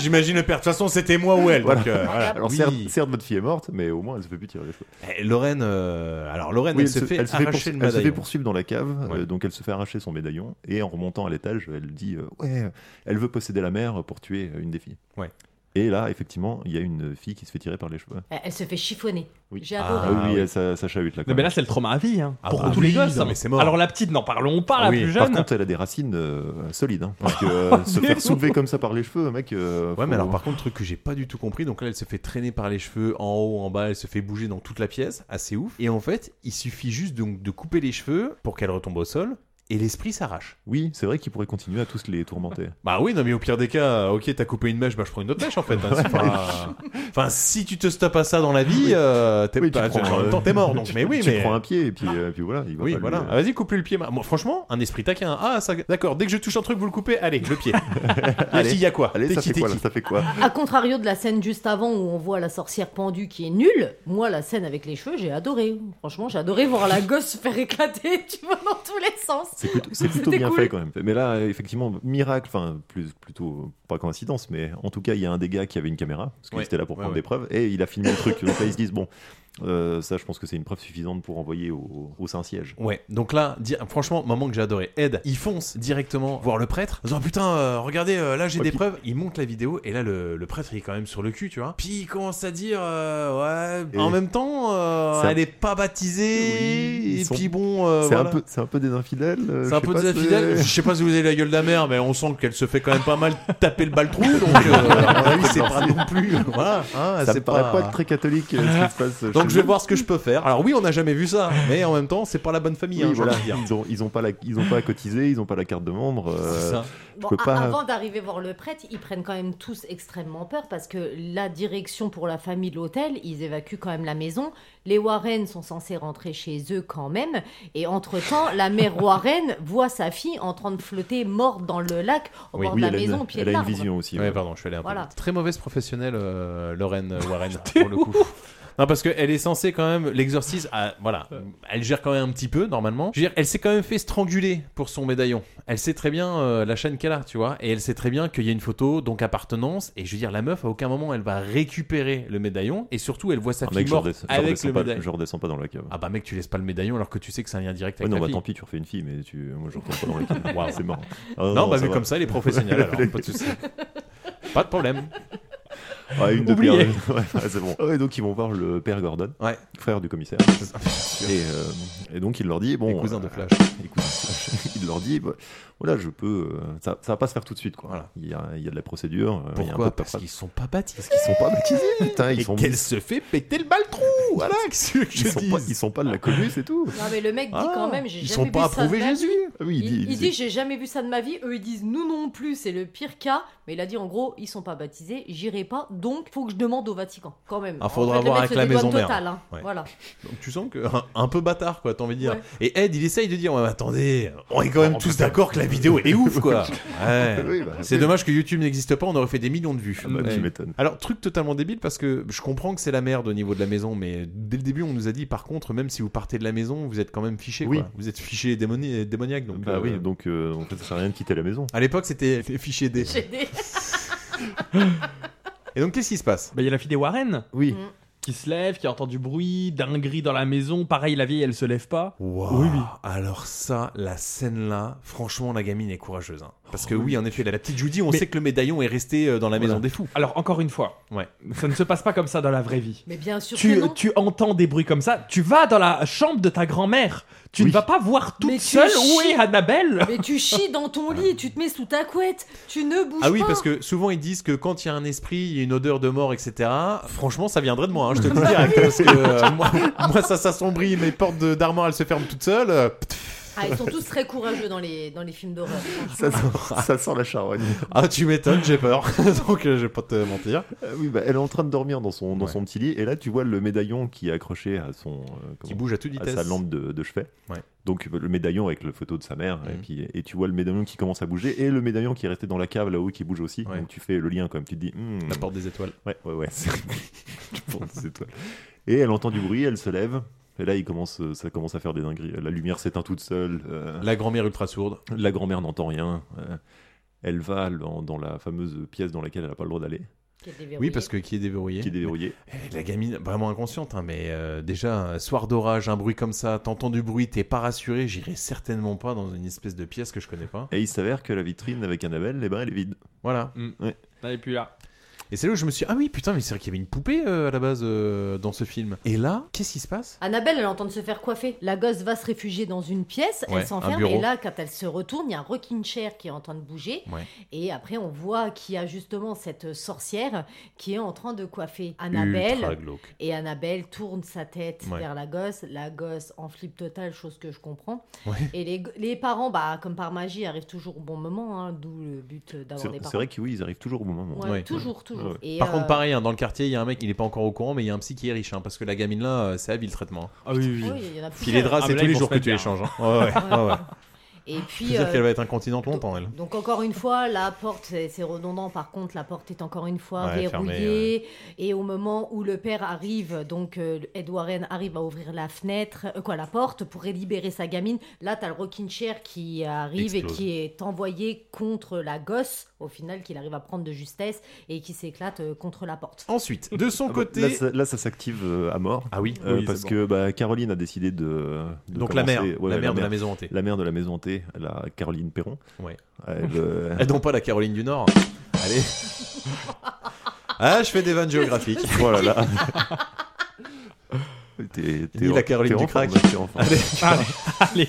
[SPEAKER 2] J'imagine le père. De toute façon, c'était moi ou elle.
[SPEAKER 15] Voilà.
[SPEAKER 2] donc, euh, voilà.
[SPEAKER 15] Alors,
[SPEAKER 2] Oui.
[SPEAKER 15] certes, certes, votre fille est morte, mais au moins, elle se fait plus tirer les cheveux.
[SPEAKER 2] Eh, Lorraine, euh, alors Lorraine,
[SPEAKER 15] Oui,
[SPEAKER 2] elle, se fait arracher
[SPEAKER 15] poursu-
[SPEAKER 2] le
[SPEAKER 15] elle se fait
[SPEAKER 2] médaillon.
[SPEAKER 15] poursuivre dans la cave, euh, donc elle se fait arracher son médaillon, et en remontant à l'étage, elle dit euh, Ouais, elle veut posséder la mère pour tuer euh, une des filles.
[SPEAKER 2] Ouais.
[SPEAKER 15] Et là, effectivement, il y a une fille qui se fait tirer par les cheveux.
[SPEAKER 16] Elle, elle se fait chiffonner. J'ai
[SPEAKER 15] Ah,
[SPEAKER 16] adoré.
[SPEAKER 15] oui, elle- ça, ça chahute là. quand
[SPEAKER 11] Non, mais
[SPEAKER 15] même.
[SPEAKER 11] là, c'est le trauma à vie, hein.
[SPEAKER 15] Ah
[SPEAKER 11] pour
[SPEAKER 15] bah
[SPEAKER 11] tous
[SPEAKER 15] oui,
[SPEAKER 11] les gosses.
[SPEAKER 15] non,
[SPEAKER 11] hein.
[SPEAKER 15] mais c'est mort.
[SPEAKER 11] Alors la petite, n'en parlons pas,
[SPEAKER 15] Ah
[SPEAKER 11] la
[SPEAKER 15] oui,
[SPEAKER 11] plus
[SPEAKER 15] Par
[SPEAKER 11] jeune.
[SPEAKER 15] contre, elle a des racines euh, solides. hein, parce que euh, se faire soulever comme ça par les cheveux, mec. euh,
[SPEAKER 2] Ouais,
[SPEAKER 15] faut-
[SPEAKER 2] mais alors par contre, truc que j'ai pas du tout compris, donc là, elle se fait traîner par les cheveux en haut, en bas, elle se fait bouger dans toute la pièce, assez ouf. Et en fait, il suffit juste donc de couper les cheveux pour qu'elle retombe au sol, et l'esprit s'arrache.
[SPEAKER 15] Oui, c'est vrai qu'il pourrait continuer à tous les tourmenter.
[SPEAKER 2] Bah oui, non, mais au pire des cas, euh, ok, t'as coupé une mèche, bah je prends une autre mèche en fait. hein, c'est pas- enfin, si tu te stoppes à ça dans la vie, euh, t'es
[SPEAKER 15] Oui, tu
[SPEAKER 2] pas-
[SPEAKER 15] prends,
[SPEAKER 2] en
[SPEAKER 15] euh,
[SPEAKER 2] même temps t'es mort, donc.
[SPEAKER 15] tu-
[SPEAKER 2] Mais oui,
[SPEAKER 15] tu
[SPEAKER 2] mais.
[SPEAKER 15] prends un pied et puis, euh, puis voilà, il va
[SPEAKER 2] Oui,
[SPEAKER 15] pas lui- euh,
[SPEAKER 2] voilà. Ah, Vas-y, coupe lui le pied. ma- Moi, franchement, un esprit taquin. Ah, ça... d'accord. Dès que je touche un truc, vous le coupez. Allez, le pied.
[SPEAKER 15] Allez.
[SPEAKER 2] Allez, il y a quoi
[SPEAKER 15] Allez, ça
[SPEAKER 2] T'es qui,
[SPEAKER 15] fait
[SPEAKER 2] t'es
[SPEAKER 15] quoi,
[SPEAKER 2] qui
[SPEAKER 15] là, ça fait quoi
[SPEAKER 16] À contrario de la scène juste avant où on voit la sorcière pendue qui est nulle, moi la scène avec les cheveux, j'ai adoré. Franchement, j'ai adoré voir la gosse se faire éclater, tu vois, dans tous les sens.
[SPEAKER 15] C'est plutôt, c'est plutôt
[SPEAKER 16] C'était
[SPEAKER 15] bien
[SPEAKER 16] cool.
[SPEAKER 15] fait quand même. Mais là, euh, effectivement, miracle, enfin, plus, plutôt euh, pas coïncidence, mais en tout cas, il y a un des gars qui avait une caméra, parce qu'il
[SPEAKER 2] Ouais.
[SPEAKER 15] était là pour
[SPEAKER 2] Ouais,
[SPEAKER 15] prendre
[SPEAKER 2] ouais.
[SPEAKER 15] des preuves, et il a filmé le truc. Donc là, ils se disent, bon, Euh, ça, je pense que c'est une preuve suffisante pour envoyer au, au Saint-Siège.
[SPEAKER 2] Ouais, donc là, di- franchement, moment que j'ai adoré. Ed, il fonce directement voir le prêtre. En disant, putain, euh, regardez, euh, là j'ai
[SPEAKER 15] Ouais,
[SPEAKER 2] des
[SPEAKER 15] puis-
[SPEAKER 2] preuves. Il monte la vidéo et là le, le prêtre il est quand même sur le cul, tu vois. Puis il commence à dire, euh, ouais,
[SPEAKER 15] Et-
[SPEAKER 2] en même temps, euh,
[SPEAKER 15] Ça-
[SPEAKER 2] elle est pas baptisée.
[SPEAKER 15] Oui, ils
[SPEAKER 2] et
[SPEAKER 15] sont-
[SPEAKER 2] puis bon, euh,
[SPEAKER 15] c'est un
[SPEAKER 2] voilà.
[SPEAKER 15] peu- c'est un, peu des infidèles. euh,
[SPEAKER 2] C'est
[SPEAKER 15] je
[SPEAKER 2] un
[SPEAKER 15] sais
[SPEAKER 2] peu
[SPEAKER 15] pas,
[SPEAKER 2] des infidèles.
[SPEAKER 15] c'est-
[SPEAKER 2] Je sais pas si vous avez la gueule de la mère, mais on sent qu'elle se fait quand même pas mal taper le bal trou. Donc, euh, à mon avis, c'est pas non plus. Voilà, hein,
[SPEAKER 15] ça
[SPEAKER 2] c'est
[SPEAKER 15] me paraît pas... être très catholique euh, ce qui se passe.
[SPEAKER 2] Donc je vais voir ce que je peux faire. Alors oui, on n'a jamais vu ça, mais en même temps, c'est pas la bonne famille. hein, je veux dire.
[SPEAKER 15] ils, ont, ils, ont pas la- ils ont pas à cotiser, ils ont pas la carte de membre. euh,
[SPEAKER 2] C'est ça.
[SPEAKER 15] Je
[SPEAKER 16] Bon,
[SPEAKER 15] peux
[SPEAKER 16] a-
[SPEAKER 15] pas.
[SPEAKER 16] Avant d'arriver voir le prêtre, ils prennent quand même tous extrêmement peur parce que la direction pour la famille de l'hôtel, ils évacuent quand même la maison. Les Warren sont censés rentrer chez eux quand même. Et entre-temps, la mère Warren voit sa fille en train de flotter morte dans le lac au bord de la
[SPEAKER 15] elle a une-
[SPEAKER 16] maison au pied
[SPEAKER 15] elle
[SPEAKER 16] de
[SPEAKER 15] a une
[SPEAKER 16] l'arbre.
[SPEAKER 15] vision aussi.
[SPEAKER 2] Ouais, bah, pardon, je suis allé un peu
[SPEAKER 16] Voilà.
[SPEAKER 2] vite. Très mauvaise professionnelle, euh, Lorraine euh, Warren, pour le coup. Non, parce qu'elle est censée quand même, l'exorcisme, ah, voilà, elle gère quand même un petit peu, normalement. Je veux dire, elle s'est quand même fait stranguler pour son médaillon. Elle sait très bien euh, la chaîne qu'elle a, tu vois, et elle sait très bien qu'il y a une photo, donc appartenance, et je veux dire, la meuf, à aucun moment, elle va récupérer le médaillon, et surtout, elle voit sa
[SPEAKER 15] Ah,
[SPEAKER 2] fille
[SPEAKER 15] mec, je
[SPEAKER 2] morte
[SPEAKER 15] redescends, je
[SPEAKER 2] avec
[SPEAKER 15] redescends
[SPEAKER 2] le
[SPEAKER 15] pas,
[SPEAKER 2] médaillon.
[SPEAKER 15] je redescends pas dans la cave.
[SPEAKER 2] Ah bah mec, tu laisses pas le médaillon alors que tu sais que c'est un lien direct
[SPEAKER 15] Ouais,
[SPEAKER 2] avec
[SPEAKER 15] non,
[SPEAKER 2] la
[SPEAKER 15] bah
[SPEAKER 2] fille.
[SPEAKER 15] tant pis, tu refais une fille, mais tu... moi je retourne pas dans la cave.
[SPEAKER 2] Waouh.
[SPEAKER 15] C'est mort. Ah,
[SPEAKER 2] non, bah
[SPEAKER 15] ça
[SPEAKER 2] vu
[SPEAKER 15] va.
[SPEAKER 2] comme ça, les professionnels, alors, hein, pas de souci. Pas de problème.
[SPEAKER 15] Ah, une de
[SPEAKER 2] Oublié.
[SPEAKER 15] pire. Ouais, ouais, c'est bon. Ouais, donc ils vont voir le père Gordon, frère du commissaire. et, euh, et donc il leur dit bon.
[SPEAKER 2] Et cousin de
[SPEAKER 15] euh,
[SPEAKER 2] Flash.
[SPEAKER 15] et cousin de Flash. il leur dit bah, voilà, je peux. euh, ça, ça va pas se faire tout de suite, quoi. Il, y a, il y a de la procédure. euh, il y a un peu
[SPEAKER 2] Pourquoi
[SPEAKER 15] de
[SPEAKER 2] Parce
[SPEAKER 15] paperasse.
[SPEAKER 2] qu'ils sont pas baptisés.
[SPEAKER 15] Parce qu'ils sont pas baptisés, putain. Ils
[SPEAKER 2] Et
[SPEAKER 15] sont...
[SPEAKER 2] qu'elle se fait péter le bal trou Voilà, qu'est-ce que je
[SPEAKER 15] ils, sont
[SPEAKER 2] dis Ah.
[SPEAKER 15] pas, ils sont pas de la commune, c'est tout.
[SPEAKER 16] Non mais le mec dit
[SPEAKER 15] Ah,
[SPEAKER 16] quand même, j'ai
[SPEAKER 15] ils
[SPEAKER 16] jamais
[SPEAKER 15] sont
[SPEAKER 16] vu
[SPEAKER 15] pas
[SPEAKER 16] ça de
[SPEAKER 15] approuvés
[SPEAKER 16] ma
[SPEAKER 15] Jésus.
[SPEAKER 16] vie.
[SPEAKER 15] Ah oui, il dit- il
[SPEAKER 16] dit,
[SPEAKER 15] dit-
[SPEAKER 16] j'ai jamais vu ça de ma vie. Eux ils disent nous non plus, c'est le pire cas. Mais il a dit en gros ils sont pas baptisés, j'irai pas, donc faut que je demande au Vatican quand même.
[SPEAKER 2] Ah, faudra
[SPEAKER 16] En fait, le
[SPEAKER 2] voir avec
[SPEAKER 16] mec se
[SPEAKER 2] la
[SPEAKER 16] dédouane
[SPEAKER 2] maison mère.
[SPEAKER 16] total, hein.
[SPEAKER 2] Ouais.
[SPEAKER 16] Voilà.
[SPEAKER 2] Donc tu sens que un, un peu bâtard, quoi, t'as envie de dire.
[SPEAKER 16] Ouais.
[SPEAKER 2] Et Ed, il essaye de dire, ouais, mais attendez, on est quand même tous d'accord que la vidéo est ouf, quoi. Ouais.
[SPEAKER 15] Oui, bah,
[SPEAKER 2] c'est
[SPEAKER 15] oui.
[SPEAKER 2] dommage que YouTube n'existe pas, on aurait fait des millions de vues.
[SPEAKER 15] Ah bah, tu
[SPEAKER 2] Ouais.
[SPEAKER 15] m'étonnes.
[SPEAKER 2] Alors, truc totalement débile, parce que je comprends que c'est la merde au niveau de la maison, mais dès le début, on nous a dit, par contre, même si vous partez de la maison, vous êtes quand même fiché,
[SPEAKER 15] Oui.
[SPEAKER 2] quoi. Vous êtes fiché démoni- démoniaque, donc...
[SPEAKER 15] Bah
[SPEAKER 2] euh,
[SPEAKER 15] oui, donc euh, en fait, ça sert à rien de quitter la maison.
[SPEAKER 2] À l'époque, c'était fiché D. Et donc, qu'est-ce qui se passe
[SPEAKER 11] Bah, il y a la fille des Warren.
[SPEAKER 15] Oui.
[SPEAKER 11] Qui se lève, qui entend du bruit, dinguerie dans la maison. Pareil, la vieille, elle se lève pas.
[SPEAKER 2] Waouh.
[SPEAKER 11] Oui, oui.
[SPEAKER 2] Alors ça, la scène là, franchement, la gamine est courageuse. hein. Parce que
[SPEAKER 11] Oh,
[SPEAKER 2] oui,
[SPEAKER 11] oui.
[SPEAKER 2] en effet, la, la petite Judy, on
[SPEAKER 11] Mais-
[SPEAKER 2] sait que le médaillon est resté euh, dans la maison des fous.
[SPEAKER 11] Alors, encore une fois,
[SPEAKER 2] Ouais.
[SPEAKER 11] ça ne se passe pas comme ça dans la vraie vie.
[SPEAKER 16] Mais bien sûr
[SPEAKER 11] Tu,
[SPEAKER 16] que non.
[SPEAKER 11] tu entends des bruits comme ça, tu vas dans la chambre de ta grand-mère. Tu ne vas pas voir toute seule où
[SPEAKER 16] chies.
[SPEAKER 11] est Annabelle.
[SPEAKER 16] Mais tu chies dans ton lit, tu te mets sous ta couette, tu ne bouges pas.
[SPEAKER 2] Ah oui, parce que souvent ils disent que quand il y a un esprit, il y a une odeur de mort, etc. Franchement, ça viendrait de moi, hein, je te le dis direct. parce que euh, moi, moi, ça s'assombrit, mes portes de- d'armoire, elles se ferment toutes seules. euh,
[SPEAKER 16] Ah, ils sont tous très courageux dans les, dans les films d'horreur. franchement.
[SPEAKER 15] Ça sent, ça sent la charogne.
[SPEAKER 2] Ah, tu m'étonnes, j'ai peur. Donc, euh, je vais pas te mentir.
[SPEAKER 15] Euh, oui, bah, elle est en train de dormir dans son, dans son petit lit, et là tu vois le médaillon qui est accroché à son. euh, comment-
[SPEAKER 2] bouge à toute vitesse.
[SPEAKER 15] sa lampe de, de chevet.
[SPEAKER 2] Ouais. Mm.
[SPEAKER 15] Donc le médaillon avec la photo de sa mère, et, puis, et tu vois le médaillon qui commence à bouger, et le médaillon qui est resté dans la cave là-haut qui bouge aussi. Donc tu fais le lien quand même, tu te dis. hmm.
[SPEAKER 2] La porte des étoiles.
[SPEAKER 15] Ouais, ouais, ouais. c'est- la porte des étoiles. Et elle entend du bruit, elle se lève. Et là, il commence, euh, ça commence à faire des dingueries. La lumière s'éteint toute seule. euh,
[SPEAKER 2] La grand-mère ultra sourde.
[SPEAKER 15] la grand-mère n'entend rien. euh, elle va dans, dans la fameuse pièce dans laquelle elle n'a pas le droit d'aller,
[SPEAKER 16] Qui est déverrouillé.
[SPEAKER 2] Oui, parce que qui est déverrouillé.
[SPEAKER 15] qui est déverrouillée.
[SPEAKER 2] Et Eh, La gamine, vraiment inconsciente, hein, mais euh, déjà, un soir d'orage, un bruit comme ça, t'entends du bruit, t'es pas rassuré, j'irai certainement pas dans une espèce de pièce que je connais pas.
[SPEAKER 15] Et il s'avère que la vitrine avec Annabelle, eh ben, elle est vide.
[SPEAKER 2] Voilà.
[SPEAKER 15] Ouais.
[SPEAKER 11] Et puis là.
[SPEAKER 2] Et c'est là où je me suis dit, ah oui, putain, mais c'est vrai qu'il y avait une poupée euh, à la base euh, dans ce film. Et là, qu'est-ce qui se passe
[SPEAKER 16] Annabelle, elle entend de se faire coiffer. La gosse va se réfugier dans une pièce,
[SPEAKER 2] Ouais, un
[SPEAKER 16] elle s'enferme,
[SPEAKER 2] bureau.
[SPEAKER 16] et là, quand elle se retourne, il y a un rocking chair qui est en train de bouger.
[SPEAKER 2] Ouais.
[SPEAKER 16] Et après, on voit qu'il y a justement cette sorcière qui est en train de coiffer Annabelle.
[SPEAKER 2] Ultra glauque.
[SPEAKER 16] Et Annabelle tourne sa tête
[SPEAKER 2] Ouais.
[SPEAKER 16] vers la gosse. La gosse en flip total, chose que je comprends.
[SPEAKER 2] Ouais.
[SPEAKER 16] Et les, les parents, bah, comme par magie, arrivent toujours au bon moment, hein, d'où le but d'avoir
[SPEAKER 15] C'est
[SPEAKER 16] des parents.
[SPEAKER 15] c'est vrai que oui, ils arrivent toujours au bon moment.
[SPEAKER 16] Ouais, toujours, toujours.
[SPEAKER 15] Ouais.
[SPEAKER 16] Et,
[SPEAKER 2] Par
[SPEAKER 16] euh,
[SPEAKER 2] contre, pareil, hein, dans le quartier, il y a un mec, il est pas encore au courant, mais il y a un psy qui est riche, hein, parce que la gamine là, euh, c'est habile traitement.
[SPEAKER 11] Ah oui,
[SPEAKER 16] oui, il y en a
[SPEAKER 2] Filet de
[SPEAKER 16] plusieurs.
[SPEAKER 2] drap,
[SPEAKER 11] Ah,
[SPEAKER 2] c'est
[SPEAKER 11] mais là,
[SPEAKER 2] tous
[SPEAKER 11] ils
[SPEAKER 2] les
[SPEAKER 11] vont
[SPEAKER 2] jours
[SPEAKER 11] se
[SPEAKER 2] que
[SPEAKER 11] mettre
[SPEAKER 2] tu
[SPEAKER 11] bien.
[SPEAKER 2] échanges. hein. Ouais, ouais, ouais, ouais.
[SPEAKER 16] Et
[SPEAKER 2] Je
[SPEAKER 16] puis,
[SPEAKER 2] veux dire
[SPEAKER 16] euh,
[SPEAKER 2] qu'elle va être incontinente longtemps, elle.
[SPEAKER 16] Donc encore une fois, la porte, c'est c'est redondant. Par contre, la porte est encore une fois
[SPEAKER 2] Ouais,
[SPEAKER 16] verrouillée.
[SPEAKER 2] fermée,
[SPEAKER 16] Et au moment où le père arrive, donc euh, Ed Warren arrive à ouvrir la fenêtre, euh, quoi, la porte pour libérer sa gamine. Là, t'as le rocking chair qui arrive
[SPEAKER 2] Explose.
[SPEAKER 16] et qui est envoyé contre la gosse au au final qu'il arrive à prendre de justesse et qui s'éclate euh, contre la porte.
[SPEAKER 2] Ensuite, de son
[SPEAKER 15] Ah bah,
[SPEAKER 2] côté.
[SPEAKER 15] Là, ça, là, ça s'active euh, à mort.
[SPEAKER 2] Ah oui,
[SPEAKER 15] Euh,
[SPEAKER 2] oui,
[SPEAKER 15] parce
[SPEAKER 2] c'est
[SPEAKER 15] que bah, Caroline a décidé de. de
[SPEAKER 2] Donc la mère,
[SPEAKER 15] commencer-
[SPEAKER 2] la mère de la maison hantée.
[SPEAKER 15] La mère de la maison hantée, la Caroline Perron.
[SPEAKER 2] Ouais.
[SPEAKER 15] Elle, euh,
[SPEAKER 2] Et non Eh, pas la Caroline du Nord. Allez. Ah, je fais des vannes géographiques.
[SPEAKER 15] Voilà, là. T'es- t'es
[SPEAKER 2] Ni
[SPEAKER 15] en-
[SPEAKER 2] la Caroline
[SPEAKER 15] t'es
[SPEAKER 2] du
[SPEAKER 15] en forme,
[SPEAKER 2] crack.
[SPEAKER 15] t'es en forme.
[SPEAKER 2] Allez,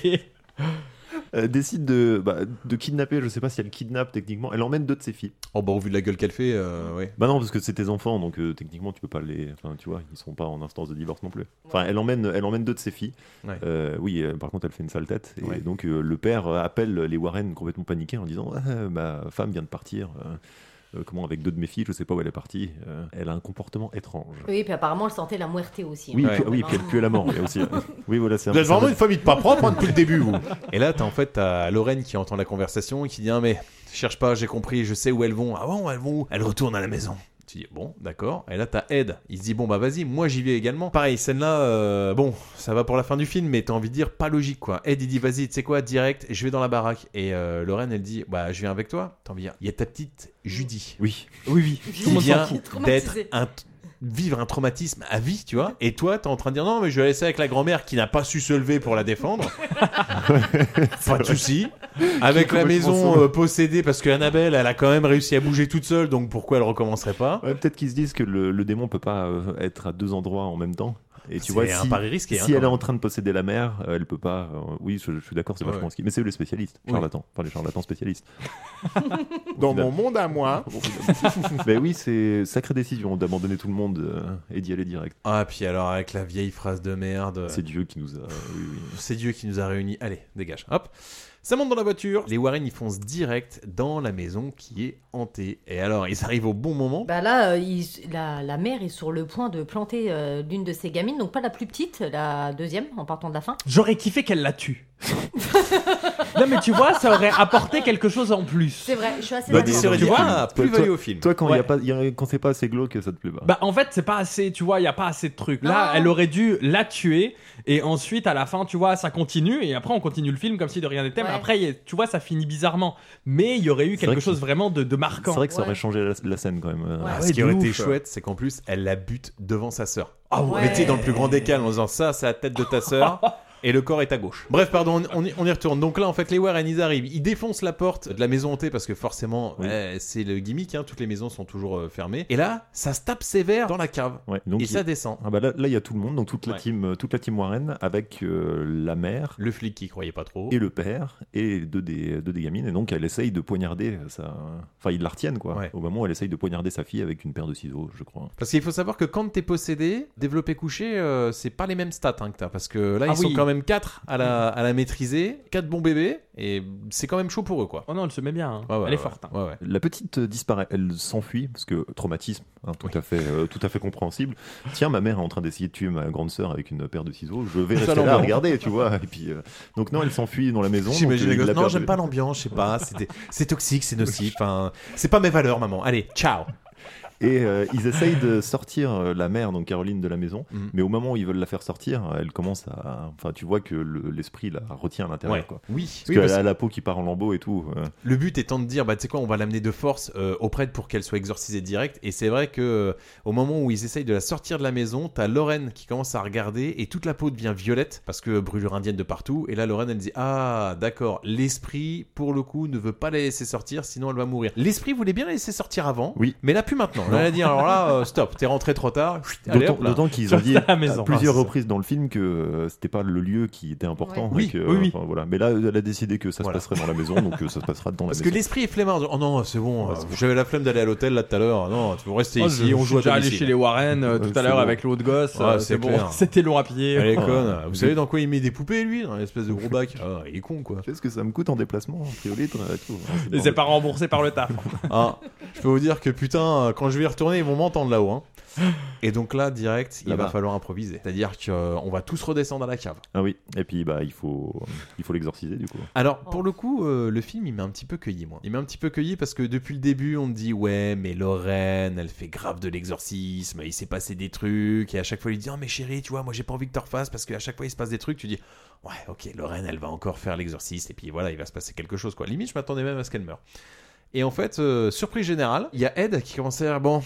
[SPEAKER 15] Euh, décide de, bah, de kidnapper, je sais pas si elle kidnappe techniquement, elle emmène deux de ses filles.
[SPEAKER 2] Oh bah au vu de la gueule qu'elle fait, euh, ouais.
[SPEAKER 15] Bah non, parce que c'est tes enfants, donc euh, techniquement tu peux pas les... Enfin tu vois, ils sont pas en instance de divorce non plus. Enfin elle emmène, elle emmène deux de ses filles.
[SPEAKER 2] Ouais.
[SPEAKER 15] Euh, oui, euh, par contre elle fait une sale tête. Et donc euh, le père euh, appelle les Warren complètement paniqués en disant Ah, ma femme vient de partir. euh, euh, comment avec deux de mes filles, je sais pas où elle est partie. euh, elle a un comportement étrange.
[SPEAKER 16] Oui, puis apparemment, elle sentait la muerte aussi.
[SPEAKER 15] Oui,
[SPEAKER 16] hein.
[SPEAKER 15] puis- ah oui, puis elle pue à la mort, oui, aussi. Oui, voilà, c'est un-
[SPEAKER 2] Vous êtes
[SPEAKER 15] c'est un-
[SPEAKER 2] vraiment une famille de pas propre hein, depuis le début, vous. Et là, t'as en fait t'as Lorraine qui entend la conversation et qui dit ah, mais cherche pas, j'ai compris, je sais où elles vont. Ah bon, elles vont où Elles retournent à la maison. Tu dis bon, d'accord. Et là, t'as Ed. Il se dit bon bah vas-y, moi j'y vais également. Pareil, scène-là, euh, bon, ça va pour la fin du film, mais t'as envie de dire pas logique quoi. Ed il dit vas-y, tu sais quoi, direct, je vais dans la baraque. Et euh, Lorraine elle dit bah je viens avec toi. T'as envie de dire il y a ta petite Judy.
[SPEAKER 15] Oui,
[SPEAKER 11] oui, oui. Tout le
[SPEAKER 2] Qui
[SPEAKER 11] monde s'en
[SPEAKER 2] vient
[SPEAKER 11] fout.
[SPEAKER 2] d'être
[SPEAKER 11] Traumatisée.
[SPEAKER 2] un vivre un traumatisme à vie, tu vois. Et toi, t'es en train de dire non, mais je vais la laisser avec la grand-mère qui n'a pas su se lever pour la défendre. pas de souci. Avec
[SPEAKER 15] Qui est
[SPEAKER 2] la
[SPEAKER 15] complètement
[SPEAKER 2] maison
[SPEAKER 15] saoule.
[SPEAKER 2] euh, possédée parce que Annabelle, elle a quand même réussi à bouger toute seule, donc pourquoi elle recommencerait pas
[SPEAKER 15] Ouais, peut-être qu'ils se disent que le, le démon peut pas euh, être à deux endroits en même temps. Et tu
[SPEAKER 2] C'est
[SPEAKER 15] vois,
[SPEAKER 2] un
[SPEAKER 15] si,
[SPEAKER 2] pari risqué, hein,
[SPEAKER 15] si
[SPEAKER 2] quand
[SPEAKER 15] elle est
[SPEAKER 2] même.
[SPEAKER 15] en train de posséder la mère, euh, elle peut pas. euh, oui, je, je suis d'accord, c'est
[SPEAKER 2] Ouais,
[SPEAKER 15] vachement
[SPEAKER 2] ouais.
[SPEAKER 15] risqué. Mais c'est eux les spécialistes,
[SPEAKER 2] Oui.
[SPEAKER 15] charlatans. Enfin, les charlatans spécialistes.
[SPEAKER 14] Dans
[SPEAKER 15] final.
[SPEAKER 14] mon monde à moi.
[SPEAKER 15] Mais oui, c'est sacrée décision d'abandonner tout le monde euh, et d'y aller direct.
[SPEAKER 2] Ah, puis alors, avec la vieille phrase de merde.
[SPEAKER 15] C'est Dieu qui nous a. euh, oui, oui.
[SPEAKER 2] C'est Dieu qui nous a réunis. Allez, dégage. Hop. Ça monte dans la voiture. Les Warren, ils foncent direct dans la maison qui est hantée. Et alors, ils arrivent au bon moment.
[SPEAKER 16] Bah là, euh, il- la, la mère est sur le point de planter euh, l'une de ses gamines, donc pas la plus petite, la deuxième, en partant de la fin.
[SPEAKER 11] J'aurais kiffé qu'elle la tue. non, mais tu vois, ça aurait apporté quelque chose en plus.
[SPEAKER 16] C'est vrai, je suis assez
[SPEAKER 11] Bah,
[SPEAKER 16] d'accord.
[SPEAKER 11] dis-le,
[SPEAKER 15] Toi,
[SPEAKER 11] tu vois,
[SPEAKER 2] Ah,
[SPEAKER 15] toi-
[SPEAKER 11] plus-value
[SPEAKER 15] toi-
[SPEAKER 11] au film.
[SPEAKER 15] Toi, quand, il y a
[SPEAKER 11] Ouais.
[SPEAKER 15] pas, il y a- quand c'est pas assez glauque, ça te plaît pas.
[SPEAKER 11] Bah en fait c'est pas assez tu vois il y a pas assez de trucs là
[SPEAKER 15] Non.
[SPEAKER 11] elle aurait dû la tuer et ensuite à la fin tu vois ça continue et après on continue le film comme si de rien n'était mais
[SPEAKER 15] Ouais.
[SPEAKER 11] après il y a- tu vois ça finit bizarrement mais il y aurait eu quelque
[SPEAKER 15] vrai
[SPEAKER 11] chose vraiment de, de marquant
[SPEAKER 15] c'est vrai que ça aurait changé la, la scène quand même. euh.
[SPEAKER 2] Ah, ce qui aurait été chouette, c'est qu'en plus, elle la bute devant sa sœur.
[SPEAKER 11] Ah ouais.
[SPEAKER 2] Mais tu sais, dans le plus grand décal, en disant ça, c'est la tête de ta sœur. Et le corps est à gauche. Bref, pardon, on, on y- on y retourne. Donc là, en fait, les Warren, ils arrivent. Ils défoncent la porte de la maison hantée parce que forcément, euh, c'est le gimmick. hein, toutes les maisons sont toujours euh, fermées. Et là, ça se tape sévère dans la cave.
[SPEAKER 15] Ouais, donc
[SPEAKER 2] et
[SPEAKER 15] il-
[SPEAKER 2] ça descend.
[SPEAKER 15] Ah bah là, là, il y a tout le monde, donc toute la
[SPEAKER 2] Ouais.
[SPEAKER 15] team, euh, toute la team Warren avec euh, la mère,
[SPEAKER 2] le flic qui croyait pas trop,
[SPEAKER 15] et le père et deux des deux des gamines. Et donc elle essaye de poignarder sa, enfin ils la retiennent quoi. Au moment où elle essaye de poignarder sa fille avec une paire de ciseaux, je crois.
[SPEAKER 2] Parce qu'il faut savoir que quand t'es possédé, développé couché, euh, c'est pas les mêmes stats hein, que t'as. Parce que là,
[SPEAKER 11] Ah
[SPEAKER 2] ils sont
[SPEAKER 11] oui.
[SPEAKER 2] quand même 4 à la, à la maîtriser, 4 bons bébés, et c'est quand même chaud pour eux, quoi.
[SPEAKER 11] Oh non elle se met bien hein.
[SPEAKER 2] Ouais, ouais,
[SPEAKER 11] elle est
[SPEAKER 2] ouais.
[SPEAKER 11] forte hein.
[SPEAKER 15] La petite euh, disparaît, elle s'enfuit parce que traumatisme, hein, tout à fait, euh, tout à fait compréhensible. Tiens, ma mère est en train d'essayer de tuer ma grande sœur avec une paire de ciseaux. Je vais
[SPEAKER 2] Ça,
[SPEAKER 15] rester là, à
[SPEAKER 2] l'ambiance.
[SPEAKER 15] regarder, tu vois. Et puis euh, donc non, elle s'enfuit dans la maison. donc,
[SPEAKER 2] J'imagine
[SPEAKER 15] euh,
[SPEAKER 2] les
[SPEAKER 15] il
[SPEAKER 2] gosses,
[SPEAKER 15] la
[SPEAKER 2] Non,
[SPEAKER 15] perd
[SPEAKER 2] j'aime
[SPEAKER 15] de-
[SPEAKER 2] pas l'ambiance, je sais pas. c'est des- C'est toxique, c'est nocif. Enfin, c'est pas mes valeurs, maman. Allez, ciao.
[SPEAKER 15] Et euh, ils essayent de sortir euh, la mère, donc Caroline, de la maison.
[SPEAKER 2] Mhm.
[SPEAKER 15] Mais au moment où ils veulent la faire sortir, elle commence à. Enfin, tu vois que le- l'esprit la retient à l'intérieur.
[SPEAKER 2] Ouais.
[SPEAKER 15] quoi.
[SPEAKER 2] Oui.
[SPEAKER 15] Parce
[SPEAKER 2] Oui,
[SPEAKER 15] qu'elle
[SPEAKER 2] parce
[SPEAKER 15] a
[SPEAKER 2] que-
[SPEAKER 15] la peau qui part en lambeaux et tout. euh.
[SPEAKER 2] Le but étant de dire, bah, tu sais quoi, on va l'amener de force euh, au prêtre pour qu'elle soit exorcisée direct. Et c'est vrai que euh, au moment où ils essayent de la sortir de la maison, t'as Lorraine qui commence à regarder et toute la peau devient violette parce que brûlure indienne de partout. Et là, Lorraine, elle dit, ah, d'accord, l'esprit, pour le coup, ne veut pas la laisser sortir, sinon elle va mourir. L'esprit voulait bien la laisser sortir avant,
[SPEAKER 15] Oui.
[SPEAKER 2] mais là, plus maintenant.
[SPEAKER 15] Non.
[SPEAKER 2] Là, elle a dit, alors là, euh, stop, t'es rentré trop tard. Allez,
[SPEAKER 15] D'autant
[SPEAKER 2] hop là.
[SPEAKER 15] d'autant qu'ils ont dit à plusieurs
[SPEAKER 2] Ah, c'est ça.
[SPEAKER 15] reprises dans le film que euh, c'était pas le lieu qui était important.
[SPEAKER 2] Ouais.
[SPEAKER 15] et que,
[SPEAKER 2] Oui, oui, oui.
[SPEAKER 15] enfin, voilà. Mais là, elle a décidé que ça
[SPEAKER 2] Voilà.
[SPEAKER 15] se passerait dans la maison, donc euh, ça se passera dans
[SPEAKER 2] Parce
[SPEAKER 15] la
[SPEAKER 2] que
[SPEAKER 15] maison.
[SPEAKER 2] l'esprit est flemmard. Oh non, c'est bon, euh, j'avais la flemme d'aller à l'hôtel là tout à l'heure. Non, vous restez
[SPEAKER 11] Oh,
[SPEAKER 2] ici,
[SPEAKER 11] je-
[SPEAKER 2] on
[SPEAKER 11] je
[SPEAKER 2] joue à
[SPEAKER 11] suis déjà allé
[SPEAKER 2] domicile.
[SPEAKER 11] chez les Warren euh, tout
[SPEAKER 2] C'est
[SPEAKER 11] à l'heure
[SPEAKER 2] bon.
[SPEAKER 11] avec l'autre gosse
[SPEAKER 2] Ouais,
[SPEAKER 11] euh,
[SPEAKER 2] c'est
[SPEAKER 11] c'est bon
[SPEAKER 2] clair.
[SPEAKER 11] c'était long à pied
[SPEAKER 2] Elle est
[SPEAKER 11] Ouais.
[SPEAKER 2] conne. Ah, Vous savez dans quoi il met des poupées, lui Dans l'espèce de gros bac. Ah, il est con, quoi.
[SPEAKER 15] Qu'est-ce que ça me coûte en déplacement, en friolite, euh, tout.
[SPEAKER 11] et c'est pas remboursé par le taf
[SPEAKER 2] Ah, je peux vous dire que putain, euh, quand je vais y retourner, ils vont m'entendre là-haut. hein. Et donc là, direct, il
[SPEAKER 15] Là-bas.
[SPEAKER 2] va falloir improviser. C'est-à-dire qu'on va tous redescendre à la cave.
[SPEAKER 15] Ah oui. Et puis bah il faut il faut l'exorciser du coup.
[SPEAKER 2] Alors, pour le coup, euh, le film, il m'a un petit peu cueilli, moi. Il m'a un petit peu cueilli parce que depuis le début, on me dit, ouais, mais Lorraine, elle fait grave de l'exorcisme, il s'est passé des trucs, et à chaque fois, il dit, oh, mais chérie, tu vois, moi, j'ai pas envie que t'en refasses parce qu'à chaque fois, il se passe des trucs, tu dis, ouais, ok, Lorraine, elle va encore faire l'exorciste, et puis voilà, il va se passer quelque chose, quoi. Limite, je m'attendais même à ce qu'elle meure. Et en fait, euh, surprise générale, il y a Ed qui commence à dire bon.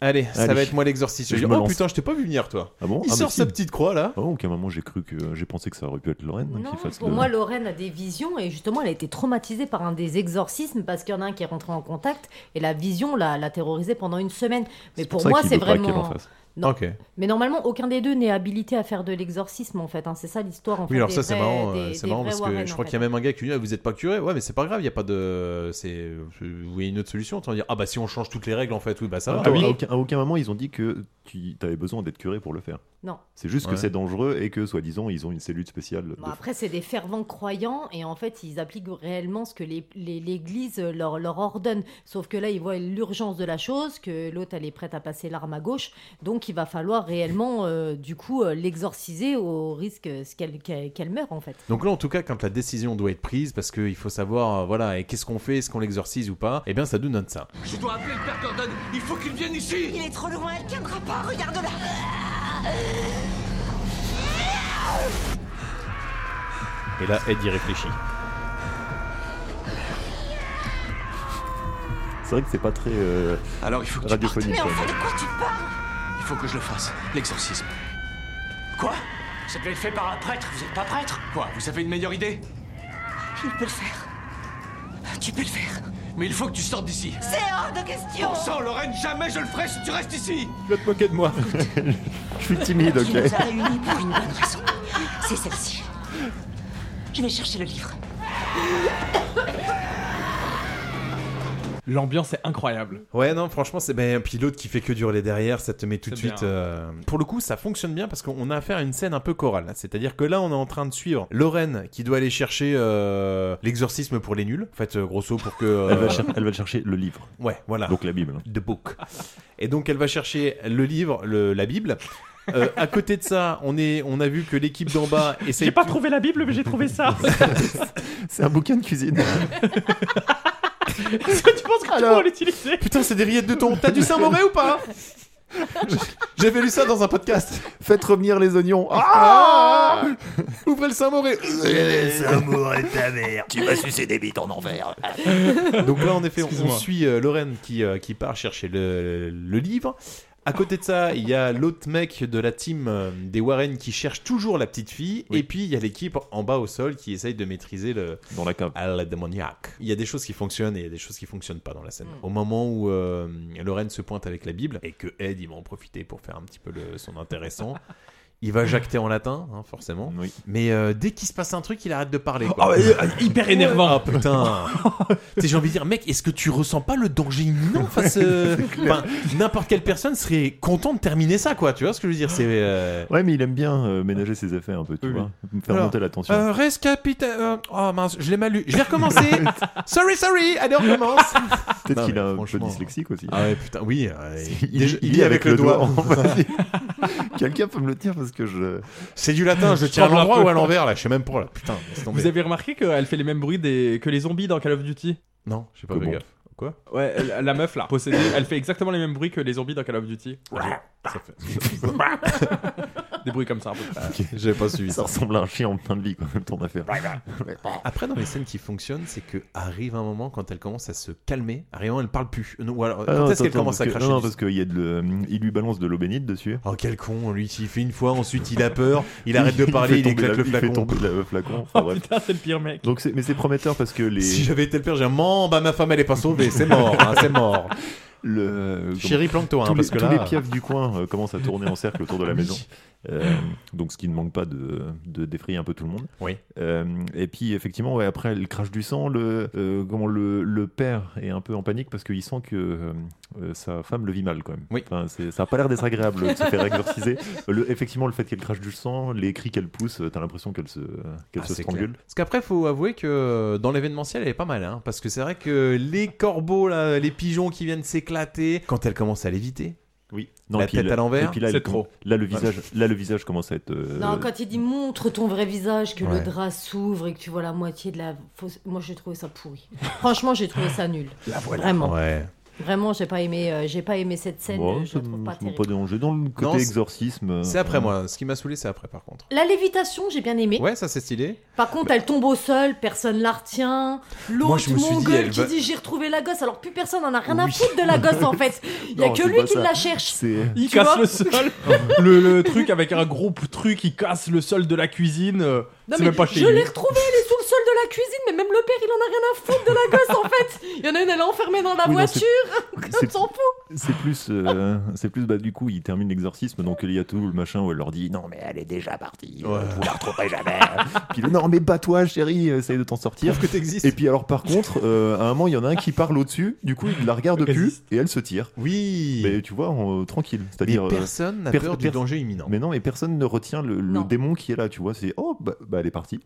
[SPEAKER 2] Allez, ça
[SPEAKER 15] Allez.
[SPEAKER 2] va être moi l'exorciste. Je
[SPEAKER 15] Je
[SPEAKER 2] dis,
[SPEAKER 15] me
[SPEAKER 2] oh
[SPEAKER 15] lance.
[SPEAKER 2] putain, je t'ai pas vu venir, toi.
[SPEAKER 15] Ah bon
[SPEAKER 2] Il
[SPEAKER 15] Ah,
[SPEAKER 2] sort
[SPEAKER 15] mais
[SPEAKER 2] sa
[SPEAKER 15] si.
[SPEAKER 2] petite croix là.
[SPEAKER 15] Ah bon, aucun moment j'ai cru que j'ai pensé que ça aurait pu être Lorraine hein, qui fasse
[SPEAKER 16] Pour
[SPEAKER 15] le-
[SPEAKER 16] moi, Lorraine a des visions et justement, elle a été traumatisée par un des exorcismes parce qu'il y en a un qui est rentré en contact et la vision l'a l'a terrorisée pendant une semaine. Mais pour,
[SPEAKER 15] ça
[SPEAKER 16] moi,
[SPEAKER 15] qu'il
[SPEAKER 16] c'est
[SPEAKER 15] veut pas qu'elle
[SPEAKER 16] vraiment.
[SPEAKER 15] en fasse.
[SPEAKER 16] Non.
[SPEAKER 2] Ok.
[SPEAKER 16] Mais normalement, aucun des deux n'est habilité à faire de l'exorcisme en fait. hein. C'est ça l'histoire. en fait,
[SPEAKER 2] Oui, alors
[SPEAKER 16] des
[SPEAKER 2] ça c'est
[SPEAKER 16] vrais-
[SPEAKER 2] marrant,
[SPEAKER 16] des-
[SPEAKER 2] euh, c'est
[SPEAKER 16] des
[SPEAKER 2] marrant
[SPEAKER 16] vrais
[SPEAKER 2] parce que
[SPEAKER 16] Warren,
[SPEAKER 2] je
[SPEAKER 16] en
[SPEAKER 2] crois
[SPEAKER 16] fait. hein.
[SPEAKER 2] qu'il y a même un gars qui dit ah, vous êtes pas curé, ouais mais c'est pas grave, il y a pas de, c'est, vous voyez une autre solution, autant dire ah bah si on change toutes les règles en fait, oui bah ça va.
[SPEAKER 15] Attends, Ah à, aucun, à aucun moment ils ont dit que tu avais besoin d'être curé pour le faire.
[SPEAKER 16] Non.
[SPEAKER 15] C'est juste
[SPEAKER 2] Ouais.
[SPEAKER 15] que c'est dangereux et que soi-disant ils ont une cellule spéciale. de-
[SPEAKER 16] Bon, Bah, après, c'est des fervents croyants et en fait, ils appliquent réellement ce que les- les- l'Église leur, leur ordonne. Sauf que là, ils voient l'urgence de la chose, que l'autre, elle est prête à passer l'arme à gauche. Donc, il va falloir réellement, euh, du coup, euh, l'exorciser au risque euh, ce qu'elle qu'elle- qu'elle meure, en fait.
[SPEAKER 2] Donc là, en tout cas, quand la décision doit être prise, parce qu'il faut savoir, euh, voilà, et qu'est-ce qu'on fait, est-ce qu'on l'exorcise ou pas, eh bien ça nous donne ça.
[SPEAKER 12] Je dois appeler le père Gordon. Il faut qu'il vienne ici.
[SPEAKER 13] Il est trop loin, elle tiendra pas, regarde-la
[SPEAKER 2] Et là, Ed y réfléchit.
[SPEAKER 15] C'est vrai que c'est pas très euh,
[SPEAKER 12] Alors il faut que tu partes.
[SPEAKER 15] radiophonique. quoi.
[SPEAKER 12] quoi tu parles Il faut que je le fasse. L'exorcisme. Quoi Ça devait être fait par un prêtre. Vous êtes pas prêtre Quoi Vous avez une meilleure idée
[SPEAKER 13] Il peut le faire.
[SPEAKER 12] Tu peux le faire. Mais il faut que tu sortes d'ici.
[SPEAKER 13] C'est hors de question
[SPEAKER 12] Bon sang, Lorraine, jamais je le ferai si tu restes ici.
[SPEAKER 15] Tu vas te moquer de moi. je suis timide,
[SPEAKER 13] Tu nous as
[SPEAKER 15] ok.
[SPEAKER 13] réunis pour une bonne raison. C'est celle-ci. Je vais chercher le livre.
[SPEAKER 11] L'ambiance est incroyable.
[SPEAKER 2] Ouais, non, franchement, c'est ben, puis l'autre qui fait que durer derrière, ça te met tout de
[SPEAKER 11] C'est
[SPEAKER 2] suite.
[SPEAKER 11] bien.
[SPEAKER 2] euh, Pour le coup, ça fonctionne bien parce qu'on a affaire à une scène un peu chorale. C'est-à-dire que là, on est en train de suivre Lorraine qui doit aller chercher euh, l'exorcisme pour les nuls. En fait, euh, grosso pour que. euh,
[SPEAKER 15] Elle va, cher- elle va chercher le livre.
[SPEAKER 2] Ouais,
[SPEAKER 12] Ah.
[SPEAKER 2] voilà.
[SPEAKER 15] Donc la Bible. hein,
[SPEAKER 2] The Book. Et donc elle va chercher le livre, le- la Bible. Euh, à côté de ça, on, est, on a vu que l'équipe d'en bas essaye.
[SPEAKER 11] J'ai pas trouvé la Bible, mais j'ai trouvé ça.
[SPEAKER 15] C'est un bouquin de cuisine.
[SPEAKER 11] Est-ce que tu penses que tu
[SPEAKER 2] Alors-
[SPEAKER 11] pourras l'utiliser
[SPEAKER 2] Putain, c'est des rillettes de thon. T'as du Saint-Mauré ou pas J'avais lu ça dans un podcast.
[SPEAKER 15] Faites revenir les oignons.
[SPEAKER 2] Ah Ouvrez le Saint-Mauré.
[SPEAKER 5] ta mère Tu vas sucer des bites en enfer
[SPEAKER 2] Donc là, en effet, on- on
[SPEAKER 5] Excuse-moi.
[SPEAKER 2] suit euh, Lorraine qui, euh, qui part chercher le, le livre. À côté de ça, il y a l'autre mec de la team euh, des Warren qui cherche toujours la petite fille. Et puis, il y a l'équipe en bas au sol qui essaye de maîtriser le.
[SPEAKER 15] Dans la cave.
[SPEAKER 2] À la démoniaque. Il y a des choses qui fonctionnent et il y a des choses qui fonctionnent pas dans la scène. Au moment où euh, Lorraine se pointe avec la Bible et que Ed, il va en profiter pour faire un petit peu le- son intéressant. Il va jacter en latin, hein, forcément. Mais euh, dès qu'il se passe un truc, il arrête de parler. quoi.
[SPEAKER 11] Ah ouais, euh, hyper énervant.
[SPEAKER 2] Ah putain. Tu sais, j'ai envie de dire, mec, est-ce que tu ressens pas le danger imminent face euh, enfin, N'importe quelle personne serait content de terminer ça, quoi. Tu vois ce que je veux dire C'est. euh,
[SPEAKER 15] Ouais, mais il aime bien euh, ménager ses effets un peu, tu
[SPEAKER 2] Oui,
[SPEAKER 15] vois.
[SPEAKER 2] oui.
[SPEAKER 15] Faire
[SPEAKER 2] Alors,
[SPEAKER 15] monter la tension.
[SPEAKER 2] euh, rescapita- euh, oh mince, je l'ai mal lu. Je vais recommencer. sorry, sorry. Allez, on recommence.
[SPEAKER 15] Peut-être
[SPEAKER 2] Non,
[SPEAKER 15] qu'il
[SPEAKER 2] mais
[SPEAKER 15] a un peu
[SPEAKER 2] franchement.
[SPEAKER 15] dyslexique aussi.
[SPEAKER 2] Ah ouais, putain, oui. euh,
[SPEAKER 15] Il,
[SPEAKER 2] déjà-
[SPEAKER 15] il lit avec le doigt. Quelqu'un peut me le dire parce que je.
[SPEAKER 2] C'est du latin, je tiens à
[SPEAKER 11] tremble un
[SPEAKER 2] l'endroit
[SPEAKER 11] peu.
[SPEAKER 2] ou à l'envers, là. Je sais même pas, là. Putain, laisse tomber.
[SPEAKER 11] Vous avez remarqué qu'elle fait les mêmes bruits des- que les zombies dans Call of Duty
[SPEAKER 2] Non, j'ai pas
[SPEAKER 15] Comment
[SPEAKER 2] fait gaffe. Quoi
[SPEAKER 11] Ouais, elle- la meuf là, possédée, elle fait exactement les mêmes bruits que les zombies dans Call of Duty.
[SPEAKER 2] Ça fait-
[SPEAKER 11] Des bruits comme ça un peu.
[SPEAKER 2] J'avais pas suivi
[SPEAKER 15] Ah, ça.
[SPEAKER 2] ça.
[SPEAKER 15] ressemble à un chien en fin de vie, quand même, ton affaire.
[SPEAKER 2] Après, dans les scènes qui fonctionnent, c'est que arrive un moment quand elle commence à se calmer, à rien, elle parle plus. Non, ou alors,
[SPEAKER 15] Ah
[SPEAKER 2] quand
[SPEAKER 15] non,
[SPEAKER 2] est-ce qu'elle
[SPEAKER 15] attends,
[SPEAKER 2] commence à
[SPEAKER 15] parce que-
[SPEAKER 2] cracher
[SPEAKER 15] Non, non,
[SPEAKER 2] du-
[SPEAKER 15] parce qu'il y a de le- il lui balance de l'eau bénite dessus.
[SPEAKER 2] Oh, quel con, lui, il fait une fois, ensuite il a peur, il arrête de parler,
[SPEAKER 15] fait
[SPEAKER 2] il,
[SPEAKER 15] tomber
[SPEAKER 2] éclate
[SPEAKER 15] la-
[SPEAKER 2] le
[SPEAKER 15] il fait
[SPEAKER 2] flacon.
[SPEAKER 15] tomber le flacon. Enfin, bref.
[SPEAKER 11] Oh, Putain, c'est le pire mec.
[SPEAKER 15] Donc c'est- mais c'est prometteur parce que les
[SPEAKER 2] Si j'avais été le père, j'ai un man, bah ma femme elle est pas sauvée, c'est mort, hein, c'est mort.
[SPEAKER 15] le
[SPEAKER 2] Chérie, planque-toi, hein,
[SPEAKER 15] tous les-
[SPEAKER 2] parce que
[SPEAKER 15] tous
[SPEAKER 2] là-
[SPEAKER 15] les piafs du coin euh, commencent à tourner en cercle autour de la
[SPEAKER 2] Oui.
[SPEAKER 15] maison. Euh, donc ce qui ne manque pas de, de défrayer un peu tout le monde.
[SPEAKER 2] Oui.
[SPEAKER 15] Euh, et puis effectivement, ouais, après elle crache du sang. Le euh, comment le, le père est un peu en panique parce qu'il sent que euh, euh, sa femme le vit mal quand même.
[SPEAKER 2] Oui.
[SPEAKER 15] Enfin, c'est- ça a pas l'air désagréable de se faire exorciser. Le- effectivement, le fait qu'elle crache du sang, les cris qu'elle pousse, euh, t'as l'impression qu'elle se qu'elle
[SPEAKER 2] Ah,
[SPEAKER 15] se
[SPEAKER 2] c'est
[SPEAKER 15] strangule.
[SPEAKER 2] clair. Parce qu'après, faut avouer que euh, dans l'événementiel, elle est pas mal. hein, parce que c'est vrai que les corbeaux, là, les pigeons qui viennent s'éclater, quand elle commence à l'éviter,
[SPEAKER 15] Oui.
[SPEAKER 2] La
[SPEAKER 15] et puis
[SPEAKER 2] tête à l'envers,
[SPEAKER 15] et puis là,
[SPEAKER 2] c'est
[SPEAKER 15] elle-
[SPEAKER 2] trop.
[SPEAKER 15] Là, le
[SPEAKER 2] Ouais.
[SPEAKER 15] visage, là, le visage commence à être. euh,
[SPEAKER 16] Non, quand il dit montre ton vrai visage, que
[SPEAKER 15] Ouais.
[SPEAKER 16] le drap s'ouvre et que tu vois la moitié de la fausse. Moi, j'ai trouvé ça pourri. Franchement, j'ai trouvé ça nul.
[SPEAKER 2] La voilà.
[SPEAKER 16] Vraiment.
[SPEAKER 2] Ouais.
[SPEAKER 16] Vraiment, j'ai pas aimé, euh, j'ai pas aimé cette scène.
[SPEAKER 15] Bon,
[SPEAKER 16] euh, je
[SPEAKER 15] ça
[SPEAKER 16] la trouve
[SPEAKER 15] me-
[SPEAKER 16] pas
[SPEAKER 15] ça m'a
[SPEAKER 16] terrible.
[SPEAKER 15] pas dérangé. Dans le côté
[SPEAKER 2] c'est-
[SPEAKER 15] exorcisme. euh,
[SPEAKER 2] C'est après
[SPEAKER 15] euh,
[SPEAKER 2] moi, ce qui m'a saoulé c'est après par contre.
[SPEAKER 16] La lévitation, j'ai bien aimé.
[SPEAKER 2] Ouais, ça c'est stylé.
[SPEAKER 16] Par contre, elle tombe au sol, personne la retient.
[SPEAKER 2] Moi, je
[SPEAKER 16] L'autre
[SPEAKER 2] me suis dit,
[SPEAKER 16] mongol
[SPEAKER 2] elle
[SPEAKER 16] qui
[SPEAKER 2] va-
[SPEAKER 16] dit j'ai retrouvé la gosse, alors plus personne n'en a rien à foutre de la gosse en fait. Il y a
[SPEAKER 11] Non,
[SPEAKER 16] que
[SPEAKER 11] c'est
[SPEAKER 16] lui
[SPEAKER 11] pas
[SPEAKER 16] qui
[SPEAKER 11] ça.
[SPEAKER 16] la cherche.
[SPEAKER 15] C'est-
[SPEAKER 11] Il
[SPEAKER 16] Tu
[SPEAKER 11] casse
[SPEAKER 16] vois
[SPEAKER 11] le sol. le, le truc avec un gros p- truc, il casse le sol de la cuisine. euh,
[SPEAKER 16] Non,
[SPEAKER 11] C'est
[SPEAKER 16] mais
[SPEAKER 11] même pas chez
[SPEAKER 16] je
[SPEAKER 11] lui.
[SPEAKER 16] l'ai retrouvé, elle est sous le sol de la cuisine, mais même le père il en a rien à foutre de la gosse en fait. Il y en a une, elle est enfermée dans la
[SPEAKER 15] Oui, non, c'est-
[SPEAKER 16] voiture, on
[SPEAKER 15] c'est-
[SPEAKER 16] s'en fout.
[SPEAKER 15] C'est plus, euh, c'est plus bah, du coup, il termine l'exorcisme, donc il y a tout le machin où elle leur dit non mais elle est déjà partie, euh, vous la retrouverez jamais. puis le, non mais bats-toi chérie, essaye de t'en sortir.
[SPEAKER 2] Prouve que t'existes.
[SPEAKER 15] Et puis alors par contre, euh, à un moment il y en a un qui parle au-dessus, du coup il la regarde plus et elle se tire.
[SPEAKER 2] Oui.
[SPEAKER 15] Mais tu vois on- tranquille, c'est-à-dire euh,
[SPEAKER 2] Mais personne n'a peur du danger imminent.
[SPEAKER 15] Mais non mais personne ne retient le, le
[SPEAKER 2] Non.
[SPEAKER 15] démon qui est là, tu vois, c'est oh bah, bah, elle est partie.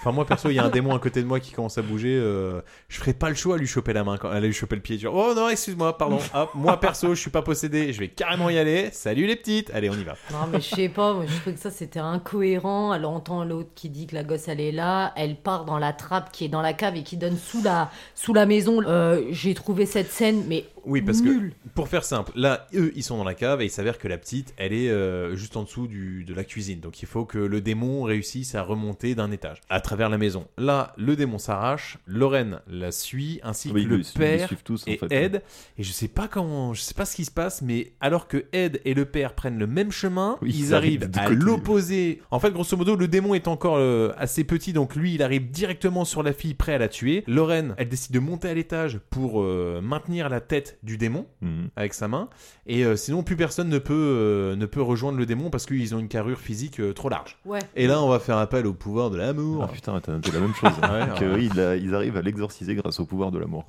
[SPEAKER 2] Enfin moi perso, il y a un démon à côté de moi qui commence à bouger, euh, je ferais pas le choix à lui choper la main quand à lui choper le pied, genre oh non, excuse-moi, pardon. Hop, moi perso, je suis pas possédé, je vais carrément y aller. Salut les petites. Allez, on y va.
[SPEAKER 16] Non, mais je sais pas, moi, je trouve que ça c'était incohérent. Elle entend l'autre qui dit que la gosse elle est là, elle part dans la trappe qui est dans la cave et qui donne sous la, sous la maison. Euh, J'ai trouvé cette scène, mais.
[SPEAKER 2] Oui, parce
[SPEAKER 16] nulle.
[SPEAKER 2] que pour faire simple, là, eux, ils sont dans la cave et il s'avère que la petite, elle est euh, juste en dessous du, de la cuisine. Donc il faut que le démon réussisse à remonter d'un étage à travers la maison. Là, le démon s'arrache, Lorraine la suit ainsi que
[SPEAKER 15] Ah Oui, ils
[SPEAKER 2] le
[SPEAKER 15] le- ils le
[SPEAKER 2] père
[SPEAKER 15] suivent tous, en
[SPEAKER 2] et
[SPEAKER 15] fait.
[SPEAKER 2] Ed. Et je sais pas comment, je sais pas ce qui se passe, mais alors que Ed et le père prennent le même chemin,
[SPEAKER 15] Oui,
[SPEAKER 2] ils
[SPEAKER 15] ils arrivent
[SPEAKER 2] arrivent
[SPEAKER 15] de
[SPEAKER 2] à
[SPEAKER 15] côté.
[SPEAKER 2] l'opposé. En fait, grosso modo, le démon est encore euh, assez petit, donc lui, il arrive directement sur la fille, prêt à la tuer. Lorraine, elle décide de monter à l'étage pour euh, maintenir la tête du démon
[SPEAKER 15] Mhm.
[SPEAKER 2] avec sa main, et euh, sinon plus personne ne peut euh, ne peut rejoindre le démon parce qu'ils ont une carrure physique euh, trop large.
[SPEAKER 16] Ouais.
[SPEAKER 2] Et là, on va faire appel au pouvoir de l'amour.
[SPEAKER 15] Ah putain, t'as t'as la même chose. hein.
[SPEAKER 2] Ouais,
[SPEAKER 15] Que,
[SPEAKER 2] ouais.
[SPEAKER 15] oui, il a- ils arrivent à l'exorciser grâce au pouvoir de l'amour.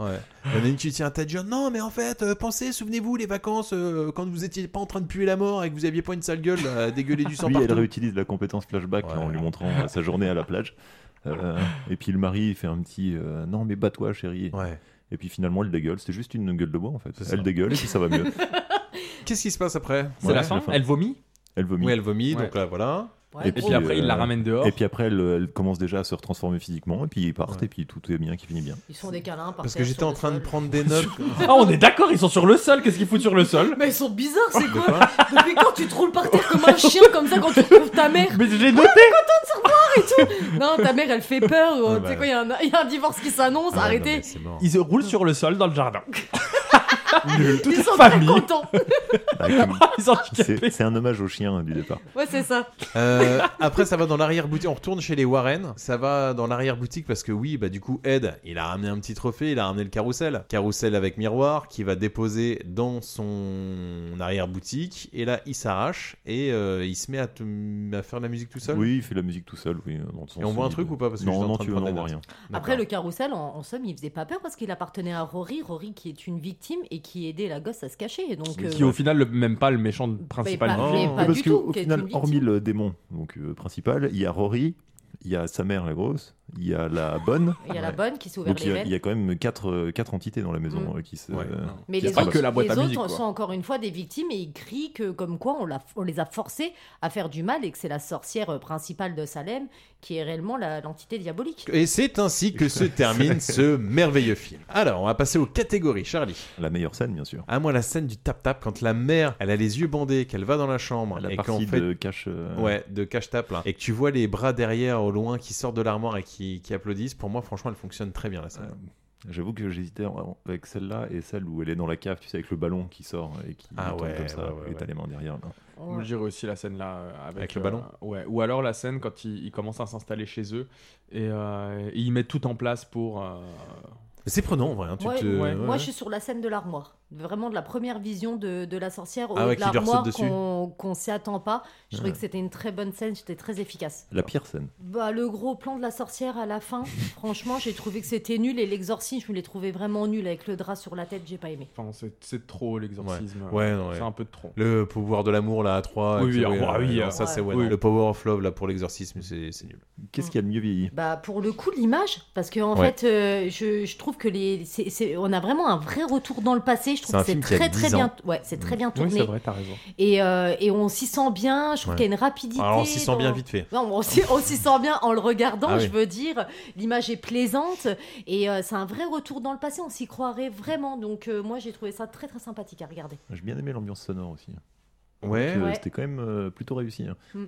[SPEAKER 2] Il y en a une qui tient à tête genre non mais en fait euh, pensez souvenez-vous les vacances euh, quand vous étiez pas en train de puer la mort et que vous aviez pas une sale gueule euh, à dégueuler du sang
[SPEAKER 15] Lui, elle
[SPEAKER 2] partout.
[SPEAKER 15] réutilise la compétence flashback là, en lui montrant euh, sa journée à la plage. Euh, et puis le mari il fait un petit euh, non mais bats-toi chérie. Et puis finalement elle dégueule, c'est juste une gueule de bois en fait.
[SPEAKER 2] ça.
[SPEAKER 15] Elle dégueule et puis ça va mieux.
[SPEAKER 2] Qu'est-ce qui se passe après
[SPEAKER 11] C'est la fin Elle vomit
[SPEAKER 15] Elle vomit.
[SPEAKER 2] Oui, elle vomit,
[SPEAKER 11] Ouais.
[SPEAKER 2] donc là voilà.
[SPEAKER 11] Et puis après, il la ramène dehors.
[SPEAKER 15] Et puis après elle, elle commence déjà à se transformer physiquement et puis ils partent et puis tout est bien qui finit bien.
[SPEAKER 16] Ils sont des câlins par
[SPEAKER 2] Parce
[SPEAKER 16] terre
[SPEAKER 2] que j'étais
[SPEAKER 16] sur
[SPEAKER 2] en
[SPEAKER 16] le
[SPEAKER 2] train de
[SPEAKER 16] sol.
[SPEAKER 2] prendre des notes.
[SPEAKER 11] Ah, on est d'accord, ils sont sur le sol. Qu'est-ce qu'ils foutent sur le sol
[SPEAKER 16] Mais ils sont bizarres, c'est
[SPEAKER 2] De
[SPEAKER 16] quoi
[SPEAKER 2] quoi
[SPEAKER 16] Depuis quand tu te roules par terre comme un chien comme ça quand tu retrouves ta mère
[SPEAKER 11] Mais je l'ai
[SPEAKER 16] Ah,
[SPEAKER 11] noté
[SPEAKER 16] t'es content de se revoir et tout Non, ta mère elle fait peur. ou,
[SPEAKER 11] Ouais,
[SPEAKER 16] tu
[SPEAKER 11] bah.
[SPEAKER 16] sais quoi, il y, a un- il y a un divorce qui s'annonce, arrêtez.
[SPEAKER 11] Ils se roulent sur le sol dans le jardin. Nul. Toute
[SPEAKER 16] Ils sont
[SPEAKER 11] la famille.
[SPEAKER 16] très contents.
[SPEAKER 2] Oh,
[SPEAKER 15] C'est c'est un hommage au chien hein, du départ.
[SPEAKER 16] Ouais, c'est ça.
[SPEAKER 2] Euh, après, ça va dans l'arrière-boutique. On retourne chez les Warren. Ça va dans l'arrière-boutique parce que, oui, bah, du coup, Ed, il a ramené un petit trophée. Il a ramené le carrousel. Carrousel avec miroir qui va déposer dans son arrière-boutique. Et là, il s'arrache et euh, il se met à, te- à faire de la musique tout seul.
[SPEAKER 15] Oui, il fait la musique tout seul. Oui, dans son
[SPEAKER 2] Et on voit un
[SPEAKER 15] solide.
[SPEAKER 2] truc ou pas Parce que
[SPEAKER 15] Non,
[SPEAKER 2] j'étais en
[SPEAKER 15] non,
[SPEAKER 2] train de
[SPEAKER 15] tu
[SPEAKER 2] prendre
[SPEAKER 15] n'en
[SPEAKER 2] des
[SPEAKER 15] vois
[SPEAKER 2] notes.
[SPEAKER 15] rien.
[SPEAKER 16] Après, le carrousel, en, en somme, il faisait pas peur parce qu'il appartenait à Rory. Rory qui est une victime et qui aidait la gosse à se cacher. et Donc, euh,
[SPEAKER 11] Qui au final, le- même pas le méchant principal.
[SPEAKER 16] pas-
[SPEAKER 11] du
[SPEAKER 16] mais
[SPEAKER 11] film.
[SPEAKER 16] pas
[SPEAKER 15] parce
[SPEAKER 16] du
[SPEAKER 15] que,
[SPEAKER 16] tout,
[SPEAKER 15] au
[SPEAKER 16] qui est
[SPEAKER 15] final,
[SPEAKER 16] une victime.
[SPEAKER 15] hormis le démon donc euh, principal, il y a Rory, il y a sa mère la grosse, il y a la bonne.
[SPEAKER 16] Il y a la bonne qui s'est ouvert
[SPEAKER 15] Donc
[SPEAKER 16] les
[SPEAKER 15] il y, a,
[SPEAKER 16] veines.
[SPEAKER 15] il y a quand même quatre, euh, quatre entités dans la maison
[SPEAKER 16] Mm.
[SPEAKER 15] euh, qui se.
[SPEAKER 16] Mais
[SPEAKER 15] qui
[SPEAKER 16] les
[SPEAKER 15] se battent.
[SPEAKER 16] autres, les autres sont encore une fois des victimes et ils crient que comme quoi on, l'a- on les a forcés à faire du mal et que c'est la sorcière euh, principale de Salem qui est réellement la- l'entité diabolique.
[SPEAKER 2] Et c'est ainsi que se termine ce merveilleux film. Alors, on va passer aux catégories, Charlie.
[SPEAKER 15] La meilleure scène, bien sûr.
[SPEAKER 2] À moi, la scène du tap-tap, quand la mère, elle a les yeux bandés, qu'elle va dans la chambre.
[SPEAKER 15] La
[SPEAKER 2] et
[SPEAKER 15] partie
[SPEAKER 2] qu'en fait,
[SPEAKER 15] de cache. euh,
[SPEAKER 2] Ouais, de cache-tape là. Et que tu vois les bras derrière au loin qui sortent de l'armoire et qui, qui applaudissent. Pour moi, franchement, elle fonctionne très bien la scène.
[SPEAKER 15] Euh, J'avoue que j'hésitais en- avec celle-là et celle où elle est dans la cave, tu sais, avec le ballon qui sort et qui
[SPEAKER 2] Ah
[SPEAKER 15] tombe
[SPEAKER 2] ouais,
[SPEAKER 15] comme ça,
[SPEAKER 2] ouais, ouais,
[SPEAKER 15] et t'as les mains derrière. là.
[SPEAKER 11] Moi, je dirais aussi la scène là euh, avec,
[SPEAKER 2] Avec le
[SPEAKER 11] euh,
[SPEAKER 2] ballon
[SPEAKER 11] ouais. Ou alors la scène quand ils, ils commencent à s'installer chez eux et, euh, et ils mettent tout en place pour. euh,
[SPEAKER 2] Mais c'est prenant en vrai. hein, tu
[SPEAKER 16] Moi,
[SPEAKER 2] te-
[SPEAKER 16] moi,
[SPEAKER 2] ouais, ouais.
[SPEAKER 16] je suis sur la scène de l'armoire. Vraiment de la première vision de, de la sorcière au
[SPEAKER 2] Ah
[SPEAKER 16] haut
[SPEAKER 2] ouais, qui
[SPEAKER 16] de
[SPEAKER 2] leur saute
[SPEAKER 16] l'armoire
[SPEAKER 2] dessus.
[SPEAKER 16] qu'on qu'on s'y attend pas. Je trouvais
[SPEAKER 15] Ouais.
[SPEAKER 16] que c'était une très bonne scène, c'était très efficace.
[SPEAKER 15] La pire scène.
[SPEAKER 16] Bah, le gros plan de la sorcière à la fin, franchement, j'ai trouvé que c'était nul et l'exorcisme, je l'ai trouvé vraiment nul avec le drap sur la tête, j'ai pas aimé.
[SPEAKER 11] Enfin, c'est- c'est trop l'exorcisme.
[SPEAKER 2] Ouais, non, ouais.
[SPEAKER 11] C'est un peu de trop.
[SPEAKER 2] Le pouvoir de l'amour là à 3.
[SPEAKER 11] Oui, oui, ah, oui, ah,
[SPEAKER 2] ça
[SPEAKER 11] ouais.
[SPEAKER 2] c'est ouais,
[SPEAKER 11] Oui.
[SPEAKER 2] Le power of love là pour l'exorcisme, c'est c'est nul.
[SPEAKER 15] Qu'est-ce qui a de mieux vieilli
[SPEAKER 16] Bah, pour le coup, l'image, parce que en
[SPEAKER 2] Ouais.
[SPEAKER 16] fait, euh, je, je trouve que les, c'est- c'est- on a vraiment un vrai retour dans le passé. Je je
[SPEAKER 2] C'est
[SPEAKER 16] trouve
[SPEAKER 2] un
[SPEAKER 16] que c'est
[SPEAKER 2] film qui a
[SPEAKER 16] très très
[SPEAKER 2] 10 ans. Mmh.
[SPEAKER 16] bien, ouais, c'est très bien
[SPEAKER 2] Oui,
[SPEAKER 16] tourné.
[SPEAKER 2] c'est vrai, t'as raison.
[SPEAKER 16] Et, euh, et on s'y sent bien. Je trouve
[SPEAKER 2] Ouais.
[SPEAKER 16] qu'il y a une rapidité.
[SPEAKER 2] Alors, on s'y sent
[SPEAKER 16] dans-
[SPEAKER 2] bien vite fait.
[SPEAKER 16] Non, on s'y on s'y sent bien en le regardant.
[SPEAKER 2] Ah
[SPEAKER 16] je
[SPEAKER 2] oui.
[SPEAKER 16] veux dire, l'image est plaisante et euh, c'est un vrai retour dans le passé. On s'y croirait vraiment. Donc euh, moi, j'ai trouvé ça très très sympathique à regarder.
[SPEAKER 15] J'ai bien aimé l'ambiance sonore aussi.
[SPEAKER 2] Ouais.
[SPEAKER 15] Donc, euh,
[SPEAKER 16] Ouais.
[SPEAKER 15] C'était quand même euh, plutôt réussi. hein.
[SPEAKER 16] Mm.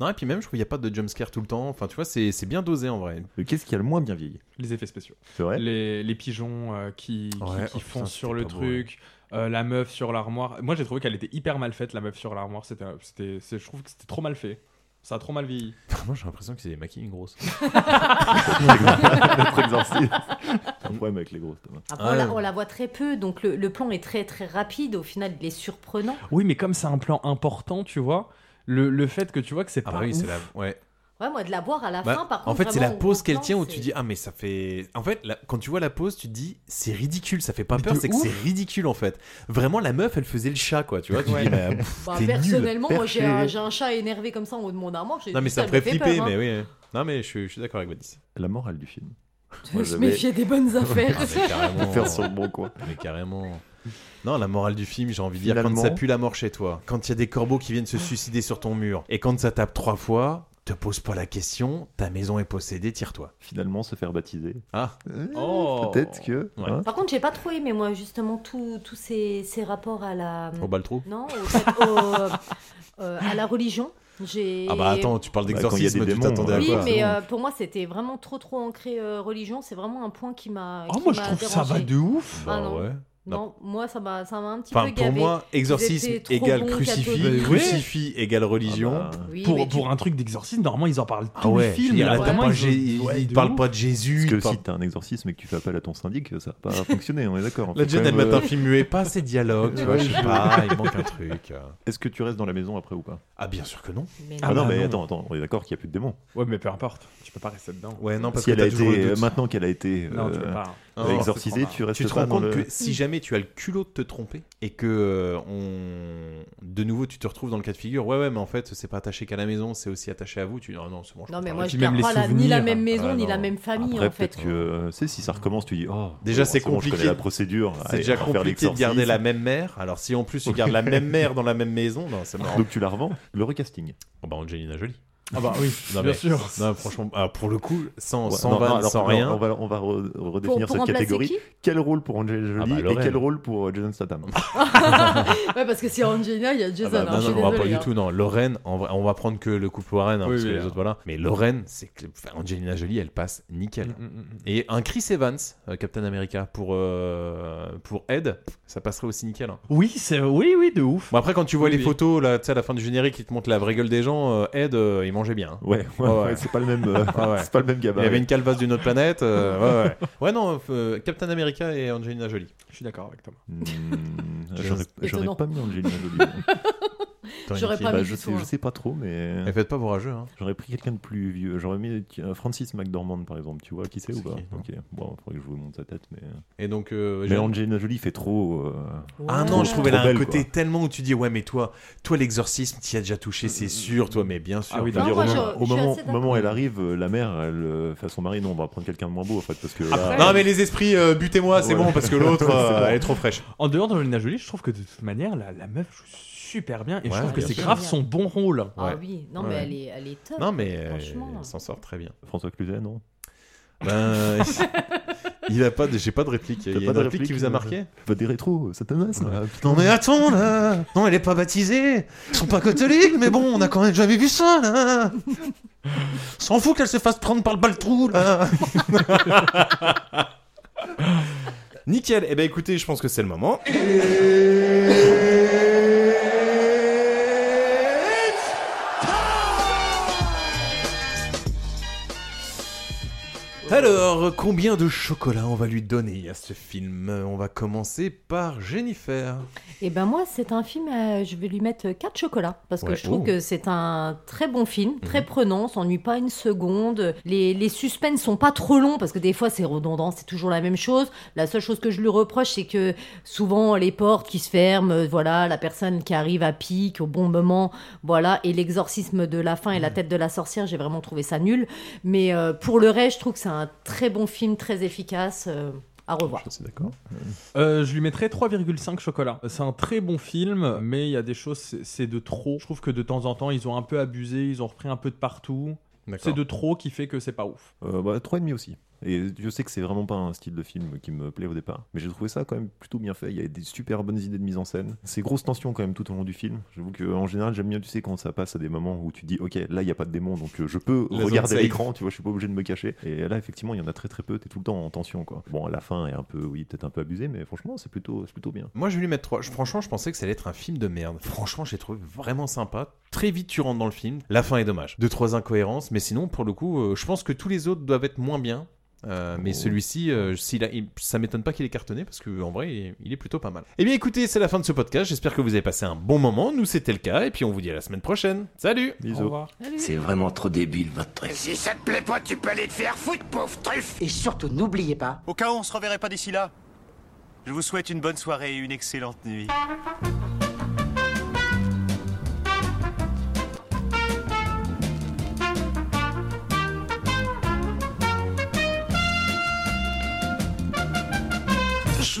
[SPEAKER 2] Non, et puis même, je trouve qu'il n'y a pas de jumpscare tout le temps. Enfin, tu vois, c'est c'est bien dosé en vrai.
[SPEAKER 15] Euh, Qu'est-ce qui a le moins bien vieilli
[SPEAKER 11] Les effets spéciaux.
[SPEAKER 15] C'est vrai
[SPEAKER 11] Les, les pigeons euh, qui, qui-
[SPEAKER 15] Ouais,
[SPEAKER 11] qui
[SPEAKER 15] oh
[SPEAKER 11] foncent
[SPEAKER 15] putain,
[SPEAKER 11] sur
[SPEAKER 15] c'était
[SPEAKER 11] le
[SPEAKER 15] pas beau,
[SPEAKER 11] truc, euh, la meuf sur l'armoire. Moi, j'ai trouvé qu'elle était hyper mal faite, la meuf sur l'armoire. C'était, euh, c'était, c'est- je trouve que c'était trop mal fait. Ça a trop mal vieilli.
[SPEAKER 2] Ah, Moi, j'ai l'impression que c'est des maquillings grosses.
[SPEAKER 15] Notre exorciste. Un problème avec les grosses, Thomas.
[SPEAKER 2] Ah
[SPEAKER 16] Après, on, la, on la voit très peu, donc le, le plan est très très rapide. Au final, il est surprenant.
[SPEAKER 11] Oui, mais comme c'est un plan important, tu vois, le, le fait que tu vois que c'est
[SPEAKER 2] Ah,
[SPEAKER 11] pas
[SPEAKER 2] bah oui, c'est
[SPEAKER 11] ouf.
[SPEAKER 2] la. Ouais.
[SPEAKER 16] Ouais, moi, de la voir à la
[SPEAKER 2] Bah,
[SPEAKER 16] fin, par contre.
[SPEAKER 2] en fait, c'est la
[SPEAKER 16] vraiment, au
[SPEAKER 2] pause
[SPEAKER 16] bon
[SPEAKER 2] qu'elle
[SPEAKER 16] plan,
[SPEAKER 2] tient où
[SPEAKER 16] c'est-
[SPEAKER 2] tu dis ah mais ça fait. En fait, la- quand tu vois la pause, tu te dis c'est ridicule, ça fait pas peur,
[SPEAKER 11] de
[SPEAKER 2] c'est que
[SPEAKER 11] ouf.
[SPEAKER 2] c'est ridicule en fait. Vraiment, la meuf, elle faisait le chat quoi, tu vois. Tu
[SPEAKER 11] Ouais.
[SPEAKER 2] dis bah, pff,
[SPEAKER 16] Bah,
[SPEAKER 2] t'es nul.
[SPEAKER 16] personnellement, moi, j'ai un,
[SPEAKER 2] Perché.
[SPEAKER 16] j'ai un chat énervé comme ça en haut de mon armoire. j'ai-
[SPEAKER 2] Non mais ça me
[SPEAKER 16] me
[SPEAKER 2] ferait
[SPEAKER 16] fait
[SPEAKER 2] flipper,
[SPEAKER 16] peur, hein.
[SPEAKER 2] mais oui. hein. Non mais je, suis- je suis d'accord avec Badis.
[SPEAKER 15] La morale du film.
[SPEAKER 16] Moi, se j'avais- méfier des bonnes affaires.
[SPEAKER 2] Ah, mais carrément.
[SPEAKER 15] Faire sur le bon coin.
[SPEAKER 2] Mais carrément. Non, la morale du film, j'ai envie de dire quand
[SPEAKER 15] Finalement-
[SPEAKER 2] ça pue la mort chez toi, quand il y a des corbeaux qui viennent se suicider sur ton mur, et quand ça tape trois fois, te pose pas la question, ta maison est possédée, tire-toi.
[SPEAKER 15] Finalement, se faire baptiser.
[SPEAKER 2] Ah.
[SPEAKER 11] Oh.
[SPEAKER 15] Peut-être que.
[SPEAKER 2] Ouais.
[SPEAKER 15] hein.
[SPEAKER 16] Par contre, j'ai pas trop aimé, moi, justement, tous tous ces, ces rapports à la.
[SPEAKER 2] Au baltrou
[SPEAKER 16] Non, au fait- au- euh, à la religion. J'ai-
[SPEAKER 2] Ah bah attends, tu parles
[SPEAKER 15] Bah, quand il y a
[SPEAKER 2] d'exorcisme,
[SPEAKER 15] des
[SPEAKER 2] tu
[SPEAKER 15] démons,
[SPEAKER 2] t'attendais à
[SPEAKER 16] Oui,
[SPEAKER 2] quoi
[SPEAKER 16] mais euh, pour moi, c'était vraiment trop, trop ancré euh, religion. C'est vraiment un point qui m'a.
[SPEAKER 11] Oh,
[SPEAKER 16] Ah, qui
[SPEAKER 11] moi, je
[SPEAKER 16] m'a
[SPEAKER 11] trouve ça
[SPEAKER 16] dérangée.
[SPEAKER 11] va de ouf.
[SPEAKER 16] Ah
[SPEAKER 2] Bah,
[SPEAKER 16] non.
[SPEAKER 2] ouais.
[SPEAKER 16] Non, moi, ça m'a ça m'a un petit
[SPEAKER 2] Enfin,
[SPEAKER 16] peu
[SPEAKER 2] pour
[SPEAKER 16] gavé.
[SPEAKER 2] moi,
[SPEAKER 16] Ils
[SPEAKER 2] exorcisme
[SPEAKER 16] étaient trop
[SPEAKER 2] égale
[SPEAKER 16] bons
[SPEAKER 2] crucifix,
[SPEAKER 15] Bah
[SPEAKER 16] catholiques.
[SPEAKER 2] crucifix égale
[SPEAKER 15] Ah
[SPEAKER 2] religion.
[SPEAKER 16] Oui,
[SPEAKER 11] pour
[SPEAKER 16] mais tu-
[SPEAKER 11] pour un truc d'exorcisme, normalement, ils en parlent tout
[SPEAKER 2] Ah ouais,
[SPEAKER 11] le film.
[SPEAKER 2] il,
[SPEAKER 11] mais là,
[SPEAKER 2] arrête
[SPEAKER 11] vraiment,
[SPEAKER 2] pas,
[SPEAKER 11] ils ont-
[SPEAKER 2] Jé-
[SPEAKER 11] ouais,
[SPEAKER 2] il
[SPEAKER 11] de
[SPEAKER 2] parle
[SPEAKER 11] ouf.
[SPEAKER 2] pas de Jésus.
[SPEAKER 15] Parce
[SPEAKER 2] il
[SPEAKER 15] que
[SPEAKER 2] parle-
[SPEAKER 15] si t'as un exorcisme et que tu fais appel à ton syndic, ça va pas fonctionner, on est d'accord.
[SPEAKER 2] La
[SPEAKER 15] Faut
[SPEAKER 2] Jen,
[SPEAKER 15] quand
[SPEAKER 2] elle
[SPEAKER 15] même,
[SPEAKER 2] m'a un
[SPEAKER 15] euh,
[SPEAKER 2] film muet, pas assez de dialogue, tu vois,
[SPEAKER 15] Ouais,
[SPEAKER 2] je sais
[SPEAKER 15] je-
[SPEAKER 2] pas, il manque un truc. euh.
[SPEAKER 15] Est-ce que tu restes dans la maison après ou pas
[SPEAKER 2] Ah, bien sûr que non.
[SPEAKER 16] Mais
[SPEAKER 15] Ah,
[SPEAKER 11] non.
[SPEAKER 15] non,
[SPEAKER 11] Ah,
[SPEAKER 15] mais
[SPEAKER 11] non.
[SPEAKER 15] attends, attends, on est d'accord qu'il n'y a plus de démons.
[SPEAKER 11] Ouais, mais peu importe, tu peux pas rester dedans.
[SPEAKER 2] Ouais, non, parce
[SPEAKER 15] si
[SPEAKER 2] que
[SPEAKER 15] elle
[SPEAKER 2] t'as
[SPEAKER 15] a
[SPEAKER 2] toujours le
[SPEAKER 15] été,
[SPEAKER 2] doute.
[SPEAKER 15] maintenant qu'elle a été
[SPEAKER 11] Non, tu peux
[SPEAKER 15] euh,
[SPEAKER 11] pas.
[SPEAKER 15] euh,
[SPEAKER 2] Non,
[SPEAKER 15] exorcisée, tu restes
[SPEAKER 2] Oh, Tu te
[SPEAKER 15] pas
[SPEAKER 2] rends
[SPEAKER 15] dans
[SPEAKER 2] compte
[SPEAKER 15] le...
[SPEAKER 2] que si jamais tu as le culot de te tromper et que euh, on... de nouveau tu te retrouves dans le cas de figure, ouais, ouais, mais en fait, c'est pas attaché qu'à la maison, c'est aussi attaché à vous, tu dis, ah non, c'est bon, je
[SPEAKER 16] Non,
[SPEAKER 2] peux
[SPEAKER 16] mais
[SPEAKER 2] pas
[SPEAKER 16] moi,
[SPEAKER 2] parler.
[SPEAKER 16] je garde pas la- ni la même maison,
[SPEAKER 2] Ah,
[SPEAKER 16] ni
[SPEAKER 2] non.
[SPEAKER 16] la même famille,
[SPEAKER 15] Après,
[SPEAKER 16] en fait.
[SPEAKER 15] peut-être que, euh, c'est si ça recommence, tu dis, oh,
[SPEAKER 2] Mm. Déjà,
[SPEAKER 15] bon,
[SPEAKER 2] c'est
[SPEAKER 15] bon, je connais
[SPEAKER 2] compliqué.
[SPEAKER 15] la procédure.
[SPEAKER 2] C'est
[SPEAKER 15] allez,
[SPEAKER 2] déjà
[SPEAKER 15] on va faire
[SPEAKER 2] compliqué de garder
[SPEAKER 15] l'exorcisme.
[SPEAKER 2] la même mère. Alors si en plus tu gardes la même mère dans la même maison, non, c'est marrant.
[SPEAKER 15] Donc tu la revends, le recasting.
[SPEAKER 2] Oh bah Angelina Jolie.
[SPEAKER 11] Ah bah oui,
[SPEAKER 2] Non,
[SPEAKER 11] bien
[SPEAKER 2] mais-
[SPEAKER 11] sûr.
[SPEAKER 2] Non, franchement, ah, pour le coup, sans,
[SPEAKER 15] Ouais,
[SPEAKER 2] sans
[SPEAKER 15] non,
[SPEAKER 2] vanne,
[SPEAKER 15] non, alors,
[SPEAKER 2] sans
[SPEAKER 15] non,
[SPEAKER 2] rien.
[SPEAKER 15] On va, on va re- redéfinir
[SPEAKER 16] pour remplacer
[SPEAKER 15] cette catégorie.
[SPEAKER 16] qui
[SPEAKER 15] Quel rôle pour Angelina Jolie
[SPEAKER 2] Ah bah,
[SPEAKER 15] et
[SPEAKER 2] Lorraine.
[SPEAKER 15] quel rôle pour euh, Jason Statham
[SPEAKER 16] Ouais, parce que c'est Angelina, il y a Jason.
[SPEAKER 2] Ah bah,
[SPEAKER 16] hein,
[SPEAKER 2] non,
[SPEAKER 16] je
[SPEAKER 2] non,
[SPEAKER 16] suis
[SPEAKER 2] on va pas
[SPEAKER 16] désolée,
[SPEAKER 2] du
[SPEAKER 16] hein.
[SPEAKER 2] tout. Non, Lorraine, en vrai, on va prendre que le couple Warren, hein,
[SPEAKER 11] Oui,
[SPEAKER 2] parce que
[SPEAKER 11] oui,
[SPEAKER 2] les
[SPEAKER 11] hein.
[SPEAKER 2] autres, voilà. Mais Lorraine, c'est que- enfin, Angelina Jolie, elle passe nickel.
[SPEAKER 11] Mm, mm, mm.
[SPEAKER 2] Et un Chris Evans, euh, Captain America, pour, euh, pour Ed, ça passerait aussi nickel. hein.
[SPEAKER 11] Oui, c'est oui, oui, de ouf.
[SPEAKER 2] Bon, après, quand tu vois
[SPEAKER 11] Oui,
[SPEAKER 2] les
[SPEAKER 11] oui.
[SPEAKER 2] photos, là, tu sais, à la fin du générique, ils te montrent la vraie gueule des gens, euh, Ed, euh, il mangeait bien. hein.
[SPEAKER 15] Ouais, ouais,
[SPEAKER 2] Ouais, ouais.
[SPEAKER 15] ouais, c'est pas le même, euh,
[SPEAKER 2] Ah ouais.
[SPEAKER 15] c'est pas le même
[SPEAKER 2] Il y
[SPEAKER 15] gabarit.
[SPEAKER 2] avait une calvasse d'une autre planète. euh, ouais, ouais. ouais, non, euh, Captain America et Angelina Jolie.
[SPEAKER 11] Je suis d'accord avec Thomas.
[SPEAKER 15] Hmm, J'aurais
[SPEAKER 16] Étonnant.
[SPEAKER 15] j'aurais pas mis Angelina Jolie.
[SPEAKER 16] J'aurais
[SPEAKER 2] Nicky.
[SPEAKER 16] pas
[SPEAKER 15] Bah,
[SPEAKER 16] mis
[SPEAKER 15] je,
[SPEAKER 16] du
[SPEAKER 15] sais,
[SPEAKER 16] tout.
[SPEAKER 15] je
[SPEAKER 16] hein.
[SPEAKER 15] sais pas trop, mais
[SPEAKER 2] Mais faites pas rageux. Hein.
[SPEAKER 15] j'aurais pris quelqu'un de plus vieux. J'aurais mis euh, Francis McDormand, par exemple. Tu vois qui c'est ou
[SPEAKER 2] C'est
[SPEAKER 15] pas
[SPEAKER 2] qui, non
[SPEAKER 15] Ok, bon, il faudrait que je vous monte sa tête. Mais,
[SPEAKER 2] Et donc, euh,
[SPEAKER 15] mais
[SPEAKER 2] j'ai-
[SPEAKER 15] Angelina Jolie fait trop. euh,
[SPEAKER 2] Ah non,
[SPEAKER 15] trop-
[SPEAKER 2] je trouvais
[SPEAKER 15] trop
[SPEAKER 2] là un
[SPEAKER 15] belle,
[SPEAKER 2] côté
[SPEAKER 15] quoi.
[SPEAKER 2] tellement où tu dis ouais mais toi, toi l'exorcisme, t'y as déjà touché,
[SPEAKER 15] Euh,
[SPEAKER 2] c'est sûr, toi mais bien sûr.
[SPEAKER 11] Ah oui,
[SPEAKER 15] Je veux
[SPEAKER 16] Non,
[SPEAKER 15] dire,
[SPEAKER 16] moi,
[SPEAKER 15] au
[SPEAKER 16] je-
[SPEAKER 15] moment-
[SPEAKER 16] je
[SPEAKER 15] au
[SPEAKER 16] suis
[SPEAKER 15] moment,
[SPEAKER 16] assez
[SPEAKER 15] au moment où elle arrive, euh, la mère, elle euh, fait à son mari non, on va prendre quelqu'un de moins beau en fait. Parce que là,
[SPEAKER 11] Après-
[SPEAKER 2] Non mais les esprits, euh, butez-moi, c'est
[SPEAKER 15] Ouais.
[SPEAKER 2] bon parce que l'autre,
[SPEAKER 15] C'est
[SPEAKER 2] euh,
[SPEAKER 15] bon.
[SPEAKER 2] elle est trop fraîche.
[SPEAKER 11] En dehors d'Angelina Jolie, je trouve que de toute manière, la, la meuf joue super bien et
[SPEAKER 2] Ouais,
[SPEAKER 11] je trouve que
[SPEAKER 2] bien
[SPEAKER 11] c'est
[SPEAKER 2] sûr.
[SPEAKER 11] grave son bon rôle.
[SPEAKER 16] Ah
[SPEAKER 2] Ouais.
[SPEAKER 16] oui, non,
[SPEAKER 2] Ouais.
[SPEAKER 16] mais elle est, elle est top.
[SPEAKER 2] Non mais euh,
[SPEAKER 16] Franchement.
[SPEAKER 2] elle s'en sort très bien.
[SPEAKER 15] François Cluzet, non
[SPEAKER 2] Ben, il a pas, de- j'ai pas de réplique. Il y a
[SPEAKER 15] T'as
[SPEAKER 2] une réplique qui vous a marqué
[SPEAKER 15] Bah, des rétros, Satanas là, putain.
[SPEAKER 2] Non mais attends là Non elle est pas baptisée Ils sont pas catholiques mais bon on a quand même jamais vu ça là S'en fout qu'elle se fasse prendre par le baltrou là Nickel, eh ben écoutez, je pense que c'est le moment. Alors, combien de chocolat on va lui donner à ce film On va commencer par Jennifer.
[SPEAKER 16] Et ben moi, c'est un film, euh, je vais lui mettre 4 chocolats, parce que
[SPEAKER 2] Ouais.
[SPEAKER 16] je trouve
[SPEAKER 2] Oh.
[SPEAKER 16] que c'est un très bon film, très prenant, on s'ennuie pas une seconde. Les, les suspens sont pas trop longs, parce que des fois c'est redondant, c'est toujours la même chose. La seule chose que je lui reproche, c'est que souvent les portes qui se ferment, euh, voilà, la personne qui arrive à pic au bon moment, voilà, et l'exorcisme de la fin et la tête de la sorcière, j'ai vraiment trouvé ça nul. Mais euh, pour le reste, je trouve que c'est un très bon film, très efficace. euh, à revoir.
[SPEAKER 15] C'est d'accord.
[SPEAKER 11] Euh, je lui mettrais 3,5 chocolat. C'est un très bon film, mais il y a des choses, c'est- c'est de trop. Je trouve que de temps en temps, ils ont un peu abusé, ils ont repris un peu de partout.
[SPEAKER 15] D'accord.
[SPEAKER 11] C'est de trop qui fait que c'est pas ouf.
[SPEAKER 15] Euh, bah, 3,5 aussi. Et je sais que c'est vraiment pas un style de film qui me plaît au départ, mais j'ai trouvé ça quand même plutôt bien fait. Il y a des super bonnes idées de mise en scène. C'est grosse tension quand même tout au long du film. J'avoue que en général j'aime bien, tu sais, quand ça passe à des moments où tu dis, ok, là il y a pas de démon, donc euh, je peux
[SPEAKER 2] La zone
[SPEAKER 15] regarder
[SPEAKER 2] safe.
[SPEAKER 15] l'écran, tu vois, je suis pas obligé de me cacher. Et là effectivement il y en a très très peu. T'es tout le temps en tension quoi. Bon, à la fin est un peu, oui, peut-être un peu abusé, mais franchement c'est plutôt, c'est plutôt bien.
[SPEAKER 2] Moi, je vais lui mettre 3. Franchement, je pensais que ça allait être un film de merde. Franchement, j'ai trouvé vraiment sympa. Très vite, tu rentres dans le film. La fin est dommage. Deux, trois incohérences. Mais sinon, pour le coup, euh, je pense que tous les autres doivent être moins bien. Euh, mais celui-ci, euh, s'il a- il- ça m'étonne pas qu'il est cartonné parce que en vrai, il est, il est plutôt pas mal. Eh bien, écoutez, c'est la fin de ce podcast. J'espère que vous avez passé un bon moment. Nous, c'était le cas. Et puis, on vous dit à la semaine prochaine. Salut
[SPEAKER 15] Bisous. Au revoir.
[SPEAKER 9] C'est vraiment trop débile, votre
[SPEAKER 17] Et
[SPEAKER 9] truc.
[SPEAKER 17] si ça te plaît pas, tu peux aller te faire foutre, pauvre truffe
[SPEAKER 9] Et surtout, n'oubliez pas.
[SPEAKER 18] Au cas où on se reverrait pas d'ici là, je vous souhaite une bonne soirée et une excellente nuit.
[SPEAKER 19] Je